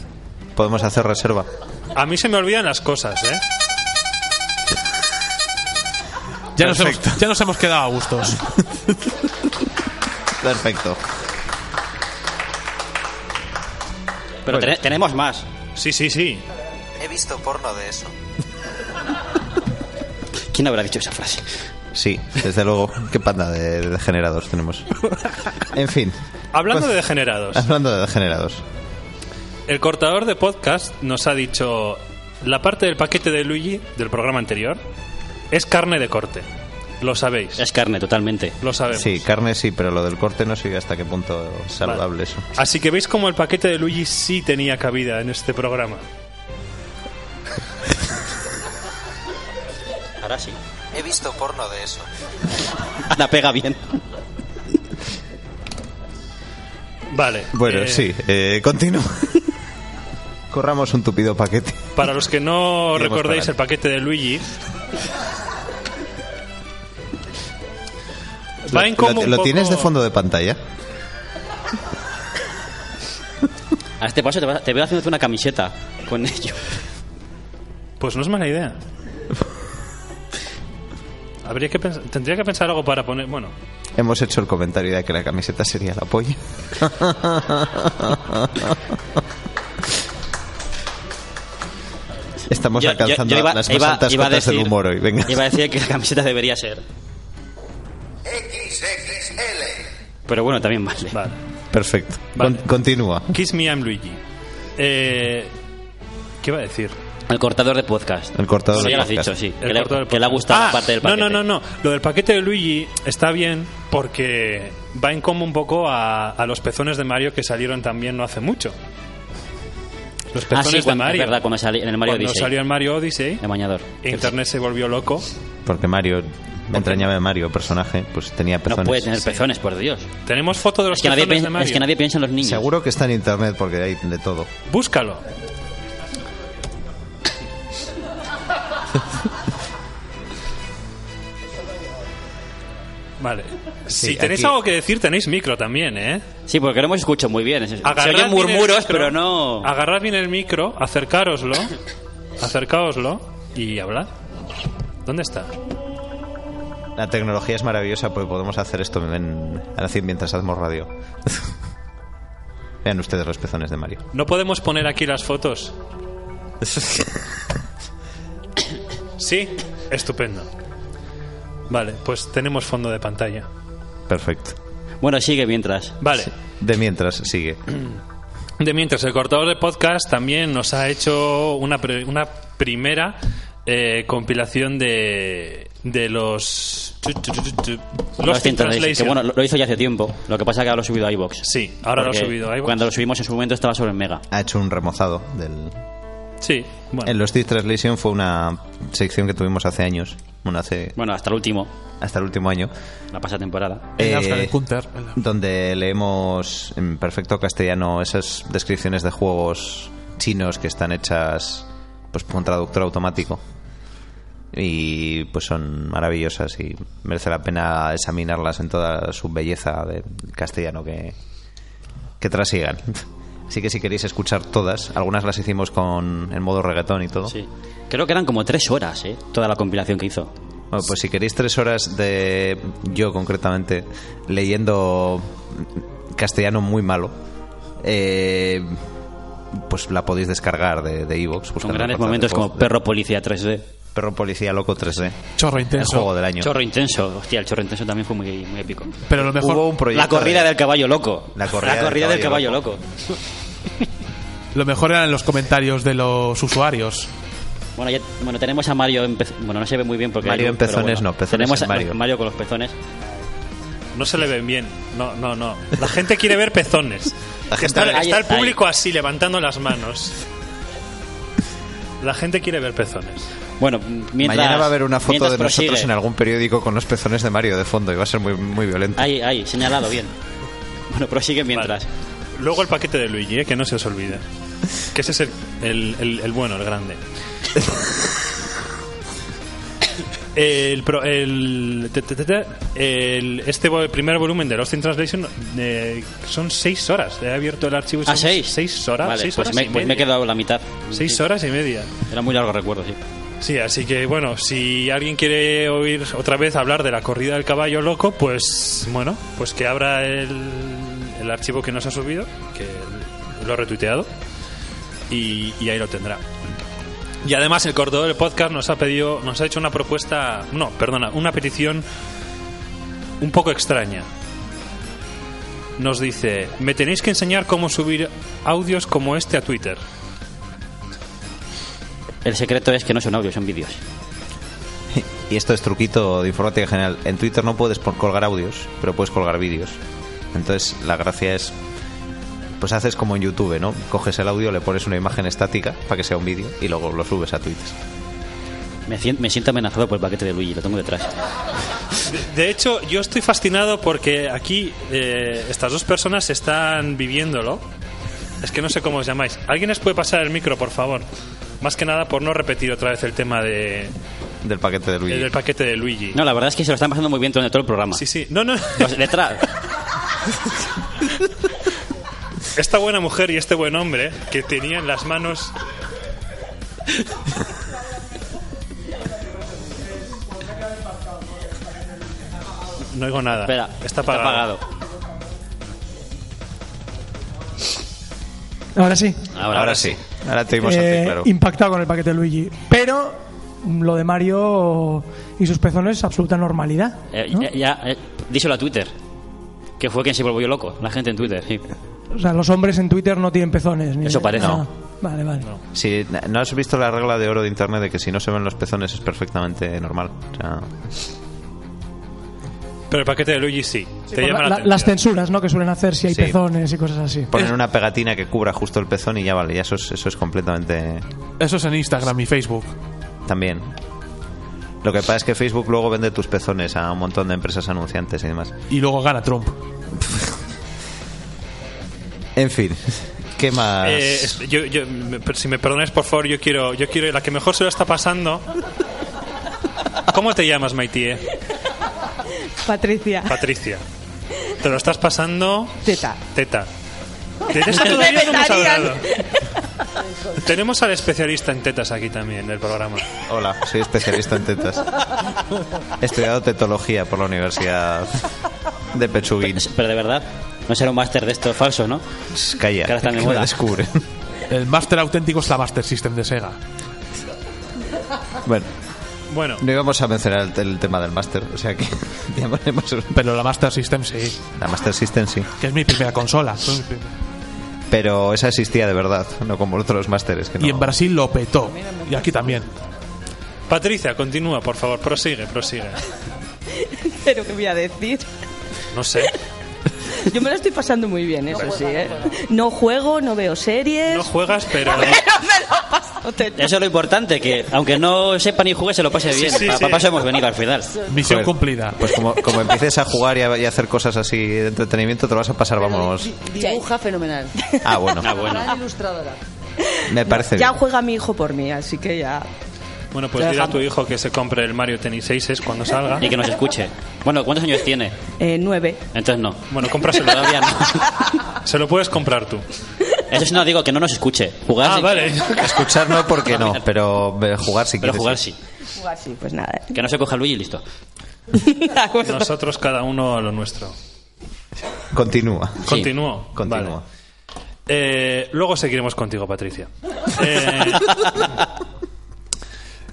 [SPEAKER 4] Podemos hacer reserva.
[SPEAKER 9] A mí se me olvidan las cosas, ¿eh?
[SPEAKER 10] Ya nos, hemos, ya nos hemos quedado a gustos.
[SPEAKER 4] Perfecto.
[SPEAKER 6] Pero tene- tenemos más.
[SPEAKER 9] Sí, sí, sí.
[SPEAKER 4] He visto porno de eso.
[SPEAKER 6] (laughs) ¿Quién habrá dicho esa frase?
[SPEAKER 4] Sí, desde luego. Qué panda de de degenerados tenemos. En fin.
[SPEAKER 9] Hablando
[SPEAKER 4] Pues-
[SPEAKER 9] de degenerados.
[SPEAKER 4] Hablando de degenerados.
[SPEAKER 9] El cortador de podcast nos ha dicho la parte del paquete de Luigi del programa anterior es carne de corte. Lo sabéis.
[SPEAKER 6] Es carne, totalmente.
[SPEAKER 9] Lo sabemos.
[SPEAKER 4] Sí, carne sí, pero lo del corte no sé hasta qué punto es saludable eso.
[SPEAKER 9] Así que veis como el paquete de Luigi sí tenía cabida en este programa.
[SPEAKER 6] Ahora sí.
[SPEAKER 4] He visto porno de eso.
[SPEAKER 6] (laughs) La pega bien.
[SPEAKER 9] Vale.
[SPEAKER 4] Bueno,
[SPEAKER 9] eh,
[SPEAKER 4] sí, eh,
[SPEAKER 9] (laughs)
[SPEAKER 4] continúa. Corramos un tupido paquete.
[SPEAKER 9] Para los que
[SPEAKER 4] (laughs)
[SPEAKER 9] no
[SPEAKER 4] Iremos
[SPEAKER 9] recordéis
[SPEAKER 4] para
[SPEAKER 9] el paquete de Luigi, Va en
[SPEAKER 4] ¿Lo,
[SPEAKER 9] combo un
[SPEAKER 4] lo tienes
[SPEAKER 9] poco-
[SPEAKER 4] de fondo de pantalla?
[SPEAKER 6] A este paso te, vas- te veo haciéndote una camiseta
[SPEAKER 4] (laughs)
[SPEAKER 6] con ello.
[SPEAKER 9] pues no es mala idea. Habría que pens- tendría que pensar algo para poner. Bueno,
[SPEAKER 4] Hemos hecho el comentario de que la camiseta sería la polla. Estamos
[SPEAKER 6] Yo- yo-
[SPEAKER 4] alcanzando
[SPEAKER 6] yo iba-
[SPEAKER 4] las más
[SPEAKER 6] iba-
[SPEAKER 4] altas
[SPEAKER 6] iba a
[SPEAKER 4] cotas del
[SPEAKER 6] decir-
[SPEAKER 4] humor hoy. Venga.
[SPEAKER 6] Iba a decir que la camiseta debería ser. Pero bueno, también vale.
[SPEAKER 4] Perfecto.
[SPEAKER 9] Vale.
[SPEAKER 4] Con- continúa.
[SPEAKER 9] Kiss Me I'm Luigi. Eh, ¿Qué iba a decir?
[SPEAKER 6] El cortador de podcast.
[SPEAKER 4] El cortador
[SPEAKER 6] Sí,
[SPEAKER 4] de
[SPEAKER 6] ya lo has
[SPEAKER 4] podcast.
[SPEAKER 6] dicho, sí.
[SPEAKER 9] El
[SPEAKER 6] Que le,
[SPEAKER 9] cortador del
[SPEAKER 6] que le ha
[SPEAKER 9] podcast.
[SPEAKER 6] gustado
[SPEAKER 9] Ah,
[SPEAKER 6] la parte del
[SPEAKER 9] no,
[SPEAKER 6] paquete.
[SPEAKER 9] No, no, no. Lo del paquete de Luigi está bien porque va en combo un poco a, a los pezones de Mario que salieron también no hace mucho. Los
[SPEAKER 6] Ah,
[SPEAKER 9] pezones
[SPEAKER 6] sí,
[SPEAKER 9] de
[SPEAKER 6] cuando, es
[SPEAKER 9] Mario.
[SPEAKER 6] verdad, cuando salió en el Mario
[SPEAKER 9] Cuando
[SPEAKER 6] Odyssey.
[SPEAKER 9] salió el Mario Odyssey,
[SPEAKER 6] El bañador.
[SPEAKER 9] Internet se volvió loco.
[SPEAKER 4] Porque Mario, entrañable Mario, personaje, pues tenía
[SPEAKER 6] No
[SPEAKER 4] pezones.
[SPEAKER 6] puede tener pezones, por Dios.
[SPEAKER 9] Tenemos fotos de los
[SPEAKER 6] Es que, nadie
[SPEAKER 9] pezones de
[SPEAKER 6] piensa,
[SPEAKER 9] Mario.
[SPEAKER 6] es que nadie piensa en los niños.
[SPEAKER 4] Seguro que está en internet porque hay de todo.
[SPEAKER 9] Búscalo. Vale.
[SPEAKER 6] Sí,
[SPEAKER 9] si tenéis
[SPEAKER 6] aquí-
[SPEAKER 9] algo que decir, tenéis micro también, ¿eh?
[SPEAKER 6] Sí, porque no hemos escuchado muy bien. Se
[SPEAKER 9] Agarrad
[SPEAKER 6] oyen
[SPEAKER 9] bien el
[SPEAKER 6] murmuros,
[SPEAKER 9] micro,
[SPEAKER 6] pero no...
[SPEAKER 9] Agarrad bien el micro, acercároslo, acercaoslo y hablad. ¿Dónde está?
[SPEAKER 4] La tecnología es maravillosa porque podemos hacer esto en, así mientras hacemos radio. (laughs) Vean ustedes los pezones de Mario.
[SPEAKER 9] No podemos poner aquí las
[SPEAKER 6] (laughs)
[SPEAKER 9] fotos. Sí, estupendo. Vale, pues tenemos fondo de pantalla.
[SPEAKER 4] Perfecto.
[SPEAKER 6] Bueno, sigue mientras.
[SPEAKER 9] Vale.
[SPEAKER 4] De mientras, sigue. (clears throat)
[SPEAKER 9] De mientras, el cortador de podcast también nos ha hecho una, pre- una primera eh, compilación de, de los...
[SPEAKER 6] Lost in Translation, que
[SPEAKER 9] Translation.
[SPEAKER 6] bueno, lo- lo hizo ya hace tiempo. Lo que pasa es que ahora lo he subido a iBox.
[SPEAKER 9] Sí, ahora lo he subido a iVoox.
[SPEAKER 6] Cuando lo subimos en su momento estaba sobre el Mega.
[SPEAKER 4] Ha hecho un remozado del.
[SPEAKER 9] Sí, bueno.
[SPEAKER 4] En los Deep Translation fue una sección que tuvimos hace años. Bueno, hace.
[SPEAKER 6] Bueno, hasta el último,
[SPEAKER 4] Hasta el último año.
[SPEAKER 6] la pasada temporada.
[SPEAKER 4] Eh,
[SPEAKER 10] Alfred Kunter.
[SPEAKER 4] donde leemos en perfecto castellano esas descripciones de juegos chinos que están hechas pues por un traductor automático y pues son maravillosas y merece la pena examinarlas en toda su belleza de castellano que, que trasiegan. (laughs) Así que si queréis escuchar todas, algunas las hicimos con en modo reggaetón y todo.
[SPEAKER 6] Creo que eran como tres horas, ¿eh? Toda la compilación que hizo.
[SPEAKER 4] Bueno, pues si queréis tres horas de yo concretamente leyendo castellano muy malo, eh, pues la podéis descargar de de iVoox.
[SPEAKER 6] Con grandes momentos como Perro Policía 3D.
[SPEAKER 4] Perro Policía Loco 3D.
[SPEAKER 10] Chorro
[SPEAKER 4] El juego del año.
[SPEAKER 6] Chorro intenso. Hostia, el chorro intenso también fue muy, muy épico.
[SPEAKER 10] Pero lo mejor-
[SPEAKER 4] Hubo un proyecto
[SPEAKER 6] La corrida
[SPEAKER 4] de-
[SPEAKER 6] del caballo loco.
[SPEAKER 4] La corrida del
[SPEAKER 6] del
[SPEAKER 4] caballo
[SPEAKER 6] caballo loco.
[SPEAKER 10] Lo mejor eran los comentarios de los usuarios.
[SPEAKER 6] Bueno, ya, bueno, tenemos a Mario. en pez- Bueno, no se ve muy bien porque.
[SPEAKER 10] Mario
[SPEAKER 6] hay luz,
[SPEAKER 10] en pezones
[SPEAKER 6] pero bueno.
[SPEAKER 10] no, pezones
[SPEAKER 6] Tenemos
[SPEAKER 10] en
[SPEAKER 6] a
[SPEAKER 10] Mario.
[SPEAKER 6] con los pezones.
[SPEAKER 9] No se le ven bien. No, no, no. La gente quiere ver pezones.
[SPEAKER 6] La gente-
[SPEAKER 9] está, está
[SPEAKER 6] Ahí
[SPEAKER 9] el
[SPEAKER 6] está, ahí.
[SPEAKER 9] público así, levantando las manos. La gente quiere ver pezones.
[SPEAKER 6] Bueno, mientras.
[SPEAKER 4] Mañana va a haber una foto de
[SPEAKER 6] mientras
[SPEAKER 4] nosotros
[SPEAKER 6] prosigue.
[SPEAKER 4] en algún periódico con los pezones de Mario de fondo y va a ser muy, muy violento.
[SPEAKER 6] Ahí, ahí, señalado, bien. Bueno, prosigue mientras.
[SPEAKER 9] Luego el paquete de Luigi, eh, que no se os olvide. Que ese es el, el- el- el bueno, el
[SPEAKER 6] (laughs)
[SPEAKER 9] grande. El, pro- el- te- te- te- te- el- este vo- el primer volumen de Lost in Translation eh, son seis horas. He abierto el archivo. y
[SPEAKER 6] ¿A
[SPEAKER 9] son
[SPEAKER 6] Ah, seis?
[SPEAKER 9] Seis horas.
[SPEAKER 6] Vale,
[SPEAKER 9] seis
[SPEAKER 6] pues,
[SPEAKER 9] horas
[SPEAKER 6] me,
[SPEAKER 9] y
[SPEAKER 6] pues me he
[SPEAKER 9] media.
[SPEAKER 6] quedado la mitad.
[SPEAKER 9] Seis horas y media.
[SPEAKER 6] Era muy largo recuerdo, sí.
[SPEAKER 9] Sí, así que bueno, si alguien quiere oír otra vez hablar de la corrida del caballo loco, pues bueno, pues que abra el, el archivo que nos ha subido, que lo he retuiteado, y, y ahí lo tendrá. Y además el corredor del podcast nos ha pedido, nos ha hecho una propuesta, no, perdona, una petición un poco extraña. Nos dice, me tenéis que enseñar cómo subir audios como este a Twitter.
[SPEAKER 6] El secreto es que no son audios, son vídeos.
[SPEAKER 4] (laughs) Y esto es truquito de informática en general. En Twitter no puedes por- colgar audios, pero puedes colgar vídeos. Entonces la gracia es, pues haces como en YouTube, ¿no? Coges el audio, le pones una imagen estática para que sea un vídeo y luego lo subes a Twitter.
[SPEAKER 6] Me, sien- me siento amenazado por el paquete de Luigi, lo tengo detrás.
[SPEAKER 9] De hecho, yo estoy fascinado porque aquí eh, estas dos personas están viviéndolo. Es que no sé cómo os llamáis. ¿Alguien les puede pasar el micro, por favor? Más que nada por no repetir otra vez el tema de,
[SPEAKER 4] Del paquete de Luigi.
[SPEAKER 9] Eh, del paquete de Luigi.
[SPEAKER 6] No, la verdad es que se lo están pasando muy bien durante todo el programa.
[SPEAKER 9] Sí, sí. No, no.
[SPEAKER 6] Los- detrás.
[SPEAKER 9] Esta buena mujer y este buen hombre que tenían las manos... No oigo nada.
[SPEAKER 6] Espera,
[SPEAKER 9] está
[SPEAKER 6] apagado.
[SPEAKER 15] Ahora sí.
[SPEAKER 4] Ahora, sí. Ahora te oímos a ti,
[SPEAKER 15] Eh,
[SPEAKER 4] claro.
[SPEAKER 15] Impactado con el paquete de Luigi. Pero mm, lo de Mario y sus pezones es absoluta normalidad.
[SPEAKER 6] Eh, ya- ya, eh, díselo a Twitter. Que fue quien se volvió loco, la gente en Twitter, sí.
[SPEAKER 15] O sea, los hombres en Twitter no tienen pezones. Ni
[SPEAKER 4] Eso parece.
[SPEAKER 15] Ah,
[SPEAKER 4] No.
[SPEAKER 15] Vale, vale.
[SPEAKER 4] Si no has visto la regla de oro de internet de que si no se ven los pezones es perfectamente normal. O sea,
[SPEAKER 9] Pero el paquete de Luigi sí. Te
[SPEAKER 15] Por
[SPEAKER 9] llama la
[SPEAKER 15] la-
[SPEAKER 9] atención.
[SPEAKER 15] las censuras, ¿no? Que suelen hacer si hay
[SPEAKER 4] Sí.
[SPEAKER 15] pezones y cosas así.
[SPEAKER 4] ponen una pegatina que cubra justo el pezón y ya vale, ya eso es, eso es completamente
[SPEAKER 10] Eso es en Instagram y Facebook.
[SPEAKER 4] también. Lo que pasa es que Facebook luego vende tus pezones a un montón de empresas anunciantes y demás.
[SPEAKER 10] Y luego gana Trump.
[SPEAKER 4] En fin, (laughs) ¿qué más?
[SPEAKER 9] Eh, es- yo- yo- me- pero si me perdonáis, por favor, yo quiero, yo quiero la que mejor se lo está pasando. ¿Cómo te llamas, Maitie?
[SPEAKER 16] Patricia. (laughs)
[SPEAKER 9] Patricia. Te lo estás pasando.
[SPEAKER 16] Teta.
[SPEAKER 9] Teta.
[SPEAKER 16] (laughs)
[SPEAKER 9] De eso todavía no hemos hablado. Tenemos al especialista en tetas aquí también del programa.
[SPEAKER 4] Hola, soy especialista en tetas. He estudiado tetología por la Universidad de Pechuguín.
[SPEAKER 6] Pero de verdad, no será un máster de esto falso, ¿no?
[SPEAKER 4] Calla,
[SPEAKER 6] Que ahora está de
[SPEAKER 4] que me
[SPEAKER 6] moda.
[SPEAKER 4] descubren.
[SPEAKER 10] El Master auténtico es la Master System de Sega.
[SPEAKER 4] Bueno,
[SPEAKER 9] Bueno.
[SPEAKER 4] no íbamos a mencionar el, el tema del máster, o sea que (laughs) ya ponemos un-
[SPEAKER 10] Pero la Master System sí.
[SPEAKER 4] la Master System sí.
[SPEAKER 10] Que es mi primera consola.
[SPEAKER 4] Pero esa existía de verdad, no como otros másteres que no.
[SPEAKER 10] Y en Brasil lo petó. Y aquí también.
[SPEAKER 9] Patricia, continúa, por favor, prosigue, prosigue.
[SPEAKER 16] Pero qué voy a decir.
[SPEAKER 9] No sé.
[SPEAKER 16] Yo me lo estoy pasando muy bien, eso sí, ¿eh? No juego, no veo series.
[SPEAKER 9] No juegas, pero.
[SPEAKER 6] Eso es lo importante, que aunque no sepa ni juegue, se lo pase
[SPEAKER 16] Sí,
[SPEAKER 6] bien.
[SPEAKER 16] sí,
[SPEAKER 6] Pa-
[SPEAKER 16] sí.
[SPEAKER 6] pa- Paso hemos venido al final.
[SPEAKER 10] Misión cumplida.
[SPEAKER 4] Pues como, como empieces a jugar y a, y a hacer cosas así de entretenimiento, te lo vas a pasar, vamos.
[SPEAKER 16] Dibuja fenomenal.
[SPEAKER 4] Ah, bueno. Ah, bueno. Me parece
[SPEAKER 16] Ya
[SPEAKER 4] bien.
[SPEAKER 16] juega mi hijo por mí, así que ya.
[SPEAKER 9] Bueno, pues
[SPEAKER 16] Lo
[SPEAKER 9] dile a tu hijo que se compre el Mario Tennis 6 es cuando salga.
[SPEAKER 6] Y que nos escuche. Bueno, ¿cuántos años tiene?
[SPEAKER 16] Eh, nueve.
[SPEAKER 6] Entonces no.
[SPEAKER 9] Bueno, cómpraselo.
[SPEAKER 6] Todavía no.
[SPEAKER 9] Se lo puedes comprar tú.
[SPEAKER 6] Eso sí, no digo que no nos escuche. Jugar
[SPEAKER 4] Ah,
[SPEAKER 6] sí.
[SPEAKER 4] vale. Escuchar no, porque no, pero eh, jugar sí
[SPEAKER 6] Pero
[SPEAKER 4] quieres,
[SPEAKER 6] jugar sí.
[SPEAKER 16] Jugar sí, pues nada.
[SPEAKER 6] Que no se coja Luigi y listo.
[SPEAKER 9] Nosotros cada uno lo nuestro.
[SPEAKER 4] Continúa.
[SPEAKER 9] Continúo.
[SPEAKER 4] Continúa.
[SPEAKER 9] Vale. Eh, luego seguiremos contigo, Patricia. Eh, (laughs)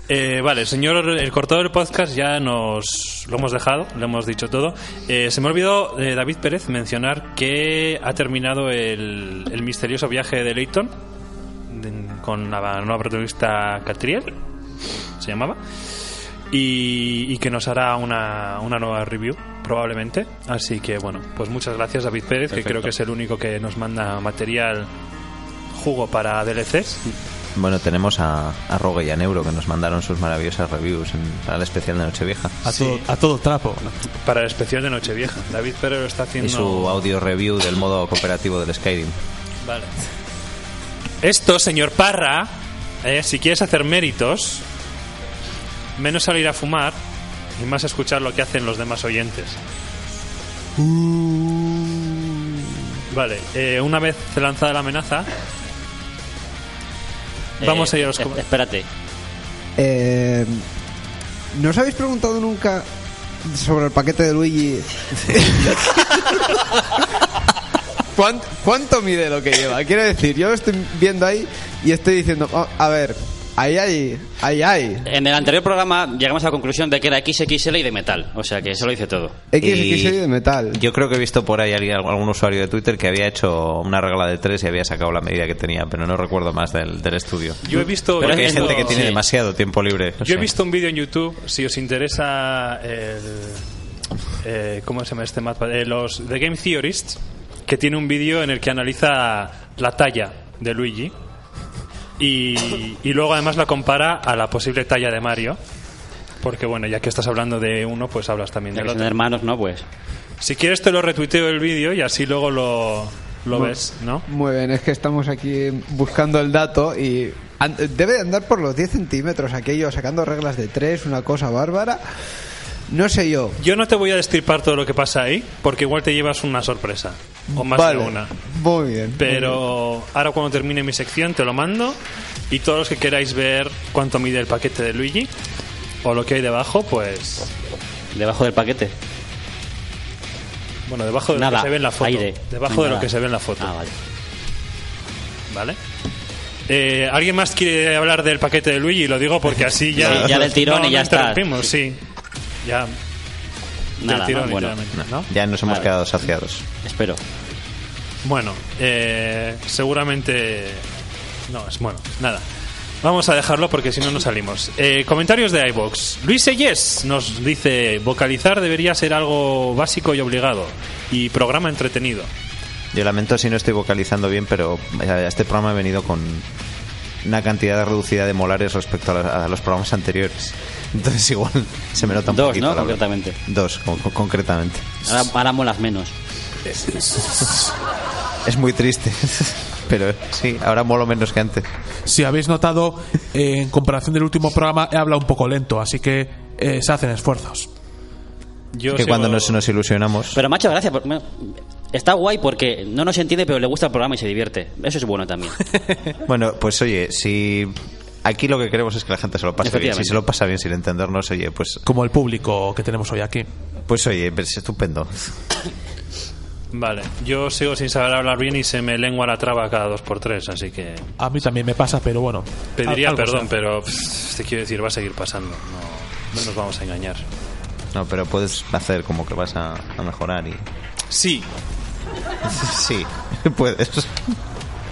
[SPEAKER 9] eh, vale, el señor, el cortador del podcast ya nos lo hemos dejado, le hemos dicho todo. Eh, se me olvidó eh, David Pérez mencionar que ha terminado el, el misterioso viaje de Leighton de- con la nueva protagonista Catriel, se llamaba, y, y que nos hará una, una nueva review probablemente. Así que bueno, pues muchas gracias David Pérez, que
[SPEAKER 4] Perfecto.
[SPEAKER 9] creo que es el único que nos manda material jugo para DLCs.
[SPEAKER 4] Bueno, tenemos a, a Rogue y a Neuro que nos mandaron sus maravillosas reviews en- para el especial de Nochevieja.
[SPEAKER 10] A, todo, a todo trapo.
[SPEAKER 9] Para el especial de Nochevieja. David Pérez lo está haciendo.
[SPEAKER 4] Y su audio review del modo cooperativo del Skyrim.
[SPEAKER 9] Vale. Esto, señor Parra, eh, si quieres hacer méritos, menos salir a fumar y más escuchar lo que hacen los demás oyentes. Vale, eh, una vez lanzada la amenaza, vamos a ir a los. com-
[SPEAKER 6] Espérate.
[SPEAKER 14] Eh, ¿No os habéis preguntado nunca sobre el paquete de Luigi? (laughs) ¿Cuán- ¿Cuánto mide lo que lleva? Quiero decir, yo lo estoy viendo ahí y estoy diciendo, "Oh, a ver, ahí hay, ahí hay.
[SPEAKER 6] En el anterior programa llegamos a la conclusión de que era XXL y de metal. O sea que eso lo hice todo.
[SPEAKER 14] XXL de metal.
[SPEAKER 4] Yo creo que he visto por ahí alguien- algún usuario de Twitter que había hecho una regla de tres y había sacado la medida que tenía, pero no recuerdo más del, del estudio.
[SPEAKER 9] Yo he visto-
[SPEAKER 4] Porque hay
[SPEAKER 9] he visto-
[SPEAKER 4] gente que tiene
[SPEAKER 9] sí.
[SPEAKER 4] demasiado tiempo libre. no
[SPEAKER 9] Yo he
[SPEAKER 4] sé.
[SPEAKER 9] visto un vídeo en YouTube, si os interesa el, eh, ¿cómo se llama este mapa? Eh, los The Game Theorists, que tiene un vídeo en el que analiza la talla de Luigi y, y luego además la compara a la posible talla de Mario. Porque bueno, ya que estás hablando de uno, pues hablas también
[SPEAKER 6] Ya
[SPEAKER 9] del
[SPEAKER 6] que son
[SPEAKER 9] otro.
[SPEAKER 6] hermanos, ¿no? Pues.
[SPEAKER 9] Si quieres te lo retuiteo el vídeo y así luego lo, lo
[SPEAKER 14] Muy-
[SPEAKER 9] ves, ¿no?
[SPEAKER 14] Muy bien, es que estamos aquí buscando el dato y an- debe de andar por los 10 centímetros aquello, sacando reglas de tres, una cosa bárbara. No sé yo.
[SPEAKER 9] Yo no te voy a destripar todo lo que pasa ahí, porque igual te llevas una sorpresa. O más
[SPEAKER 14] Vale.
[SPEAKER 9] de una.
[SPEAKER 14] Muy bien.
[SPEAKER 9] Pero ahora cuando termine mi sección te lo mando y todos los que queráis ver cuánto mide el paquete de Luigi o lo que hay debajo, pues
[SPEAKER 6] Debajo del paquete.
[SPEAKER 9] bueno, debajo de lo
[SPEAKER 6] Nada,
[SPEAKER 9] que se ve en la foto,
[SPEAKER 6] aire.
[SPEAKER 9] debajo
[SPEAKER 6] No hay
[SPEAKER 9] de lo
[SPEAKER 6] nada.
[SPEAKER 9] que se ve en la foto.
[SPEAKER 6] Ah, vale.
[SPEAKER 9] ¿Vale? Eh, ¿Alguien más quiere hablar del paquete de Luigi? Lo digo porque así ya
[SPEAKER 6] Sí, (laughs) ya del tirón
[SPEAKER 9] No,
[SPEAKER 6] y ya
[SPEAKER 9] no
[SPEAKER 6] está.
[SPEAKER 9] interrumpimos, sí. Ya
[SPEAKER 4] Nada,
[SPEAKER 9] del
[SPEAKER 4] ¿no?
[SPEAKER 9] tirón
[SPEAKER 4] Bueno,
[SPEAKER 9] literalmente,
[SPEAKER 4] no.
[SPEAKER 9] ¿no?
[SPEAKER 4] Ya nos hemos
[SPEAKER 9] Vale.
[SPEAKER 4] quedado saciados.
[SPEAKER 6] Espero.
[SPEAKER 9] Bueno, eh, seguramente. No, es bueno, nada. Vamos a dejarlo porque si no nos salimos. Eh, comentarios de iBox. Luis Seyes nos dice: vocalizar debería ser algo básico y obligado. Y programa entretenido.
[SPEAKER 4] Yo lamento si no estoy vocalizando bien, pero a este programa he venido con una cantidad reducida de molares respecto a los, a los programas anteriores. (laughs) Entonces igual se me nota un
[SPEAKER 6] Dos,
[SPEAKER 4] poquito.
[SPEAKER 6] ¿no?
[SPEAKER 4] la verdad.
[SPEAKER 6] Concretamente.
[SPEAKER 4] Dos, con- con- concretamente.
[SPEAKER 6] Ahora, ahora molas menos.
[SPEAKER 4] Es muy triste, (laughs) pero sí, ahora molo menos que antes.
[SPEAKER 10] Si habéis notado, eh, en comparación del último programa, he hablado un poco lento, así que eh, se hacen esfuerzos.
[SPEAKER 9] Yo
[SPEAKER 4] que
[SPEAKER 9] sigo-
[SPEAKER 4] cuando nos, nos ilusionamos...
[SPEAKER 6] Pero macho, gracias. por- Está guay porque no nos entiende, pero le gusta el programa y se divierte. Eso es bueno también.
[SPEAKER 4] Bueno, pues oye, si... Aquí lo que queremos es que la gente se lo pase bien. Si
[SPEAKER 6] Efectivamente.
[SPEAKER 4] se lo pasa bien sin entendernos, oye, pues...
[SPEAKER 10] Como el público que tenemos hoy aquí.
[SPEAKER 4] Pues oye, es estupendo.
[SPEAKER 9] Vale, yo sigo sin saber hablar bien y se me lengua la traba cada dos por tres, así que.
[SPEAKER 10] A mí también me pasa, pero bueno.
[SPEAKER 9] Pediría
[SPEAKER 10] Algo será.
[SPEAKER 9] perdón, pero pff, te quiero decir, va a seguir pasando. No, no nos vamos a engañar.
[SPEAKER 4] No, pero puedes hacer como que vas a, a mejorar y... (laughs)
[SPEAKER 9] Sí,
[SPEAKER 4] Sí, (laughs) puedes.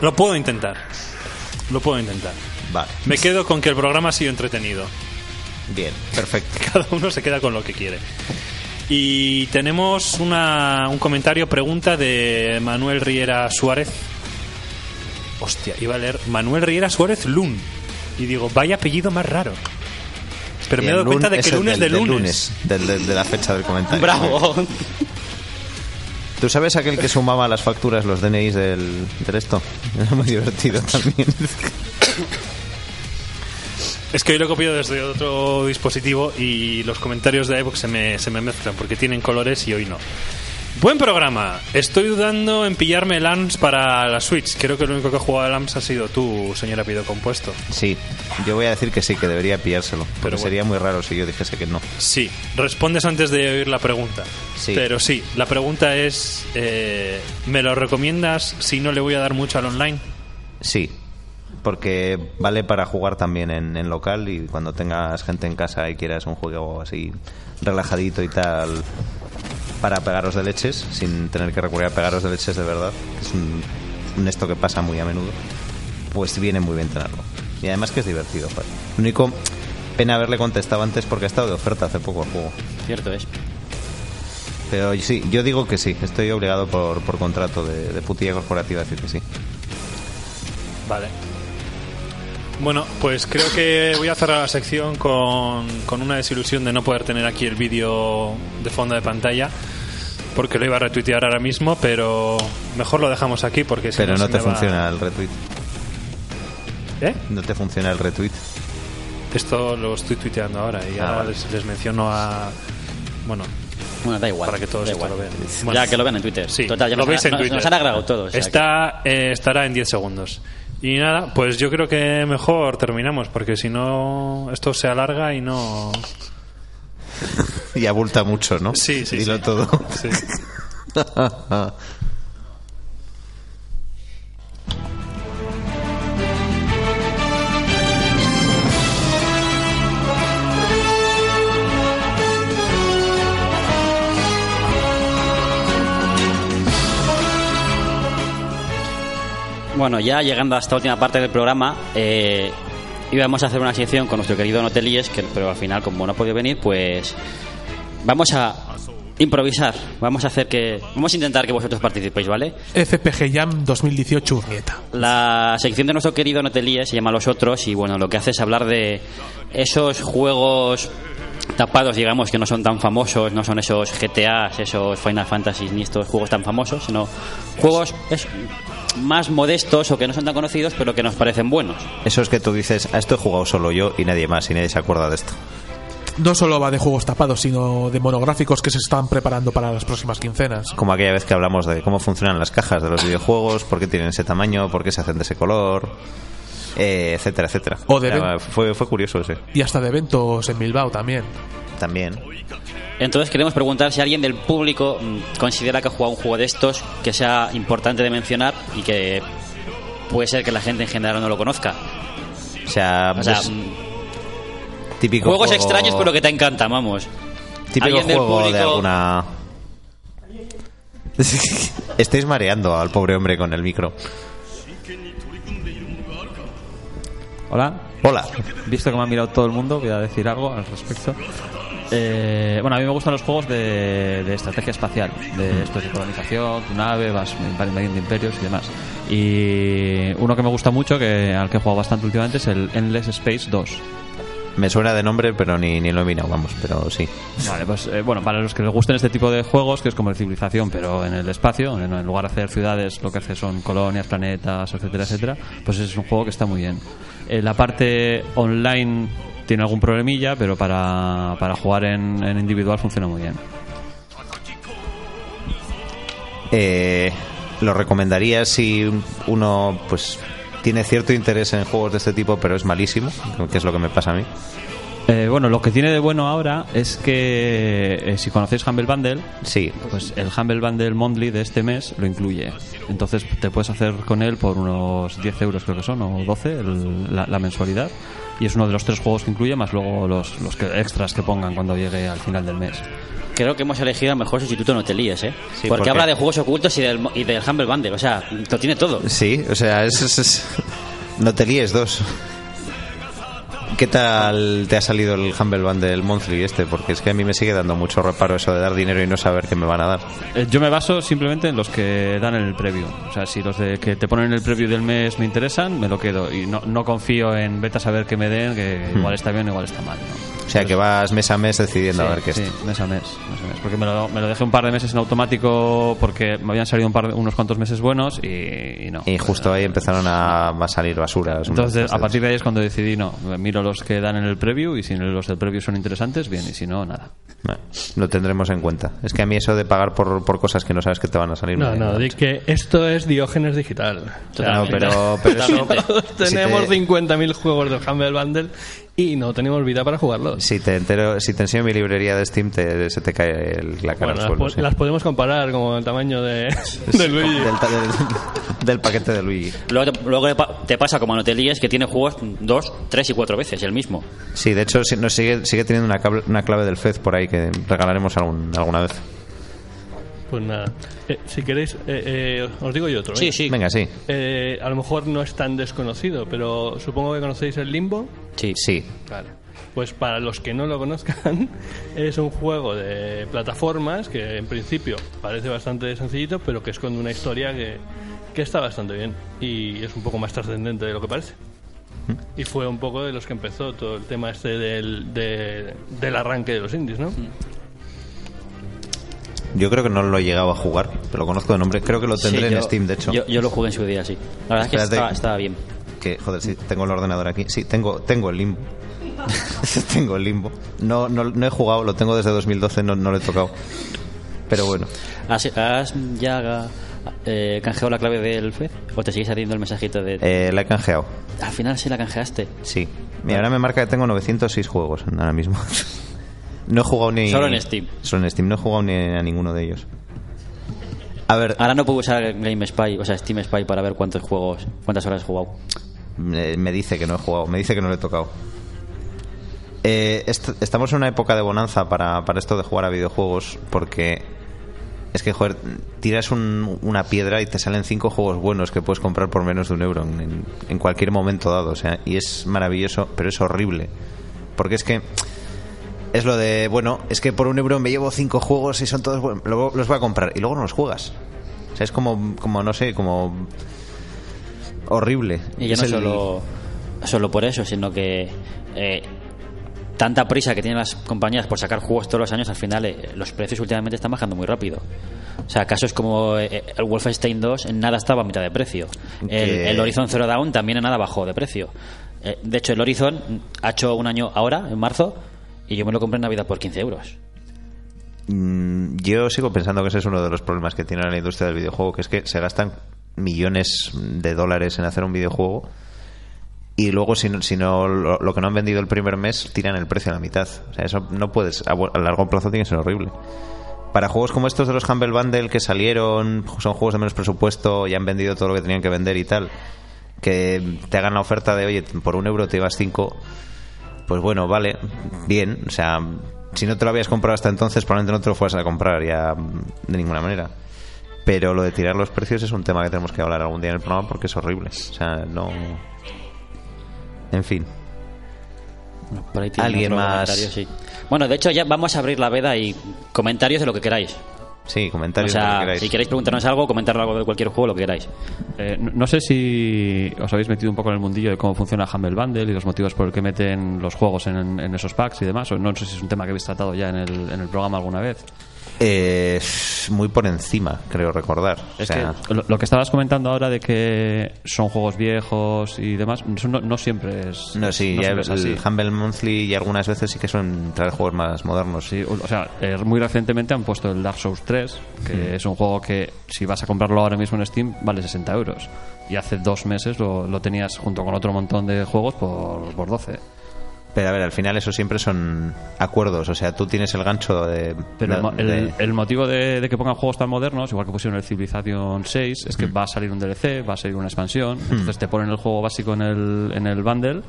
[SPEAKER 9] lo puedo intentar. Lo puedo intentar.
[SPEAKER 4] Vale,
[SPEAKER 9] Me quedo con que el programa ha sido entretenido.
[SPEAKER 4] bien, perfecto.
[SPEAKER 9] cada uno se queda con lo que quiere. Y tenemos una- un comentario, pregunta de Manuel Riera Suárez. Hostia, iba a leer Manuel Riera Suárez Lun. Y digo, vaya apellido más raro. Pero me he
[SPEAKER 4] El
[SPEAKER 9] dado cuenta de
[SPEAKER 4] es
[SPEAKER 9] que
[SPEAKER 4] el
[SPEAKER 9] lunes
[SPEAKER 4] del-
[SPEAKER 9] de
[SPEAKER 4] del
[SPEAKER 9] lunes.
[SPEAKER 4] del- del- de la fecha del comentario.
[SPEAKER 6] Bravo.
[SPEAKER 4] ¿Tú sabes aquel que sumaba las facturas, los DNIs del, del esto? (laughs) Era muy
[SPEAKER 9] (laughs)
[SPEAKER 4] divertido también.
[SPEAKER 9] Es que hoy lo he copiado desde otro dispositivo y los comentarios de iVoox se me, se me mezclan porque tienen colores y hoy no. Buen programa. Estoy dudando en pillarme el AMS para la Switch. Creo que lo único que ha jugado al AMS ha sido tú, señora Pido Compuesto.
[SPEAKER 4] Sí, yo voy a decir que sí, que debería pillárselo. Pero sería muy raro si yo dijese que no.
[SPEAKER 9] Sí, respondes antes de oír la pregunta.
[SPEAKER 4] Sí.
[SPEAKER 9] Pero sí, la pregunta es, eh, ¿me lo recomiendas si no le voy a dar mucho al online?
[SPEAKER 4] Sí, porque vale para jugar también en, en local y cuando tengas gente en casa y quieras un juego así relajadito y tal para pegaros de leches, sin tener que recurrir a pegaros de leches de verdad, que es un, un esto que pasa muy a menudo, pues viene muy bien tenerlo. Y además que es divertido. joder. Lo único, pena haberle contestado antes porque ha estado de oferta hace poco el juego.
[SPEAKER 6] Cierto es.
[SPEAKER 4] Pero sí, yo digo que sí, estoy obligado por, por contrato de, de putilla corporativa a decir que sí.
[SPEAKER 9] Vale. Bueno, pues creo que voy a cerrar la sección con, con una desilusión de no poder tener aquí el vídeo de fondo de pantalla, porque lo iba a retuitear ahora mismo, pero mejor lo dejamos aquí porque si
[SPEAKER 4] Pero no
[SPEAKER 9] se
[SPEAKER 4] te
[SPEAKER 9] me va-
[SPEAKER 4] funciona el retweet.
[SPEAKER 9] ¿Eh?
[SPEAKER 4] No te funciona el retweet. (laughs)
[SPEAKER 9] Esto lo estoy tuiteando ahora y
[SPEAKER 4] Ah,
[SPEAKER 9] ahora
[SPEAKER 4] vale.
[SPEAKER 9] les, les menciono a... Bueno,
[SPEAKER 6] Bueno, da igual.
[SPEAKER 9] para que todos
[SPEAKER 6] da
[SPEAKER 9] esto lo
[SPEAKER 6] igual.
[SPEAKER 9] vean.
[SPEAKER 6] Ya,
[SPEAKER 9] Bueno.
[SPEAKER 6] que lo vean en Twitter.
[SPEAKER 9] Sí,
[SPEAKER 6] Total, ya
[SPEAKER 9] lo
[SPEAKER 6] nos
[SPEAKER 9] veis
[SPEAKER 6] han-
[SPEAKER 9] en
[SPEAKER 6] nos-
[SPEAKER 9] Twitter.
[SPEAKER 6] nos han agrado todos, o sea
[SPEAKER 9] Está, eh, estará en 10 segundos. Y nada, pues yo creo que mejor terminamos, porque si no, esto se alarga y no...
[SPEAKER 4] Y abulta mucho, ¿no?
[SPEAKER 9] Sí, sí,
[SPEAKER 4] Dilo
[SPEAKER 9] sí.
[SPEAKER 4] todo.
[SPEAKER 9] (laughs) Sí.
[SPEAKER 6] Bueno, ya llegando a esta última parte del programa, eh, íbamos a hacer una sección con nuestro querido Notelies, que, pero al final, como no ha podido venir, pues vamos a improvisar. Vamos a hacer que. Vamos a intentar que vosotros participéis, ¿vale?
[SPEAKER 10] FPG Jam 2018 Urnieta.
[SPEAKER 6] La sección de nuestro querido Notelier se llama Los Otros y bueno, lo que hace es hablar de esos juegos tapados, digamos, que no son tan famosos, no son esos GTAs, esos Final Fantasy ni estos juegos tan famosos, sino juegos es, más modestos o que no son tan conocidos pero que nos parecen buenos.
[SPEAKER 4] (laughs) Eso es que tú dices, a esto he jugado solo yo y nadie más, y nadie se acuerda de esto.
[SPEAKER 10] No solo va de juegos tapados, sino de monográficos que se están preparando para las próximas quincenas.
[SPEAKER 4] Como aquella vez que hablamos de cómo funcionan las cajas de los videojuegos, por qué tienen ese tamaño, por qué se hacen de ese color, eh, etcétera, etcétera.
[SPEAKER 10] O de-
[SPEAKER 4] Ah, fue, fue curioso ese.
[SPEAKER 10] Y hasta de eventos en Bilbao también.
[SPEAKER 4] También.
[SPEAKER 6] Entonces queremos preguntar si alguien del público mm, considera que ha jugado un juego de estos que sea importante de mencionar y que puede ser que la gente en general no lo conozca.
[SPEAKER 4] O sea,
[SPEAKER 6] O sea,
[SPEAKER 4] pues,
[SPEAKER 6] mm,
[SPEAKER 4] típico
[SPEAKER 6] Juegos
[SPEAKER 4] juego-
[SPEAKER 6] extraños pero que te encantan, vamos.
[SPEAKER 4] Típico
[SPEAKER 6] Alguien del
[SPEAKER 4] juego
[SPEAKER 6] público-
[SPEAKER 4] de (laughs) alguna. Estáis mareando al pobre hombre con el micro.
[SPEAKER 17] Hola.
[SPEAKER 4] Hola.
[SPEAKER 17] Visto que me ha mirado todo el mundo, voy a decir algo al respecto. Eh, bueno, a mí me gustan los juegos de, de estrategia espacial, de estos de colonización, tu nave, vas invadiendo imperios y demás. Y uno que me gusta mucho, que al que he jugado bastante últimamente, es el Endless Space 2.
[SPEAKER 4] Me suena de nombre, pero ni, ni lo he mirado, vamos, pero sí.
[SPEAKER 17] Vale, pues eh, bueno, para los que les gusten este tipo de juegos, que es como el civilización, pero en el espacio, en, en lugar de hacer ciudades, lo que hace son colonias, planetas, etcétera, etcétera, pues es un juego que está muy bien. Eh, la parte online tiene algún problemilla, pero para, para jugar en, en individual funciona muy bien.
[SPEAKER 4] Eh, lo recomendaría si uno pues tiene cierto interés en juegos de este tipo, pero es malísimo, que es lo que me pasa a mí.
[SPEAKER 17] Eh, bueno, lo que tiene de bueno ahora es que eh, si conocéis Humble Bundle,
[SPEAKER 4] sí.
[SPEAKER 17] pues el Humble Bundle Monthly de este mes lo incluye. Entonces te puedes hacer con él por unos 10 euros creo que son, o 12, el- la, la mensualidad. Y es uno de los tres juegos que incluye, más luego los, los que- extras que pongan cuando llegue al final del mes.
[SPEAKER 6] Creo que hemos elegido al mejor sustituto no te líes, ¿eh? porque,
[SPEAKER 17] porque-
[SPEAKER 6] habla de juegos ocultos y del, y del Humble Bundle, o sea, lo tiene todo.
[SPEAKER 4] Sí, o sea, es, es- es- no te líes dos. ¿Qué tal te ha salido el Humble Band del Monthly este? Porque es que a mí me sigue dando mucho reparo eso de dar dinero y no saber qué me van a dar.
[SPEAKER 17] Eh, Yo me baso simplemente en los que dan el preview. O sea, si los de que te ponen el preview del mes me interesan, me lo quedo. Y no, no confío en vete a saber que me den, que
[SPEAKER 4] Hmm.
[SPEAKER 17] igual está bien o igual está mal. ¿no?
[SPEAKER 4] O sea, que vas mes a mes decidiendo a ver qué
[SPEAKER 17] sí,
[SPEAKER 4] es.
[SPEAKER 17] mes a mes, mes a mes. Porque me lo, me lo dejé un par de meses en automático porque me habían salido un par de- unos cuantos meses buenos y, y no.
[SPEAKER 4] Y justo ahí empezaron a, a salir basura.
[SPEAKER 17] Entonces, a partir de ahí es cuando decidí, no, miro sino los que dan en el preview y si los del preview son interesantes, bien, y si no, nada.
[SPEAKER 4] Bueno, lo tendremos en cuenta. Es que a mí eso de pagar por, por cosas que no sabes que te van a
[SPEAKER 11] Eh,
[SPEAKER 4] salir.
[SPEAKER 18] No,
[SPEAKER 4] me-
[SPEAKER 18] no, di que esto es Diógenes Digital.
[SPEAKER 4] Claro,
[SPEAKER 18] (laughs)
[SPEAKER 4] pero- pero eso-
[SPEAKER 18] Todos
[SPEAKER 4] si te-
[SPEAKER 18] tenemos 50.000 juegos del Humble Bundle y no tenemos vida para jugarlos.
[SPEAKER 4] Si te entero, si te enseño mi librería de Steam, te- se te cae el- la cara
[SPEAKER 18] Bueno, pues-
[SPEAKER 4] al
[SPEAKER 18] las,
[SPEAKER 4] suelo.
[SPEAKER 18] po-
[SPEAKER 4] sí.
[SPEAKER 18] las podemos comparar como el tamaño de, (laughs) de Luigi.
[SPEAKER 4] Del, ta- del- del paquete de Luigi.
[SPEAKER 6] Luego, te- luego te pa- te pasa como no te líes que tiene juegos dos, tres y cuatro veces el mismo.
[SPEAKER 4] Sí, de hecho, si- nos sigue, sigue teniendo una, cable- una clave del Fez por ahí que regalaremos algún- alguna vez.
[SPEAKER 18] Pues nada, Eh, si queréis, eh, eh, os digo yo otro.
[SPEAKER 4] Sí, sí. Venga, sí.
[SPEAKER 18] Eh, a lo mejor no es tan desconocido, pero supongo que conocéis el Limbo.
[SPEAKER 4] Sí. Sí.
[SPEAKER 18] Vale. Pues para los que no lo conozcan, (laughs) es un juego de plataformas que en principio parece bastante sencillito, pero que esconde una historia que, que está bastante bien y es un poco más trascendente de lo que parece.
[SPEAKER 4] Mm.
[SPEAKER 18] Y fue un poco de los que empezó todo el tema este del, de- del arranque de los indies, ¿no?
[SPEAKER 4] Mm. Yo creo que no lo he llegado a jugar, pero lo conozco de nombre. Creo que lo tendré
[SPEAKER 6] Sí,
[SPEAKER 4] en
[SPEAKER 6] yo-
[SPEAKER 4] Steam, de hecho.
[SPEAKER 6] Yo, yo lo jugué en su día, sí. La verdad es que
[SPEAKER 4] Espérate.
[SPEAKER 6] estaba, estaba bien.
[SPEAKER 4] Que, joder, sí, tengo el ordenador aquí. Sí, tengo, tengo el limbo. (laughs) tengo el limbo. No, no, no he jugado, lo tengo desde 2012, no, no lo he tocado. Pero bueno.
[SPEAKER 6] ¿Has, has ya eh, canjeado la clave del Fed? ¿O te sigues haciendo el mensajito de.?
[SPEAKER 4] Eh, la he canjeado.
[SPEAKER 6] Al final sí la canjeaste.
[SPEAKER 4] Sí. Mira, ahora me marca que tengo 906 juegos ahora mismo. (laughs) No he jugado ni.
[SPEAKER 6] Solo en Steam.
[SPEAKER 4] Solo en Steam, no he jugado ni a ninguno de ellos. A ver.
[SPEAKER 6] Ahora no puedo usar Game Spy, o sea, Steam Spy para ver cuántos juegos, cuántas horas has jugado.
[SPEAKER 4] Me, Eh, me dice que no he jugado, me dice que no lo he tocado. Eh, est- estamos en una época de bonanza para, para esto de jugar a videojuegos porque es que, joder, tiras un- una piedra y te salen cinco juegos buenos que puedes comprar por menos de un euro en- en, en cualquier momento dado. O sea, y es maravilloso, pero es horrible. Porque es que es lo de, bueno, es que por un euro me llevo cinco juegos y son todos buenos, luego los voy a comprar y luego no los juegas. O sea, es como, como no sé, como horrible.
[SPEAKER 6] Y ya
[SPEAKER 4] Es
[SPEAKER 6] no
[SPEAKER 4] el-
[SPEAKER 6] solo, solo por eso, sino que eh, tanta prisa que tienen las compañías por sacar juegos todos los años, al final eh, los precios últimamente están bajando muy rápido. O sea, casos como eh, el Wolfenstein 2 en nada estaba a mitad de precio. El,
[SPEAKER 4] Que-
[SPEAKER 6] el Horizon Zero Dawn también en nada bajó de precio. Eh, de hecho, el Horizon ha hecho un año ahora, en marzo, y yo me lo compré en Navidad por 15 euros.
[SPEAKER 4] Mm, Yo sigo pensando que ese es uno de los problemas que tiene la industria del videojuego, que es que se gastan millones de dólares en hacer un videojuego y luego si no, si no lo, lo que no han vendido el primer mes tiran el precio a la mitad. O sea, eso no puedes, a, bu- a largo plazo tiene que ser horrible. Para juegos como estos de los Humble Bundle que salieron, son juegos de menos presupuesto y han vendido todo lo que tenían que vender y tal, que te hagan la oferta de, oye, por un euro te llevas cinco, pues bueno, vale, bien. O sea, si no te lo habías comprado hasta entonces, probablemente no te lo fueras a comprar ya mm, de ninguna manera. Pero lo de tirar los precios es un tema que tenemos que hablar algún día en el programa porque es horrible. O sea, no. En fin.
[SPEAKER 6] Por ahí tiene
[SPEAKER 4] Alguien
[SPEAKER 6] otro
[SPEAKER 4] más.
[SPEAKER 6] comentario, sí. Bueno, de hecho, ya vamos a abrir la veda y comentarios de lo que queráis.
[SPEAKER 4] Sí, comentarios
[SPEAKER 6] O sea,
[SPEAKER 4] de lo que queráis.
[SPEAKER 6] si queréis preguntarnos algo, comentar algo de cualquier juego, lo que queráis.
[SPEAKER 17] Eh, no, no sé si os habéis metido un poco en el mundillo de cómo funciona Humble Bundle y los motivos por el que meten los juegos en, en esos packs y demás. O no sé si es un tema que habéis tratado ya en el, en el programa alguna vez.
[SPEAKER 4] Eh, es muy por encima, creo recordar. O
[SPEAKER 17] Es
[SPEAKER 4] sea,
[SPEAKER 17] que lo, lo que estabas comentando ahora de que son juegos viejos y demás, eso no, no siempre es,
[SPEAKER 4] No, sí,
[SPEAKER 17] no
[SPEAKER 4] ya el,
[SPEAKER 17] siempre es así.
[SPEAKER 4] Humble Monthly y algunas veces sí que son traer juegos más modernos.
[SPEAKER 17] Sí, o sea, Eh, muy recientemente han puesto el Dark Souls 3, que
[SPEAKER 4] Mm.
[SPEAKER 17] es un juego que si vas a comprarlo ahora mismo en Steam vale 60 euros. Y hace dos meses lo, lo tenías junto con otro montón de juegos por, por 12.
[SPEAKER 4] Pero a ver, al final eso siempre son acuerdos. O sea, tú tienes el gancho de.
[SPEAKER 17] Pero el mo-
[SPEAKER 4] de-
[SPEAKER 17] el,
[SPEAKER 4] de-
[SPEAKER 17] el motivo de, de que pongan juegos tan modernos, igual que pusieron el Civilization 6, es que va a salir un DLC, va a salir una expansión, entonces te ponen el juego básico en el, en el bundle,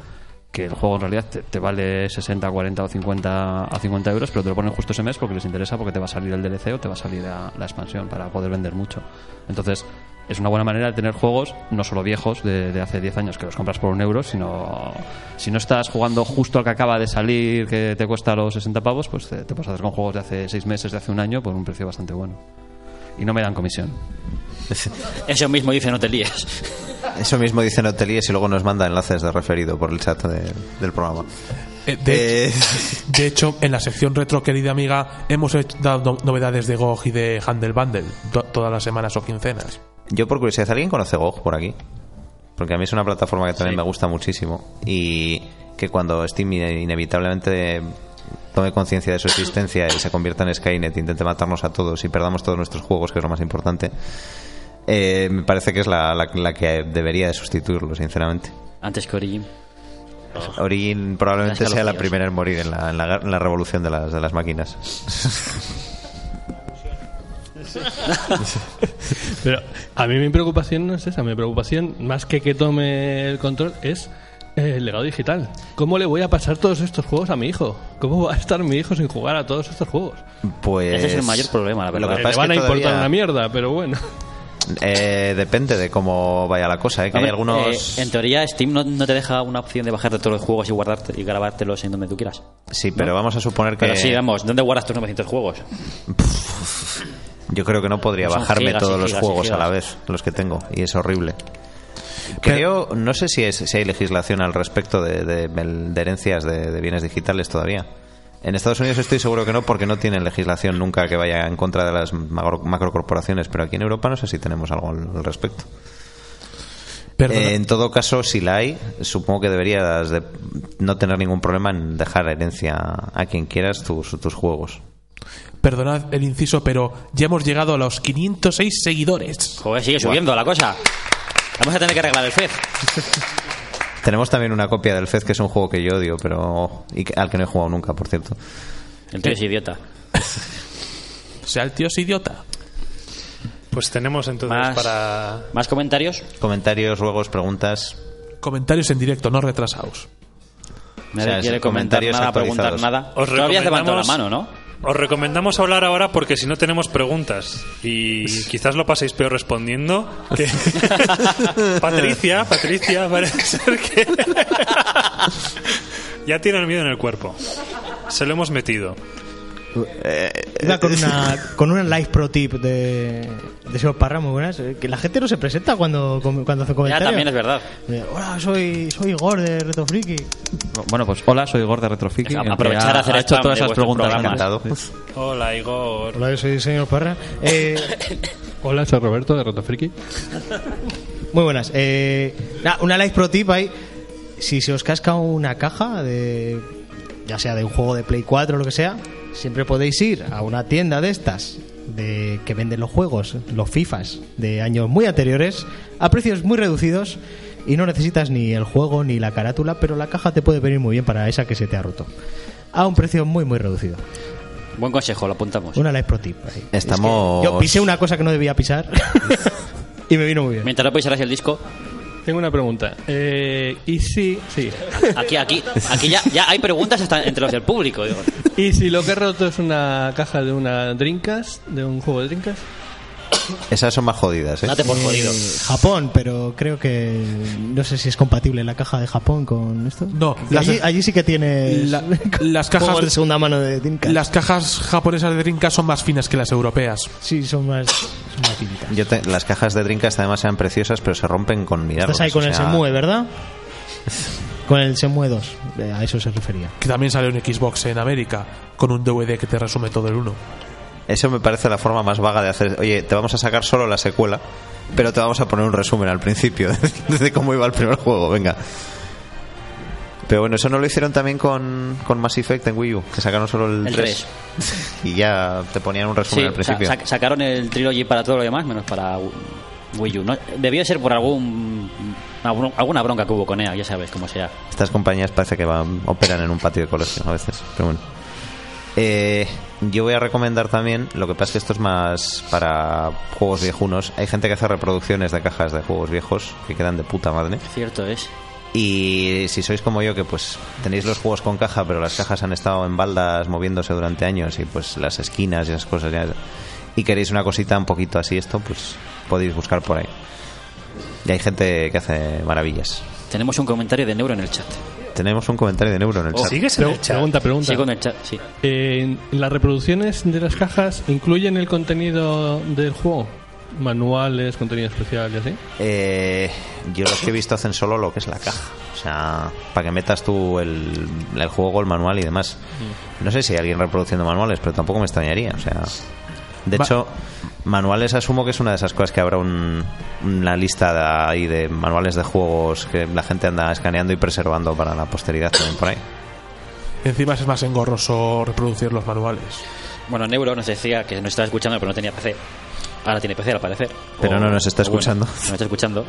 [SPEAKER 17] que el juego en realidad te, te vale 60, 40 o 50 a 50 euros, pero te lo ponen justo ese mes porque les interesa, porque te va a salir el DLC o te va a salir la, la expansión para poder vender mucho. Entonces... Es una buena manera de tener juegos, no solo viejos, de, de hace 10 años que los compras por un euro, sino si no estás jugando justo al que acaba de salir, que te cuesta los 60 pavos, pues te, te puedes hacer con juegos de hace 6 meses, de hace un año, por un precio bastante bueno. Y no me dan comisión.
[SPEAKER 6] Eso mismo dice, no te líes.
[SPEAKER 4] Eso mismo dicen Hotelíes y luego nos manda enlaces de referido por el chat de- del programa.
[SPEAKER 10] Eh, de, (laughs) de hecho, en la sección retro, querida amiga, hemos hecho- dado novedades de GOG y de Handle Bundle to- todas las semanas o quincenas.
[SPEAKER 4] Yo por curiosidad, ¿alguien conoce GOG por aquí? Porque a mí es una plataforma que también me gusta muchísimo. Y, que cuando Steam ine- inevitablemente tome conciencia de su existencia y se convierta en Skynet, e intente matarnos a todos y perdamos todos nuestros juegos, que es lo más importante, eh, me parece que es la, la- la que debería de sustituirlo, sinceramente.
[SPEAKER 6] Antes que Origin.
[SPEAKER 4] Origin probablemente
[SPEAKER 6] Las
[SPEAKER 4] sea la
[SPEAKER 6] calofrías.
[SPEAKER 4] primera en morir en la, en la- en la revolución de las, de las máquinas.
[SPEAKER 18] (laughs) Pero a mí mi preocupación no es esa, mi preocupación más que que tome el control es eh, el legado digital. ¿Cómo le voy a pasar todos estos juegos a mi hijo? ¿Cómo va a estar mi hijo sin jugar a todos estos juegos?
[SPEAKER 4] Pues.
[SPEAKER 18] Ese es el mayor
[SPEAKER 6] problema, la
[SPEAKER 4] Lo
[SPEAKER 18] Eh,
[SPEAKER 4] que
[SPEAKER 18] le
[SPEAKER 4] pasa es
[SPEAKER 18] van
[SPEAKER 4] que
[SPEAKER 18] a importar
[SPEAKER 4] todavía-
[SPEAKER 18] una mierda, pero bueno.
[SPEAKER 4] Eh, depende de cómo vaya la cosa, ¿eh? Que hay
[SPEAKER 6] Hombre,
[SPEAKER 4] algunos.
[SPEAKER 6] eh, en teoría, Steam no, no te deja una opción de bajarte todos los juegos y guardarte y grabártelos en donde tú quieras.
[SPEAKER 4] Sí, pero vamos a suponer que.
[SPEAKER 6] Pero sí, vamos, ¿dónde guardas tus 900
[SPEAKER 4] (laughs)
[SPEAKER 6] juegos?
[SPEAKER 4] Yo creo que no podría
[SPEAKER 6] Son
[SPEAKER 4] bajarme
[SPEAKER 6] gigas y
[SPEAKER 4] todos los
[SPEAKER 6] gigas y
[SPEAKER 4] juegos a
[SPEAKER 6] gigas.
[SPEAKER 4] la vez, los que tengo, y es horrible. Creo, no sé si, es, si hay legislación al respecto de, de- de herencias de, de bienes digitales todavía. En Estados Unidos estoy seguro que no, porque no tienen legislación nunca que vaya en contra de las macro- macrocorporaciones, pero aquí en Europa no sé si tenemos algo al al respecto. Eh, en todo caso, si la hay, supongo que deberías de no tener ningún problema en dejar herencia a quien quieras tus, tus juegos.
[SPEAKER 10] Perdonad el inciso, pero ya hemos llegado a los 506 seguidores.
[SPEAKER 6] Joder, sigue subiendo la cosa. Vamos a tener que arreglar el FED.
[SPEAKER 4] Tenemos también una copia del Fez, que es un juego que yo odio, pero y que- al que no he jugado nunca, por cierto.
[SPEAKER 6] El tío es (laughs) idiota.
[SPEAKER 10] O sea, el tío es idiota.
[SPEAKER 9] Pues tenemos entonces
[SPEAKER 6] Más-
[SPEAKER 9] para.
[SPEAKER 6] ¿Más comentarios?
[SPEAKER 4] Comentarios, ruegos, preguntas.
[SPEAKER 10] Comentarios en directo, no retrasados.
[SPEAKER 6] Nadie quiere comentar nada, preguntar nada.
[SPEAKER 9] Os
[SPEAKER 6] Todavía has levantado la
[SPEAKER 9] recomendamos-
[SPEAKER 6] mano, ¿no?
[SPEAKER 9] Os recomendamos hablar ahora porque si no tenemos preguntas y quizás lo paséis peor respondiendo. que- Patricia, Patricia, parece ser que ya tiene el miedo en el cuerpo. Se lo hemos metido.
[SPEAKER 13] (laughs)
[SPEAKER 4] Eh,
[SPEAKER 13] Iba con una, con una live pro tip de, de Seo Parra, muy buenas. eh, Que la gente no se presenta cuando, cuando hace
[SPEAKER 6] Ya,
[SPEAKER 13] comentarios.
[SPEAKER 6] también es verdad.
[SPEAKER 13] Eh, Hola, soy, soy Igor de Reto Friki.
[SPEAKER 17] Bueno, pues hola, soy Gorda Retrofiki.
[SPEAKER 6] Aprovechar
[SPEAKER 17] que
[SPEAKER 6] a hacer
[SPEAKER 17] ha hecho
[SPEAKER 6] spam
[SPEAKER 17] todas
[SPEAKER 6] de
[SPEAKER 17] esas
[SPEAKER 6] vuestro
[SPEAKER 17] preguntas.
[SPEAKER 6] programa.
[SPEAKER 17] antes.
[SPEAKER 9] Hola, Igor.
[SPEAKER 13] Hola, yo soy señor Parra. Eh,
[SPEAKER 18] (laughs) Hola, soy Roberto de Roto Friki.
[SPEAKER 13] muy buenas. Eh, na- una live pro tip ahí. Si se os casca una caja de. ya sea de un juego de Play 4 o lo que sea, siempre podéis ir a una tienda de estas de que venden los juegos, los FIFAs de años muy anteriores, a precios muy reducidos y no necesitas ni el juego ni la carátula, pero la caja te puede venir muy bien para esa que se te ha roto. A un precio muy muy reducido.
[SPEAKER 6] Buen consejo, lo apuntamos.
[SPEAKER 13] Una live pro tip. ahí.
[SPEAKER 4] Estamos.
[SPEAKER 13] Yo pisé una cosa que no debía
[SPEAKER 10] (laughs)
[SPEAKER 13] pisar y me vino muy bien.
[SPEAKER 6] Mientras no pisarás el disco,
[SPEAKER 18] Tengo una pregunta. (laughs) Eh, ¿Y si, sí.
[SPEAKER 6] aquí, aquí, aquí ya, ya hay preguntas hasta entre los del público. digo.
[SPEAKER 18] ¿Y si lo que he roto es una caja de una Dreamcast, de un juego de Dreamcast?
[SPEAKER 4] Esas son más jodidas, ¿eh?
[SPEAKER 13] Eh, Japón, pero creo que no sé si es compatible la caja de Japón con esto.
[SPEAKER 10] No, las-
[SPEAKER 13] allí, allí sí que tiene
[SPEAKER 10] La-
[SPEAKER 13] (laughs)
[SPEAKER 10] las cajas-
[SPEAKER 13] de segunda mano de Dreamcast.
[SPEAKER 10] Las cajas japonesas de Dreamcast son más finas que las europeas.
[SPEAKER 13] Sí, son más, son más finitas.
[SPEAKER 4] Yo te- las cajas de Dreamcast además eran preciosas, pero se rompen con mirarlas.
[SPEAKER 13] Estás ahí con
[SPEAKER 4] o
[SPEAKER 13] el
[SPEAKER 4] sea,
[SPEAKER 13] Semue, ¿verdad? Con el Semue 2, eh, a eso se refería.
[SPEAKER 10] Que también sale un Xbox en América, con un DVD que te resume todo el uno.
[SPEAKER 4] Eso me parece la forma más vaga de hacer. Oye, te vamos a sacar solo la secuela, pero te vamos a poner un resumen al principio (laughs) de cómo iba el primer juego. Venga. Pero bueno, eso no lo hicieron también con, con Mass Effect en Wii U, que sacaron solo el,
[SPEAKER 6] El
[SPEAKER 4] 3. (laughs) Y ya te ponían un resumen
[SPEAKER 6] Sí,
[SPEAKER 4] al
[SPEAKER 6] o sea,
[SPEAKER 4] principio.
[SPEAKER 6] sac- sacaron el trilogy para todo lo demás, menos para Wi- Wii U. ¿no? Debió ser por algún, algún- alguna bronca que hubo con EA, ya sabes, como sea.
[SPEAKER 4] Estas compañías parece que van, operan en un patio de colegio a veces, pero bueno. Eh, yo voy a recomendar también, lo que pasa es que esto es más para juegos viejunos. Hay gente que hace reproducciones de cajas de juegos viejos que quedan de puta madre.
[SPEAKER 6] Cierto es.
[SPEAKER 4] Y si sois como yo, que pues tenéis los juegos con caja, pero las cajas han estado en baldas moviéndose durante años y pues las esquinas y esas cosas ya- Y queréis una cosita un poquito así esto, pues podéis buscar por ahí. Y hay gente que hace maravillas.
[SPEAKER 6] Tenemos un comentario de Neuro en el chat.
[SPEAKER 4] Tenemos un comentario de Neuro
[SPEAKER 18] Oh,
[SPEAKER 4] en el chat.
[SPEAKER 18] Pre- Pregunta, pregunta.
[SPEAKER 6] Sigo en el chat, sí.
[SPEAKER 18] Eh, ¿Las reproducciones de las cajas incluyen el contenido del juego? Manuales, contenido especial y así.
[SPEAKER 4] Eh, yo los que he visto hacen solo lo que es la caja. O sea, para que metas tú el, el juego, el manual y
[SPEAKER 6] Mm.
[SPEAKER 4] demás. No sé si hay alguien reproduciendo manuales, pero tampoco me extrañaría. O sea, de
[SPEAKER 10] Va-
[SPEAKER 4] hecho, Manuales asumo que es una de esas cosas que habrá un- una lista de, ahí de manuales de juegos que la gente anda escaneando y preservando para la posteridad también por ahí.
[SPEAKER 10] Encima es más engorroso reproducir los manuales.
[SPEAKER 6] Bueno, Neuro nos decía que nos estaba escuchando, pero no tenía PC. Ahora tiene PC al parecer.
[SPEAKER 4] Pero no nos está
[SPEAKER 6] o bueno,
[SPEAKER 4] escuchando.
[SPEAKER 6] no nos está escuchando.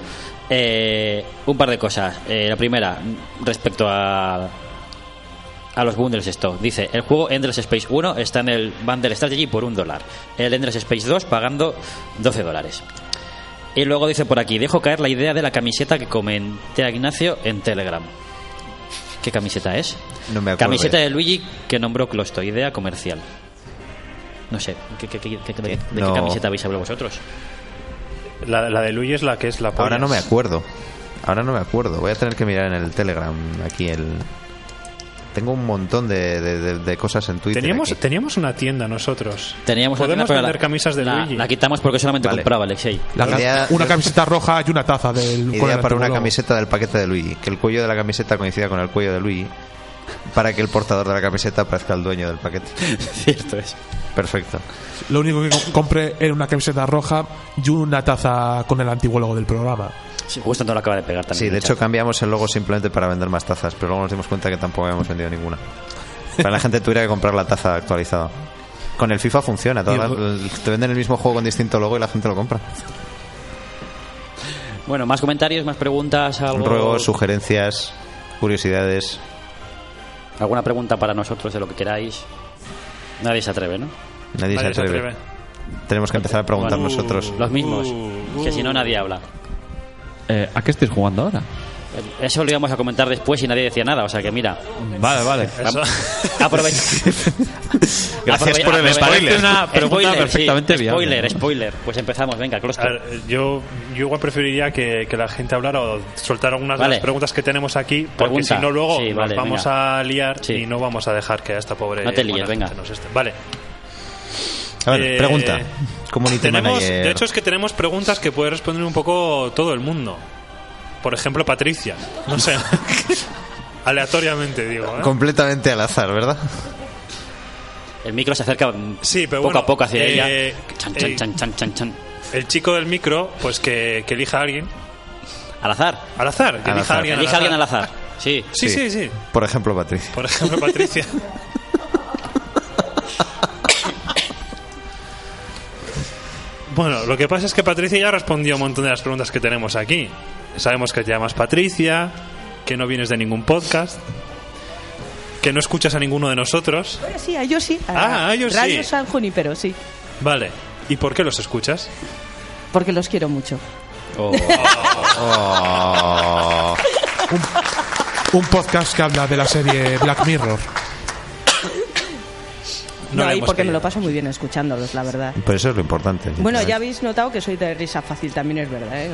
[SPEAKER 6] Eh, un par de cosas. Eh, la primera, respecto a. A los bundles esto. Dice, el juego Endless Space 1 está en el Bundle Strategy por un dólar. El Endless Space 2 pagando 12 dólares. Y luego dice por aquí, dejo caer la idea de la camiseta que comenté a Ignacio en Telegram. ¿Qué camiseta es?
[SPEAKER 4] No me acuerdo.
[SPEAKER 6] Camiseta de Luigi que nombró Closto, idea comercial. No sé, ¿qué, qué- qué- qué- de- de qué
[SPEAKER 4] No.
[SPEAKER 6] camiseta habéis hablado vosotros?
[SPEAKER 9] La, la de Luis es la que es la
[SPEAKER 4] Ahora
[SPEAKER 9] polla.
[SPEAKER 4] no me acuerdo. Ahora no me acuerdo. Voy a tener que mirar en el Telegram aquí el. Tengo un montón de, de- de- de cosas en Twitter.
[SPEAKER 9] Teníamos,
[SPEAKER 4] aquí.
[SPEAKER 9] teníamos una tienda nosotros.
[SPEAKER 6] Teníamos una
[SPEAKER 9] Podemos
[SPEAKER 6] tienda, pero la-
[SPEAKER 9] vender camisas de
[SPEAKER 6] la-
[SPEAKER 9] Luigi.
[SPEAKER 6] la quitamos porque solamente
[SPEAKER 4] Vale.
[SPEAKER 6] compraba Alexei.
[SPEAKER 4] La idea-
[SPEAKER 10] Una camiseta roja y una taza del
[SPEAKER 4] idea
[SPEAKER 10] Conan
[SPEAKER 4] para una
[SPEAKER 10] Antimonólogo.
[SPEAKER 4] camiseta del paquete de Luigi. Que el cuello de la camiseta coincida con el cuello de Luigi. Para que el portador de la camiseta parezca el dueño del paquete.
[SPEAKER 6] (laughs) Cierto es.
[SPEAKER 4] Perfecto.
[SPEAKER 10] Lo único que co- compré era una camiseta roja y una taza con el antiguo logo del programa.
[SPEAKER 6] Sí, justo no lo acaba de pegar también.
[SPEAKER 4] Sí, de
[SPEAKER 6] el
[SPEAKER 4] hecho
[SPEAKER 6] chat.
[SPEAKER 4] cambiamos el logo simplemente para vender más tazas. Pero luego nos dimos cuenta que tampoco habíamos vendido ninguna. Para la gente tuviera que comprar la taza actualizada. Con el FIFA funciona. todas las- te venden el mismo juego con distinto logo y la gente lo compra.
[SPEAKER 6] Bueno, más comentarios, más preguntas, algo.
[SPEAKER 4] Ruegos, sugerencias, curiosidades.
[SPEAKER 6] ¿Alguna pregunta para nosotros de lo que queráis? Nadie se atreve, ¿no?
[SPEAKER 4] Nadie, se, atreve. Tenemos que empezar a preguntar
[SPEAKER 6] Bueno,
[SPEAKER 4] nosotros.
[SPEAKER 6] Los mismos.
[SPEAKER 17] uh.
[SPEAKER 6] que si no, nadie habla.
[SPEAKER 17] Eh, ¿A qué estáis jugando ahora?
[SPEAKER 6] Eso lo íbamos a comentar después y nadie decía nada, o sea que mira.
[SPEAKER 17] Vale, vale.
[SPEAKER 6] (laughs)
[SPEAKER 17] Eso.
[SPEAKER 6] Aprovecha.
[SPEAKER 17] (laughs) Gracias por el spoiler.
[SPEAKER 6] (laughs) Una
[SPEAKER 17] Spoiler,
[SPEAKER 6] pregunta perfectamente
[SPEAKER 17] perfectamente
[SPEAKER 6] bien. Spoiler,
[SPEAKER 17] viable.
[SPEAKER 6] spoiler. Pues empezamos, venga, Closto.
[SPEAKER 9] A ver, yo, yo igual preferiría que, que la gente hablara o soltara algunas de
[SPEAKER 6] Vale.
[SPEAKER 9] las preguntas que tenemos aquí, porque
[SPEAKER 6] Pregunta.
[SPEAKER 9] si no luego
[SPEAKER 6] Sí,
[SPEAKER 9] nos
[SPEAKER 6] vale,
[SPEAKER 9] vamos
[SPEAKER 6] venga.
[SPEAKER 9] a liar
[SPEAKER 6] Sí.
[SPEAKER 9] y no vamos a dejar que a esta pobre...
[SPEAKER 6] No te líes,
[SPEAKER 9] buena
[SPEAKER 6] venga.
[SPEAKER 9] gente nos esté- Vale.
[SPEAKER 4] A ver,
[SPEAKER 9] Eh,
[SPEAKER 4] pregunta. Community
[SPEAKER 9] Tenemos,
[SPEAKER 4] manager.
[SPEAKER 9] de hecho es que tenemos preguntas que puede responder un poco todo el mundo. Por ejemplo, Patricia. No sé. Aleatoriamente digo. ¿eh?
[SPEAKER 4] Completamente al azar, ¿verdad?
[SPEAKER 6] El micro se acerca mm,
[SPEAKER 9] Sí, pero
[SPEAKER 6] poco
[SPEAKER 9] bueno,
[SPEAKER 6] a poco hacia
[SPEAKER 9] eh,
[SPEAKER 6] ella. Chan, chan,
[SPEAKER 9] eh,
[SPEAKER 6] chan, chan, chan, chan.
[SPEAKER 9] El chico del micro, pues que, que elija a alguien.
[SPEAKER 6] Al azar.
[SPEAKER 9] Al azar. Que
[SPEAKER 4] Al
[SPEAKER 9] elija
[SPEAKER 4] azar.
[SPEAKER 9] a alguien.
[SPEAKER 6] Elige a alguien al azar. Sí.
[SPEAKER 9] Sí, sí, sí.
[SPEAKER 4] Por ejemplo, Patricia.
[SPEAKER 9] Por
[SPEAKER 4] (laughs)
[SPEAKER 9] ejemplo, Patricia. bueno, lo que pasa es que Patricia ya respondió a un montón de las preguntas que tenemos aquí. Sabemos que te llamas Patricia, que no vienes de ningún podcast, que no escuchas a ninguno de nosotros.
[SPEAKER 16] Oye, sí, a yo sí. a
[SPEAKER 9] Ah, a ellos
[SPEAKER 16] Radio
[SPEAKER 9] sí.
[SPEAKER 16] San Junipero, sí.
[SPEAKER 9] Vale. ¿Y por qué los escuchas?
[SPEAKER 16] Porque los quiero mucho.
[SPEAKER 9] Oh,
[SPEAKER 16] (laughs)
[SPEAKER 4] Oh.
[SPEAKER 10] Un podcast que habla de la serie Black Mirror.
[SPEAKER 16] No,
[SPEAKER 10] No le
[SPEAKER 16] y
[SPEAKER 10] hemos
[SPEAKER 16] porque me
[SPEAKER 10] caído.
[SPEAKER 16] lo paso muy bien escuchándolos, la verdad.
[SPEAKER 4] (laughs) Pero eso es lo importante.
[SPEAKER 16] Bueno, ya habéis notado que soy de risa fácil, también es verdad, (laughs) ¿eh?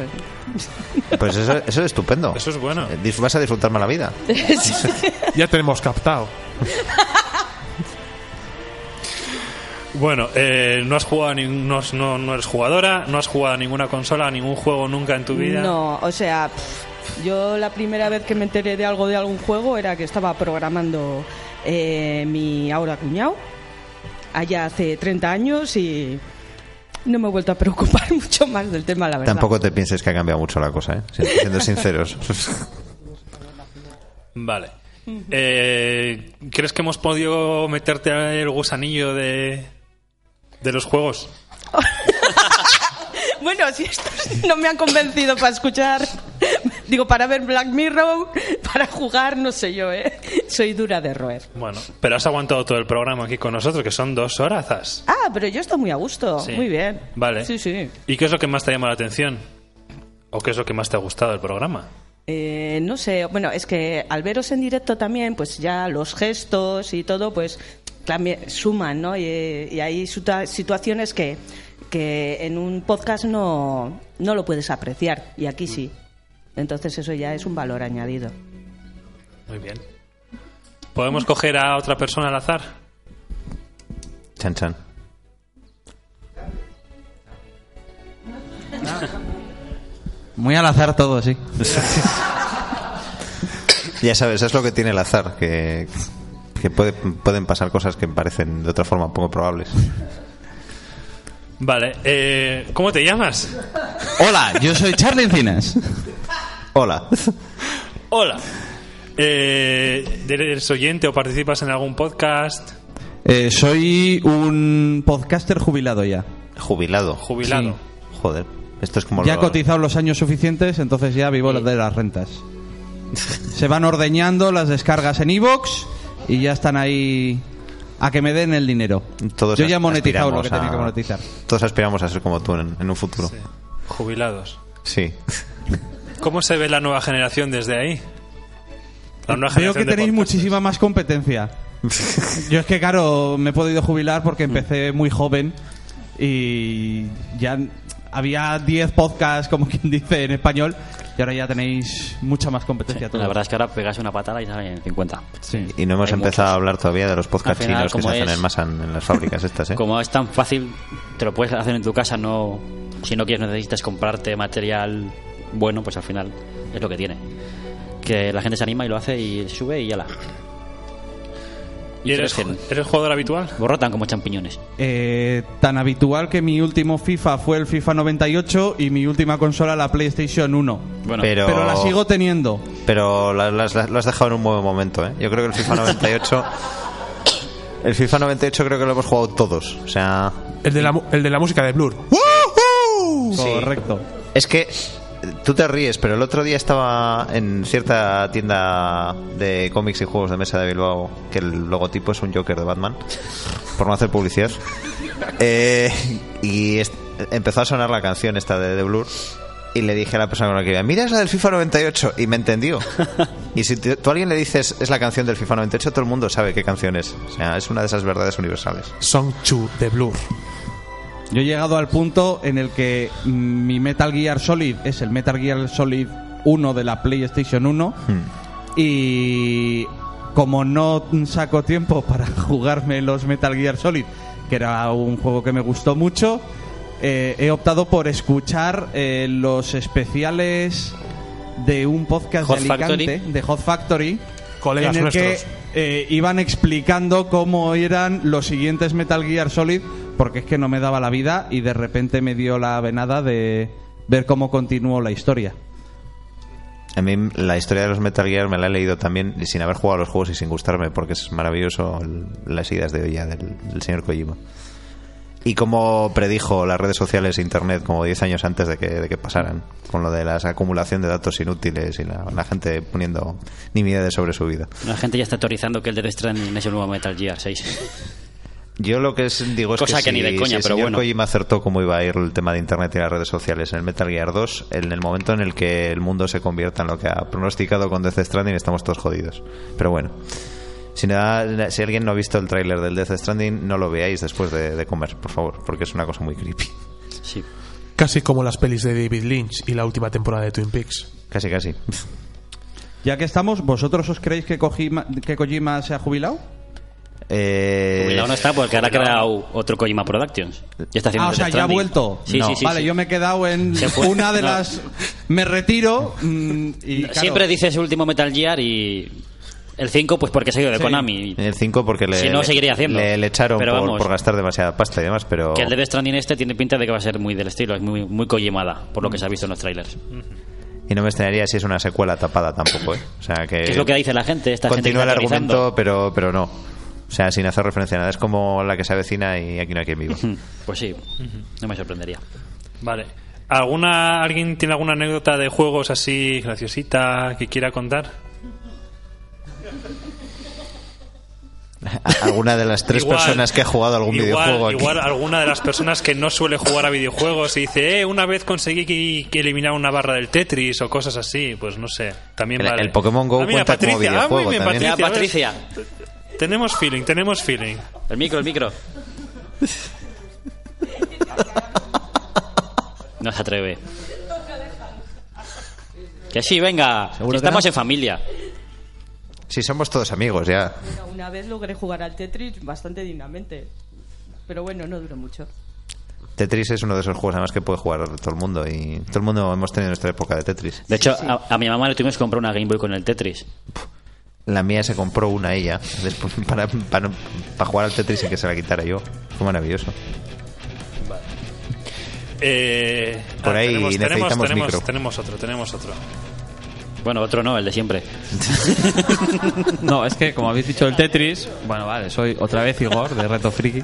[SPEAKER 4] Pues eso, eso es estupendo. Eso
[SPEAKER 9] es bueno.
[SPEAKER 4] Vas a disfrutar más la vida.
[SPEAKER 10] Ya tenemos captado.
[SPEAKER 9] Bueno, eh, no has jugado a nin- no, has- no, no eres jugadora, no has jugado a ninguna consola, a ningún juego nunca en tu vida.
[SPEAKER 16] No, o sea, pff, yo la primera vez que me enteré de algo de algún juego era que estaba programando eh, mi ahora cuñado allá hace 30 años y no me he vuelto a preocupar (laughs) mucho más del tema, la verdad.
[SPEAKER 4] Tampoco te pienses que ha cambiado mucho la cosa, ¿eh? Si- Siendo sinceros.
[SPEAKER 9] Vale. Eh, ¿Crees que hemos podido meterte el gusanillo de, de los juegos?
[SPEAKER 16] Bueno, si estos no me han convencido para escuchar, (laughs) digo, para ver Black Mirror, (laughs) para jugar, no sé yo, ¿eh? Soy dura de roer.
[SPEAKER 9] Bueno, pero has aguantado todo el programa aquí con nosotros, que son dos horazas.
[SPEAKER 16] Ah, pero yo estoy muy a gusto,
[SPEAKER 9] Sí.
[SPEAKER 16] muy bien.
[SPEAKER 9] Vale.
[SPEAKER 16] Sí, sí.
[SPEAKER 9] ¿Y qué es lo que más te ha llamado la atención? ¿O qué es lo que más te ha gustado del programa?
[SPEAKER 16] Eh, no sé, bueno, es que al veros en directo también, pues ya los gestos y todo, pues también suman, ¿no? Y, eh, y hay situa- situaciones que, que en un podcast no, no lo puedes apreciar, y aquí sí. Entonces eso ya es un valor añadido.
[SPEAKER 9] Muy bien. ¿Podemos coger a otra persona al azar?
[SPEAKER 4] Chan, chan.
[SPEAKER 19] Muy al azar todo, sí.
[SPEAKER 4] (laughs) Ya sabes, es lo que tiene el azar, que, que puede- pueden pasar cosas que parecen de otra forma poco probables.
[SPEAKER 9] Vale, eh, ¿cómo te llamas?
[SPEAKER 19] Ah,
[SPEAKER 4] Hola, yo soy Charlie Encinas. Hola.
[SPEAKER 9] Hola. Eh, ¿Eres oyente o participas en algún podcast?
[SPEAKER 11] Eh, soy un podcaster jubilado ya.
[SPEAKER 4] Jubilado.
[SPEAKER 9] Jubilado.
[SPEAKER 4] Joder, esto es como
[SPEAKER 11] Ya he
[SPEAKER 4] lo-
[SPEAKER 11] cotizado los años suficientes, entonces ya vivo de las rentas. Se van ordeñando las descargas en Evox y ya están ahí a que me den el dinero.
[SPEAKER 4] Todos
[SPEAKER 11] Yo ya he
[SPEAKER 4] as-
[SPEAKER 11] monetizado lo
[SPEAKER 4] aspiramos
[SPEAKER 11] que
[SPEAKER 4] a-
[SPEAKER 11] tenía que monetizar.
[SPEAKER 4] Todos aspiramos a ser como tú en, en un futuro.
[SPEAKER 9] Jubilados.
[SPEAKER 4] Sí.
[SPEAKER 9] ¿Cómo se ve la nueva generación desde ahí? La nueva
[SPEAKER 11] Veo
[SPEAKER 9] generación
[SPEAKER 11] que
[SPEAKER 9] de
[SPEAKER 11] tenéis muchísima
[SPEAKER 20] (laughs)
[SPEAKER 11] más competencia. Yo es que, claro, me he podido jubilar porque
[SPEAKER 20] Mm.
[SPEAKER 11] empecé muy joven y ya había 10 podcasts, como (laughs) quien dice, en español y ahora ya tenéis mucha más competencia. todos.
[SPEAKER 20] La verdad es que ahora pegas una patada y salen en 50.
[SPEAKER 4] Y no hemos
[SPEAKER 20] Hay
[SPEAKER 4] empezado a hablar todavía de los podcasts
[SPEAKER 20] Al final,
[SPEAKER 4] chinos que se
[SPEAKER 20] como
[SPEAKER 4] hacen
[SPEAKER 20] es-
[SPEAKER 4] en masa en, en las fábricas estas,
[SPEAKER 20] (laughs)
[SPEAKER 4] ¿eh?
[SPEAKER 20] Como es tan fácil, te lo puedes hacer en tu casa, no si no quieres necesitas comprarte material bueno, pues al final es lo que tiene. Que la gente se anima y lo hace y sube y ya la.
[SPEAKER 9] ¿Y eres, eres jugador habitual?
[SPEAKER 20] Borrotan como champiñones.
[SPEAKER 11] Eh, tan habitual que mi último FIFA fue el FIFA 98 y mi última consola la PlayStation 1.
[SPEAKER 4] Bueno. Pero-
[SPEAKER 11] la sigo teniendo.
[SPEAKER 4] Pero la- las- las- lo has dejado en un buen momento, ¿eh? Yo creo que el FIFA
[SPEAKER 11] (laughs)
[SPEAKER 4] 98... el FIFA 98 creo que lo hemos jugado todos. O sea...
[SPEAKER 10] El de la, mu- el de la música de Blur.
[SPEAKER 11] Correcto.
[SPEAKER 4] Es que eh, tú te ríes, pero el otro día estaba en cierta tienda de cómics y juegos de mesa de Bilbao que el logotipo es un Joker de Batman, por no hacer publicidad. Eh, y es- empezó a sonar la canción esta de The Blur. Y le dije a la persona con la que iba, mira, es la del FIFA 98. Y me entendió. Y si te- tú a alguien le dices, es la canción del FIFA 98, todo el mundo sabe qué canción es. O sea, es una de esas verdades universales.
[SPEAKER 10] Song Chu de Blur.
[SPEAKER 11] Yo he llegado al punto en el que mm, mi Metal Gear Solid es el Metal Gear Solid 1 de la PlayStation 1 y como no saco tiempo (laughs) para jugarme los Metal Gear Solid, que era un juego que me gustó mucho, eh, he optado por escuchar eh, los especiales de un podcast
[SPEAKER 4] Hot
[SPEAKER 11] de Alicante,
[SPEAKER 4] Factory.
[SPEAKER 11] de Hot Factory,
[SPEAKER 10] Colegas
[SPEAKER 11] en el que
[SPEAKER 10] nuestros.
[SPEAKER 11] eh, iban explicando cómo eran los siguientes Metal Gear Solid, porque es que no me daba la vida y de repente me dio la venada de ver cómo continuó la historia.
[SPEAKER 4] A mí la historia de los Metal Gear me la he leído también y sin haber jugado a los juegos y sin gustarme, porque es maravilloso el- las ideas de olla del, del señor Kojima. Y como predijo las redes sociales e internet como 10 años antes de que, de que pasaran, con lo de la acumulación de datos inútiles y la, la gente poniendo nimiedades sobre su vida.
[SPEAKER 20] La gente ya está teorizando que el Death Stranding es el nuevo Metal Gear 6.
[SPEAKER 4] Yo lo Pues que es- digo es
[SPEAKER 20] Cosa que
[SPEAKER 4] si-
[SPEAKER 20] ni de
[SPEAKER 4] si
[SPEAKER 20] coña,
[SPEAKER 4] el
[SPEAKER 20] pero
[SPEAKER 4] señor
[SPEAKER 20] bueno.
[SPEAKER 4] Kojima acertó cómo iba a ir el tema de internet y las redes sociales en el Metal Gear 2, en el momento en el que el mundo se convierta en lo que ha pronosticado con Death Stranding, estamos todos jodidos. Pero bueno, si, nada- si alguien no ha visto el tráiler del Death Stranding, no lo veáis después de, de comer, por favor, porque es una cosa muy creepy.
[SPEAKER 20] Sí.
[SPEAKER 10] Casi como las pelis de David Lynch y la última temporada de Twin Peaks.
[SPEAKER 4] Casi, casi.
[SPEAKER 11] Ya que estamos, ¿vosotros os creéis que Kojima, que Kojima se ha jubilado?
[SPEAKER 4] Eh,
[SPEAKER 20] Cuidado no está porque ahora ha creado otro Kojima Productions. Ya está haciendo
[SPEAKER 11] Ah, o
[SPEAKER 20] Death
[SPEAKER 11] sea, ya ha
[SPEAKER 20] Stranding.
[SPEAKER 11] vuelto.
[SPEAKER 20] Sí,
[SPEAKER 11] No.
[SPEAKER 20] sí, sí.
[SPEAKER 11] vale,
[SPEAKER 20] sí.
[SPEAKER 11] yo me he quedado
[SPEAKER 20] (laughs)
[SPEAKER 11] en
[SPEAKER 20] Se fue.
[SPEAKER 11] una de
[SPEAKER 20] No.
[SPEAKER 11] las... Me retiro mm, y... claro,
[SPEAKER 20] Siempre dices último Metal Gear y el 5 pues porque se ha ido de
[SPEAKER 11] Sí.
[SPEAKER 20] Konami.
[SPEAKER 4] En el 5 porque le,
[SPEAKER 20] Si no,
[SPEAKER 4] le-
[SPEAKER 20] seguiría haciendo.
[SPEAKER 4] le, le echaron
[SPEAKER 20] Pero
[SPEAKER 4] por,
[SPEAKER 20] vamos.
[SPEAKER 4] por gastar demasiada pasta y demás, pero...
[SPEAKER 11] Oh.
[SPEAKER 20] Que el Death Stranding este tiene pinta de que va a ser muy del estilo, es muy, muy Kojimada, por lo que se ha visto en los trailers.
[SPEAKER 11] Mm.
[SPEAKER 4] Y no me extrañaría si es una secuela tapada tampoco, ¿eh? O sea, que...
[SPEAKER 20] Que es lo que dice la gente, esta gente que
[SPEAKER 4] continúa el
[SPEAKER 20] está teorizando.
[SPEAKER 4] argumento, pero, pero no. O sea, sin hacer referencia a nada. Es como la que se avecina y aquí no hay quien viva.
[SPEAKER 20] (laughs) Pues sí, no me sorprendería.
[SPEAKER 9] Vale. ¿Alguna, ¿Alguien tiene alguna anécdota de juegos así graciosita que quiera contar?
[SPEAKER 4] (laughs) Alguna de las tres
[SPEAKER 9] Igual-
[SPEAKER 4] personas que ha jugado algún
[SPEAKER 9] igual,
[SPEAKER 4] videojuego aquí.
[SPEAKER 9] Igual alguna de las personas que no suele jugar a videojuegos y dice, eh, una vez conseguí que, que eliminar una barra del Tetris o cosas así, pues no sé. También
[SPEAKER 4] El-
[SPEAKER 9] vale.
[SPEAKER 4] el Pokémon Go
[SPEAKER 9] Ah, mira,
[SPEAKER 4] cuenta como
[SPEAKER 9] Patricia, ah, muy
[SPEAKER 4] videojuego
[SPEAKER 9] bien,
[SPEAKER 4] también.
[SPEAKER 9] Patricia,
[SPEAKER 4] Mira,
[SPEAKER 9] ¿ves? T- Tenemos feeling, tenemos feeling.
[SPEAKER 20] El micro, el micro. No se atreve. Que sí, venga,
[SPEAKER 4] ¿Seguro
[SPEAKER 20] que
[SPEAKER 4] que
[SPEAKER 20] estamos
[SPEAKER 4] no?
[SPEAKER 20] en familia.
[SPEAKER 4] Si somos todos amigos ya.
[SPEAKER 16] Una vez logré jugar al Tetris bastante dignamente. Pero bueno, no duró mucho.
[SPEAKER 4] Tetris es uno de esos juegos además que puede jugar todo el mundo y todo el mundo hemos tenido nuestra época de Tetris.
[SPEAKER 20] De hecho, a, a mi mamá le tuvimos que comprar una Game Boy con el Tetris.
[SPEAKER 4] La mía se compró una ella después (laughs) para, para, para jugar al Tetris y que se la quitara yo. Fue maravilloso.
[SPEAKER 9] Eh,
[SPEAKER 4] Por ahí
[SPEAKER 9] tenemos, tenemos,
[SPEAKER 4] necesitamos
[SPEAKER 9] tenemos-
[SPEAKER 4] micro.
[SPEAKER 9] tenemos otro, tenemos otro.
[SPEAKER 20] Bueno, otro no, el de siempre.
[SPEAKER 17] (laughs) No, es que como habéis dicho el Tetris, bueno, vale, soy otra vez Igor de Reto Friki.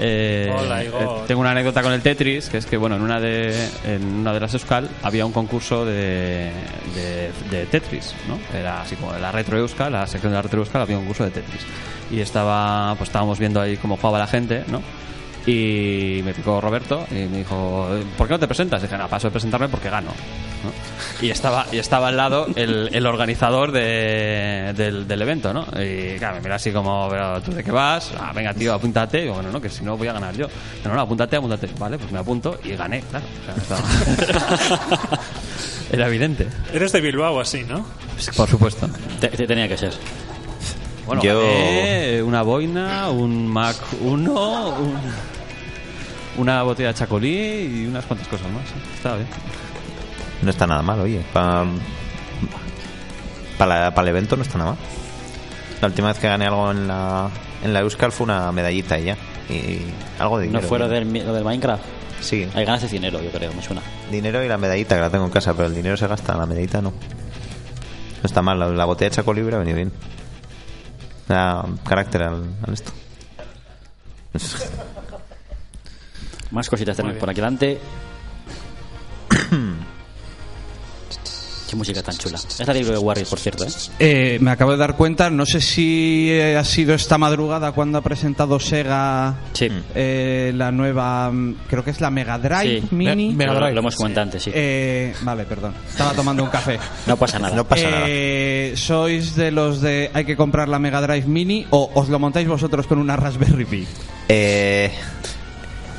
[SPEAKER 17] Eh,
[SPEAKER 9] Hola, Igor.
[SPEAKER 17] eh, tengo una anécdota con el Tetris, que es que bueno, en una de en una de las Euskal había un concurso de, de, de Tetris, ¿no? Era así como de la Retro Euskal, la sección de la Retro Euskal había un concurso de Tetris. Y estaba pues estábamos viendo ahí cómo jugaba la gente, ¿no? Y me picó Roberto y me dijo, ¿por qué no te presentas? Y dije, no, paso de presentarme porque gano. ¿no? Y, estaba, y estaba al lado el, el organizador de- del, del evento, ¿no? Y claro, me mira así como, "Pero, ¿tú de qué vas? Ah, venga, tío, apúntate. Y digo, bueno, no, que si no voy a ganar yo. No, no, apúntate, apúntate. Vale, pues me apunto y gané, claro. O sea, estaba- (laughs) Era evidente,
[SPEAKER 9] Eres de Bilbao, así, ¿no?
[SPEAKER 17] por supuesto.
[SPEAKER 20] Te, te tenía que ser. eh,
[SPEAKER 17] Bueno,
[SPEAKER 20] Yo-
[SPEAKER 17] gané una boina, un Mac 1, un- una botella de chacolí y unas cuantas cosas más. ¿eh? Estaba bien.
[SPEAKER 4] No está nada mal, oye. Para el evento no está nada mal. La última vez que gané algo en la, en la Euskal fue una medallita y ya. Y algo de
[SPEAKER 20] ¿No
[SPEAKER 4] dinero.
[SPEAKER 20] fuera del, mi- lo del Minecraft?
[SPEAKER 4] Sí.
[SPEAKER 20] Hay ganas de dinero, yo creo, me suena.
[SPEAKER 4] Dinero y la medallita que la tengo en casa, pero el dinero se gasta, la medallita no. No está mal, la, la botella de Chaco Libre ha venido bien. Da carácter al, al esto.
[SPEAKER 20] Más cositas tenemos por aquí delante. Qué música tan chula. Es la libro de Warriors, por cierto, ¿eh?
[SPEAKER 11] Eh, me acabo de dar cuenta, no sé si eh, ha sido esta madrugada cuando ha presentado Sega
[SPEAKER 4] Mm.
[SPEAKER 11] eh, la nueva, mm, creo que es la Mega Drive
[SPEAKER 20] Sí.
[SPEAKER 11] Mini.
[SPEAKER 20] Me- Mega Lo- Drive. lo hemos comentado antes, sí.
[SPEAKER 11] Eh, vale, perdón. Estaba tomando un café.
[SPEAKER 20] (laughs) No pasa nada. No pasa nada.
[SPEAKER 11] Eh, ¿Sois de los de hay que comprar la Mega Drive Mini o os lo montáis vosotros con una Raspberry Pi?
[SPEAKER 4] Eh,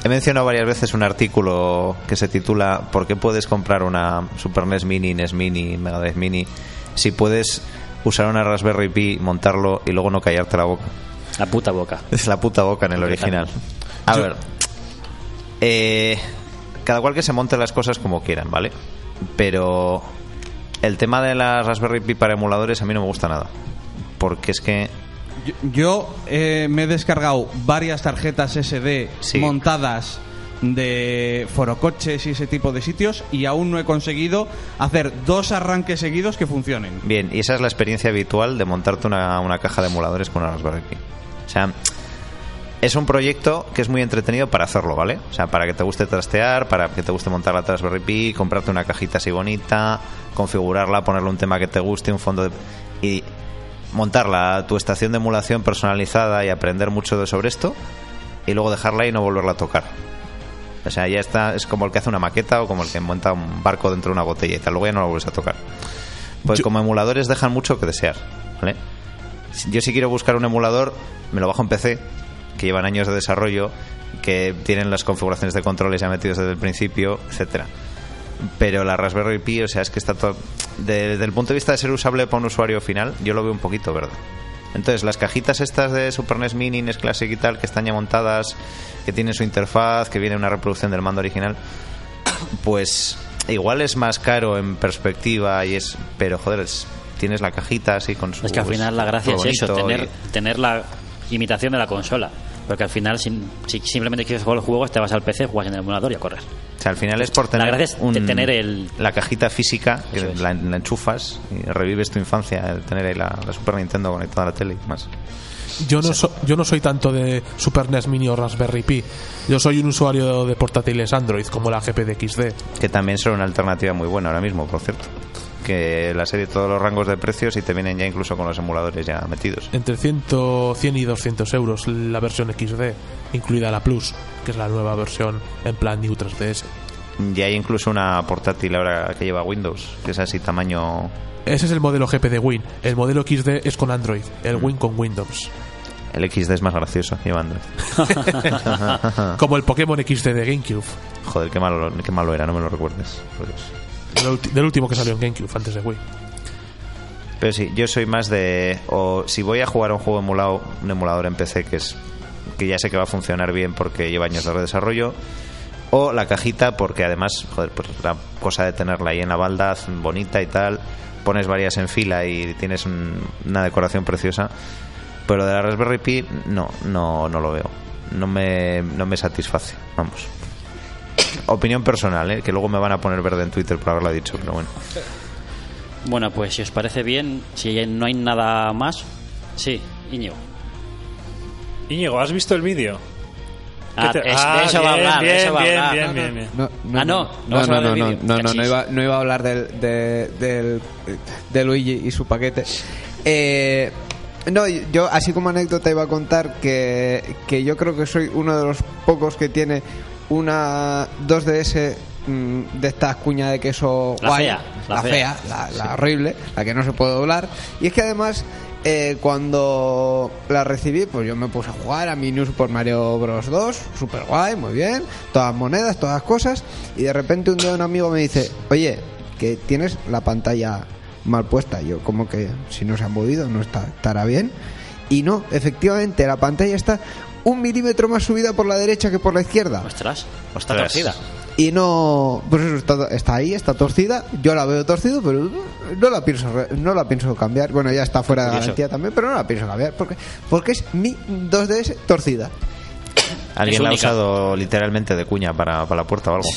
[SPEAKER 4] he mencionado varias veces un artículo que se titula ¿Por qué puedes comprar una Super NES Mini, NES Mini, Mega Drive Mini si puedes usar una Raspberry Pi, montarlo y luego no callarte la boca?
[SPEAKER 20] La puta boca.
[SPEAKER 4] Es la puta boca en el original. A ver. eh, cada cual que se monte las cosas como quieran, ¿vale? Pero el tema de la Raspberry Pi para emuladores a mí no me gusta nada. Porque es que
[SPEAKER 11] Yo, yo, eh, me he descargado varias tarjetas SD montadas de forocoches y ese tipo de sitios y aún no he conseguido hacer dos arranques seguidos que funcionen.
[SPEAKER 4] Bien, y esa es la experiencia habitual de montarte una, una caja de emuladores con una Raspberry Pi. O sea, es un proyecto que es muy entretenido para hacerlo, ¿vale? O sea, para que te guste trastear, para que te guste montar la Raspberry Pi, comprarte una cajita así bonita, configurarla, ponerle un tema que te guste, un fondo de... y montarla a tu estación de emulación personalizada y aprender mucho de- sobre esto y luego dejarla y no volverla a tocar. O sea, ya está, es como el que hace una maqueta o como el que monta un barco dentro de una botella y tal, luego ya no lo vuelves a tocar. Pues como emuladores dejan mucho que desear, ¿vale? Si- Yo si quiero buscar un emulador, me lo bajo en PC, que llevan años de desarrollo, que tienen las configuraciones de controles ya metidos desde el principio, etcétera. Pero la Raspberry Pi, o sea, es que está todo... de- desde el punto de vista de ser usable para un usuario final, yo lo veo un poquito verde. Entonces, las cajitas estas de Super NES Mini, NES Classic y tal, que están ya montadas, que tienen su interfaz, que viene una reproducción del mando original, (coughs) pues igual es más caro en perspectiva y es pero joder es- tienes la cajita así con su
[SPEAKER 20] Es que al final la gracia es
[SPEAKER 4] todo
[SPEAKER 20] eso,
[SPEAKER 4] bonito
[SPEAKER 20] tener, tener la imitación de la consola. Porque al final, si, si simplemente quieres jugar los juegos, te vas al PC, juegas en el emulador y a correr.
[SPEAKER 4] y- o sea, al final es por tener
[SPEAKER 20] la gracia es
[SPEAKER 4] un-
[SPEAKER 20] de tener el...
[SPEAKER 4] la cajita física que la, la enchufas y revives tu infancia el tener ahí la, la Super Nintendo conectada a la tele y demás
[SPEAKER 10] Yo no, so- yo no soy tanto de Super NES Mini o Raspberry Pi. Yo soy un usuario de portátiles Android, como la GPDXD.
[SPEAKER 4] que también son una alternativa muy buena ahora mismo por cierto que las hay de todos los rangos de precios y te vienen ya incluso con los emuladores ya metidos
[SPEAKER 10] Entre 100, 100 y 200 euros la versión XD, incluida la Plus, que es la nueva versión en plan New 3DS.
[SPEAKER 4] y hay incluso una portátil ahora que lleva Windows que es así tamaño
[SPEAKER 10] Ese es el modelo GP de Win. El modelo XD es con Android, el Win con Windows.
[SPEAKER 4] el XD es más gracioso
[SPEAKER 20] (laughs)
[SPEAKER 4] llevando (laughs)
[SPEAKER 10] Como el Pokémon XD de GameCube,
[SPEAKER 4] Joder, qué malo, qué malo era, no me lo recuerdes. por Dios.
[SPEAKER 10] del, ulti- del último que salió en GameCube antes de Wii.
[SPEAKER 4] Pero sí, yo soy más de. O si voy a jugar a un juego emulado, un emulador en PC que es. que ya sé que va a funcionar bien porque lleva años de desarrollo. O la cajita, porque además, joder, pues la cosa de tenerla ahí en la balda, bonita y tal. Pones varias en fila y tienes un- una decoración preciosa. Pero de la Raspberry Pi, no, no, no lo veo. No me, no me satisface, vamos. (coughs) Opinión personal, ¿eh? que luego me van a poner verde en Twitter por haberla dicho, pero bueno.
[SPEAKER 20] Bueno, pues si os parece bien, si no hay nada más. Sí, Íñigo.
[SPEAKER 9] Íñigo, ¿has visto el vídeo?
[SPEAKER 20] Ah,
[SPEAKER 9] ¿Qué te-
[SPEAKER 20] es- de eso va a
[SPEAKER 9] Este- bien,
[SPEAKER 20] hablar, de
[SPEAKER 9] bien,
[SPEAKER 20] eso va a
[SPEAKER 9] bien,
[SPEAKER 20] hablar.
[SPEAKER 9] bien, bien, bien. Ah, no, no
[SPEAKER 14] no,
[SPEAKER 9] vas a
[SPEAKER 14] no,
[SPEAKER 9] hablar
[SPEAKER 14] no,
[SPEAKER 9] del
[SPEAKER 14] no,
[SPEAKER 9] vídeo.
[SPEAKER 14] no, no,
[SPEAKER 9] Cachis.
[SPEAKER 14] iba, no iba a hablar del, de, del- de Luigi y su paquete. Eh, no, yo así como anécdota iba a contar que, que yo creo que soy uno de los pocos que tiene una 2DS mm, de estas cuñas de queso
[SPEAKER 20] La
[SPEAKER 14] guay,
[SPEAKER 20] fea, la
[SPEAKER 14] la,
[SPEAKER 20] fea.
[SPEAKER 14] fea, la, la horrible, la que no se puede doblar. Y es que además, eh, cuando la recibí, pues yo me puse a jugar a mi New Super Mario Bros. 2, super guay, muy bien, todas monedas, todas cosas. Y de repente un día un amigo me dice, oye, que tienes la pantalla mal puesta. Yo, como que si no se han movido, no está, estará bien. Y no, efectivamente, la pantalla está un milímetro más subida por la derecha que por la izquierda.
[SPEAKER 20] Ostras, está
[SPEAKER 4] Ostras.
[SPEAKER 20] torcida.
[SPEAKER 14] Y no. Pues eso está, está ahí, está torcida. Yo la veo torcido, pero no la pienso re- no la pienso cambiar. Bueno, ya está fuera de
[SPEAKER 4] Curioso.
[SPEAKER 14] garantía también, pero no la pienso cambiar porque porque es mi 2DS torcida.
[SPEAKER 4] Alguien
[SPEAKER 14] Es
[SPEAKER 4] la ha
[SPEAKER 14] única.
[SPEAKER 4] usado literalmente de cuña para, para la puerta o algo.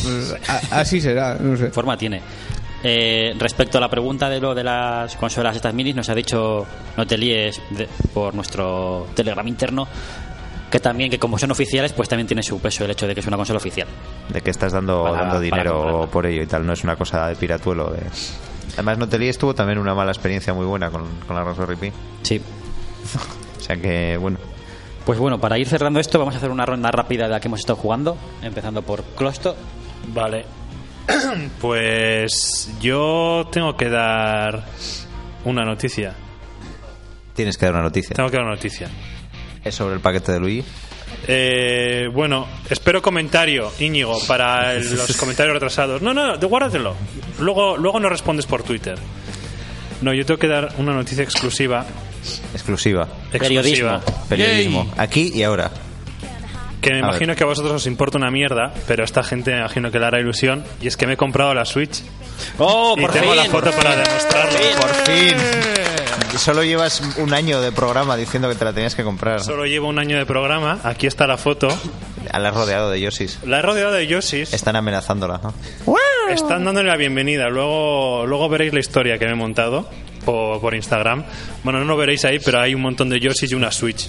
[SPEAKER 14] Así será, no sé.
[SPEAKER 20] Forma tiene. Eh, respecto a la pregunta de lo de las consolas estas minis, nos ha dicho no te líes de- por nuestro telegram interno que también que como son oficiales pues también tiene su peso el hecho de que es una consola oficial.
[SPEAKER 4] De que estás dando,
[SPEAKER 20] Para-
[SPEAKER 4] dando
[SPEAKER 20] para
[SPEAKER 4] dinero por ello y tal, no es una cosa de piratuelo. De... Además, no te líes, tuvo también una mala experiencia muy buena con, con la Raspberry Pi.
[SPEAKER 20] Sí.
[SPEAKER 4] O sea que, bueno.
[SPEAKER 20] Pues bueno, para ir cerrando esto vamos a hacer una ronda rápida de la que hemos estado jugando, empezando por Closto.
[SPEAKER 9] Vale. Pues yo tengo que dar una noticia.
[SPEAKER 4] Tienes que dar una noticia.
[SPEAKER 9] Tengo que dar una noticia.
[SPEAKER 4] Es sobre el paquete de Luigi.
[SPEAKER 9] Eh, bueno, espero comentario, Íñigo,
[SPEAKER 4] (laughs)
[SPEAKER 9] para el- los comentarios retrasados. No, no, no, guárdatelo. Luego, luego no respondes por Twitter. No, yo tengo que dar una noticia exclusiva.
[SPEAKER 4] Exclusiva.
[SPEAKER 9] Exclusiva.
[SPEAKER 4] Periodismo.
[SPEAKER 9] Periodismo.
[SPEAKER 4] Periodismo. Aquí y ahora.
[SPEAKER 9] Que me
[SPEAKER 4] A
[SPEAKER 9] imagino
[SPEAKER 4] ver.
[SPEAKER 9] que a vosotros os importa una mierda, pero a esta gente me imagino que le hará ilusión. Y es que me he comprado la Switch.
[SPEAKER 20] ¡Oh,
[SPEAKER 9] y tengo la foto para demostrarlo.
[SPEAKER 4] Por fin. Y Solo llevas un año de programa diciendo que te la tenías que comprar.
[SPEAKER 9] Solo llevo un año de programa. Aquí está la foto.
[SPEAKER 4] La has rodeado de Yosis.
[SPEAKER 9] La he rodeado de Yosis.
[SPEAKER 4] Están amenazándola. ¿no?
[SPEAKER 9] Están dándole la bienvenida. Luego, luego veréis la historia que me he montado por, por Instagram. Bueno, no lo veréis ahí, pero hay un montón de Yoshis y una Switch.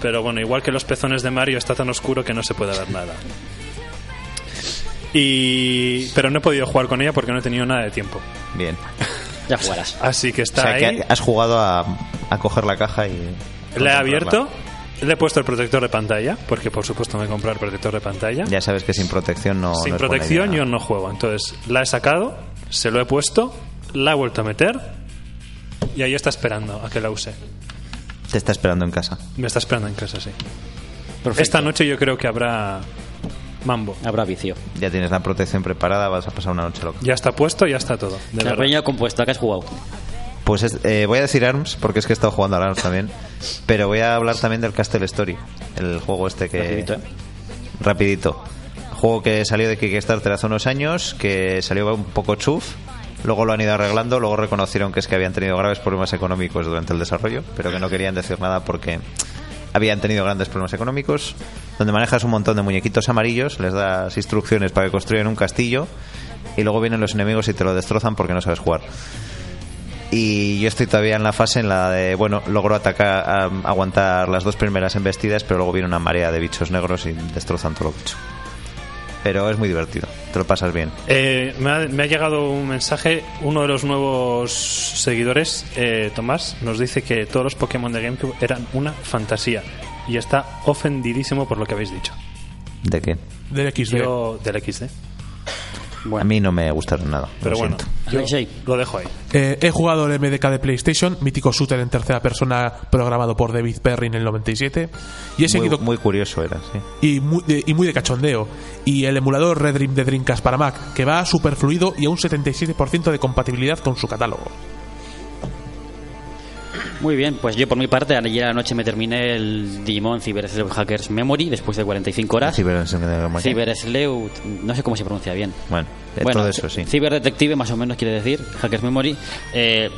[SPEAKER 9] Pero bueno, igual que los pezones de Mario, está tan oscuro que no se puede ver nada. Y... Pero no he podido jugar con ella porque no he tenido nada de tiempo.
[SPEAKER 4] Bien.
[SPEAKER 20] Ya jugarás.
[SPEAKER 9] Así que está
[SPEAKER 4] o sea
[SPEAKER 9] ahí.
[SPEAKER 4] que has jugado a, a coger la caja y.
[SPEAKER 9] La he abierto. Le he puesto el protector de pantalla, porque por supuesto me he comprado el protector de pantalla.
[SPEAKER 4] Ya sabes que sin protección no.
[SPEAKER 9] Sin
[SPEAKER 4] no es buena
[SPEAKER 9] protección
[SPEAKER 4] idea.
[SPEAKER 9] yo no juego. Entonces la he sacado, se lo he puesto, la he vuelto a meter y ahí está esperando a que la use.
[SPEAKER 4] Te está esperando en casa.
[SPEAKER 9] Me está esperando en casa, sí. Esta noche yo creo que habrá mambo.
[SPEAKER 20] Habrá vicio.
[SPEAKER 4] Ya tienes la protección preparada, vas a pasar una noche loca.
[SPEAKER 9] Ya está puesto, ya está todo. De
[SPEAKER 20] la
[SPEAKER 9] verdad.
[SPEAKER 20] peña compuesta que has jugado.
[SPEAKER 4] Pues es- eh, voy a decir ARMS, porque es que he estado jugando al ARMS también. Pero voy a hablar también del Castle Story, el juego este que.
[SPEAKER 20] Rapidito, ¿eh?
[SPEAKER 4] Rapidito. Juego que salió de Kickstarter hace unos años, que salió un poco chuf. Luego lo han ido arreglando, luego reconocieron que es que habían tenido graves problemas económicos durante el desarrollo, pero que no querían decir nada porque habían tenido grandes problemas económicos, donde manejas un montón de muñequitos amarillos, les das instrucciones para que construyan un castillo y luego vienen los enemigos y te lo destrozan porque no sabes jugar. Y yo estoy todavía en la fase en la de, bueno, logro atacar, a- aguantar las dos primeras embestidas, pero luego viene una marea de bichos negros y destrozan todo lo bicho. Pero es muy divertido, te lo pasas bien.
[SPEAKER 9] Eh, me, ha, me ha llegado un mensaje, uno de los nuevos seguidores, eh, Tomás, nos dice que todos los Pokémon de GameCube eran una fantasía y está ofendidísimo por lo que habéis dicho.
[SPEAKER 4] ¿De qué?
[SPEAKER 9] Del XD. Yo, del XD.
[SPEAKER 4] A mí no me gustaron nada.
[SPEAKER 9] Pero
[SPEAKER 4] lo
[SPEAKER 9] bueno,
[SPEAKER 4] siento.
[SPEAKER 9] yo lo dejo ahí.
[SPEAKER 10] Eh, he jugado el MDK de PlayStation, mítico shooter en tercera persona programado por David Perry en el 97. Y he seguido
[SPEAKER 4] Muy, muy curioso era, sí.
[SPEAKER 10] y muy, de, y muy de cachondeo. Y el emulador Red Dream de Dreamcast para Mac, que va super fluido y a un 77% de compatibilidad con su catálogo.
[SPEAKER 20] Muy bien, pues yo por mi parte ayer a la noche me terminé el Digimon Cyber Sleuth Hackers Memory después de 45 horas.
[SPEAKER 4] Cyber- eh,
[SPEAKER 20] Cyber Sleuth, no sé cómo se pronuncia bien.
[SPEAKER 4] Bueno, de
[SPEAKER 20] Bueno,
[SPEAKER 4] todo eso sí.
[SPEAKER 20] Cyberdetective más o menos quiere decir, Hackers Memory. Eh,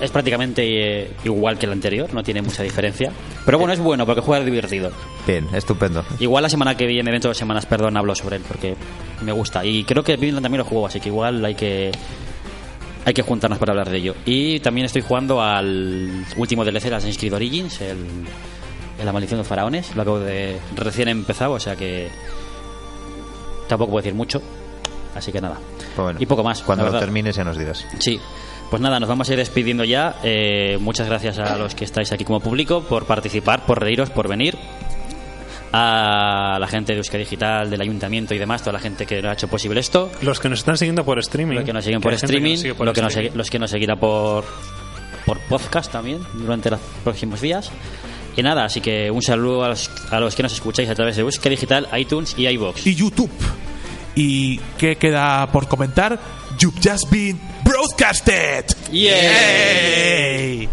[SPEAKER 6] es prácticamente eh, igual que el anterior, no tiene mucha diferencia. Pero bueno, es bueno porque juega divertido.
[SPEAKER 4] Bien, estupendo.
[SPEAKER 6] Igual la semana que viene, dentro de dos semanas, perdón, hablo sobre él porque me gusta. Y creo que Vinland también lo jugó, así que igual hay que hay que juntarnos para hablar de ello. Y también estoy jugando al último DLC de Assassin's Creed Origins, el, el La Maldición de los Faraones. Lo acabo de recién he empezado, o sea que tampoco puedo decir mucho. Así que nada. y poco más.
[SPEAKER 4] Cuando
[SPEAKER 6] la
[SPEAKER 4] lo
[SPEAKER 6] verdad.
[SPEAKER 4] termines Pues ya nos dirás.
[SPEAKER 6] Sí. Pues nada, nos vamos a ir despidiendo ya. Eh, muchas gracias a los que estáis aquí como público por participar, por reíros, por venir. A la gente de Euskadi Digital, del ayuntamiento y demás, toda la gente que nos ha hecho posible esto.
[SPEAKER 17] Los que nos están siguiendo por streaming.
[SPEAKER 6] Los que nos siguen
[SPEAKER 17] Que
[SPEAKER 6] por
[SPEAKER 17] hay gente que nos
[SPEAKER 6] streaming,
[SPEAKER 17] sigue por
[SPEAKER 6] lo que nos
[SPEAKER 17] streaming.
[SPEAKER 6] segui- los que nos seguirá por, por podcast también durante los próximos días. Y nada, así que un saludo a los, a los que nos escucháis a través de Euskadi Digital, iTunes y iBox.
[SPEAKER 10] Y YouTube. ¿Y qué queda por comentar? You've just been broadcasted. Yay.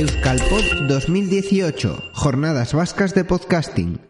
[SPEAKER 3] Euskalpod 2018, Jornadas Vascas de Podcasting.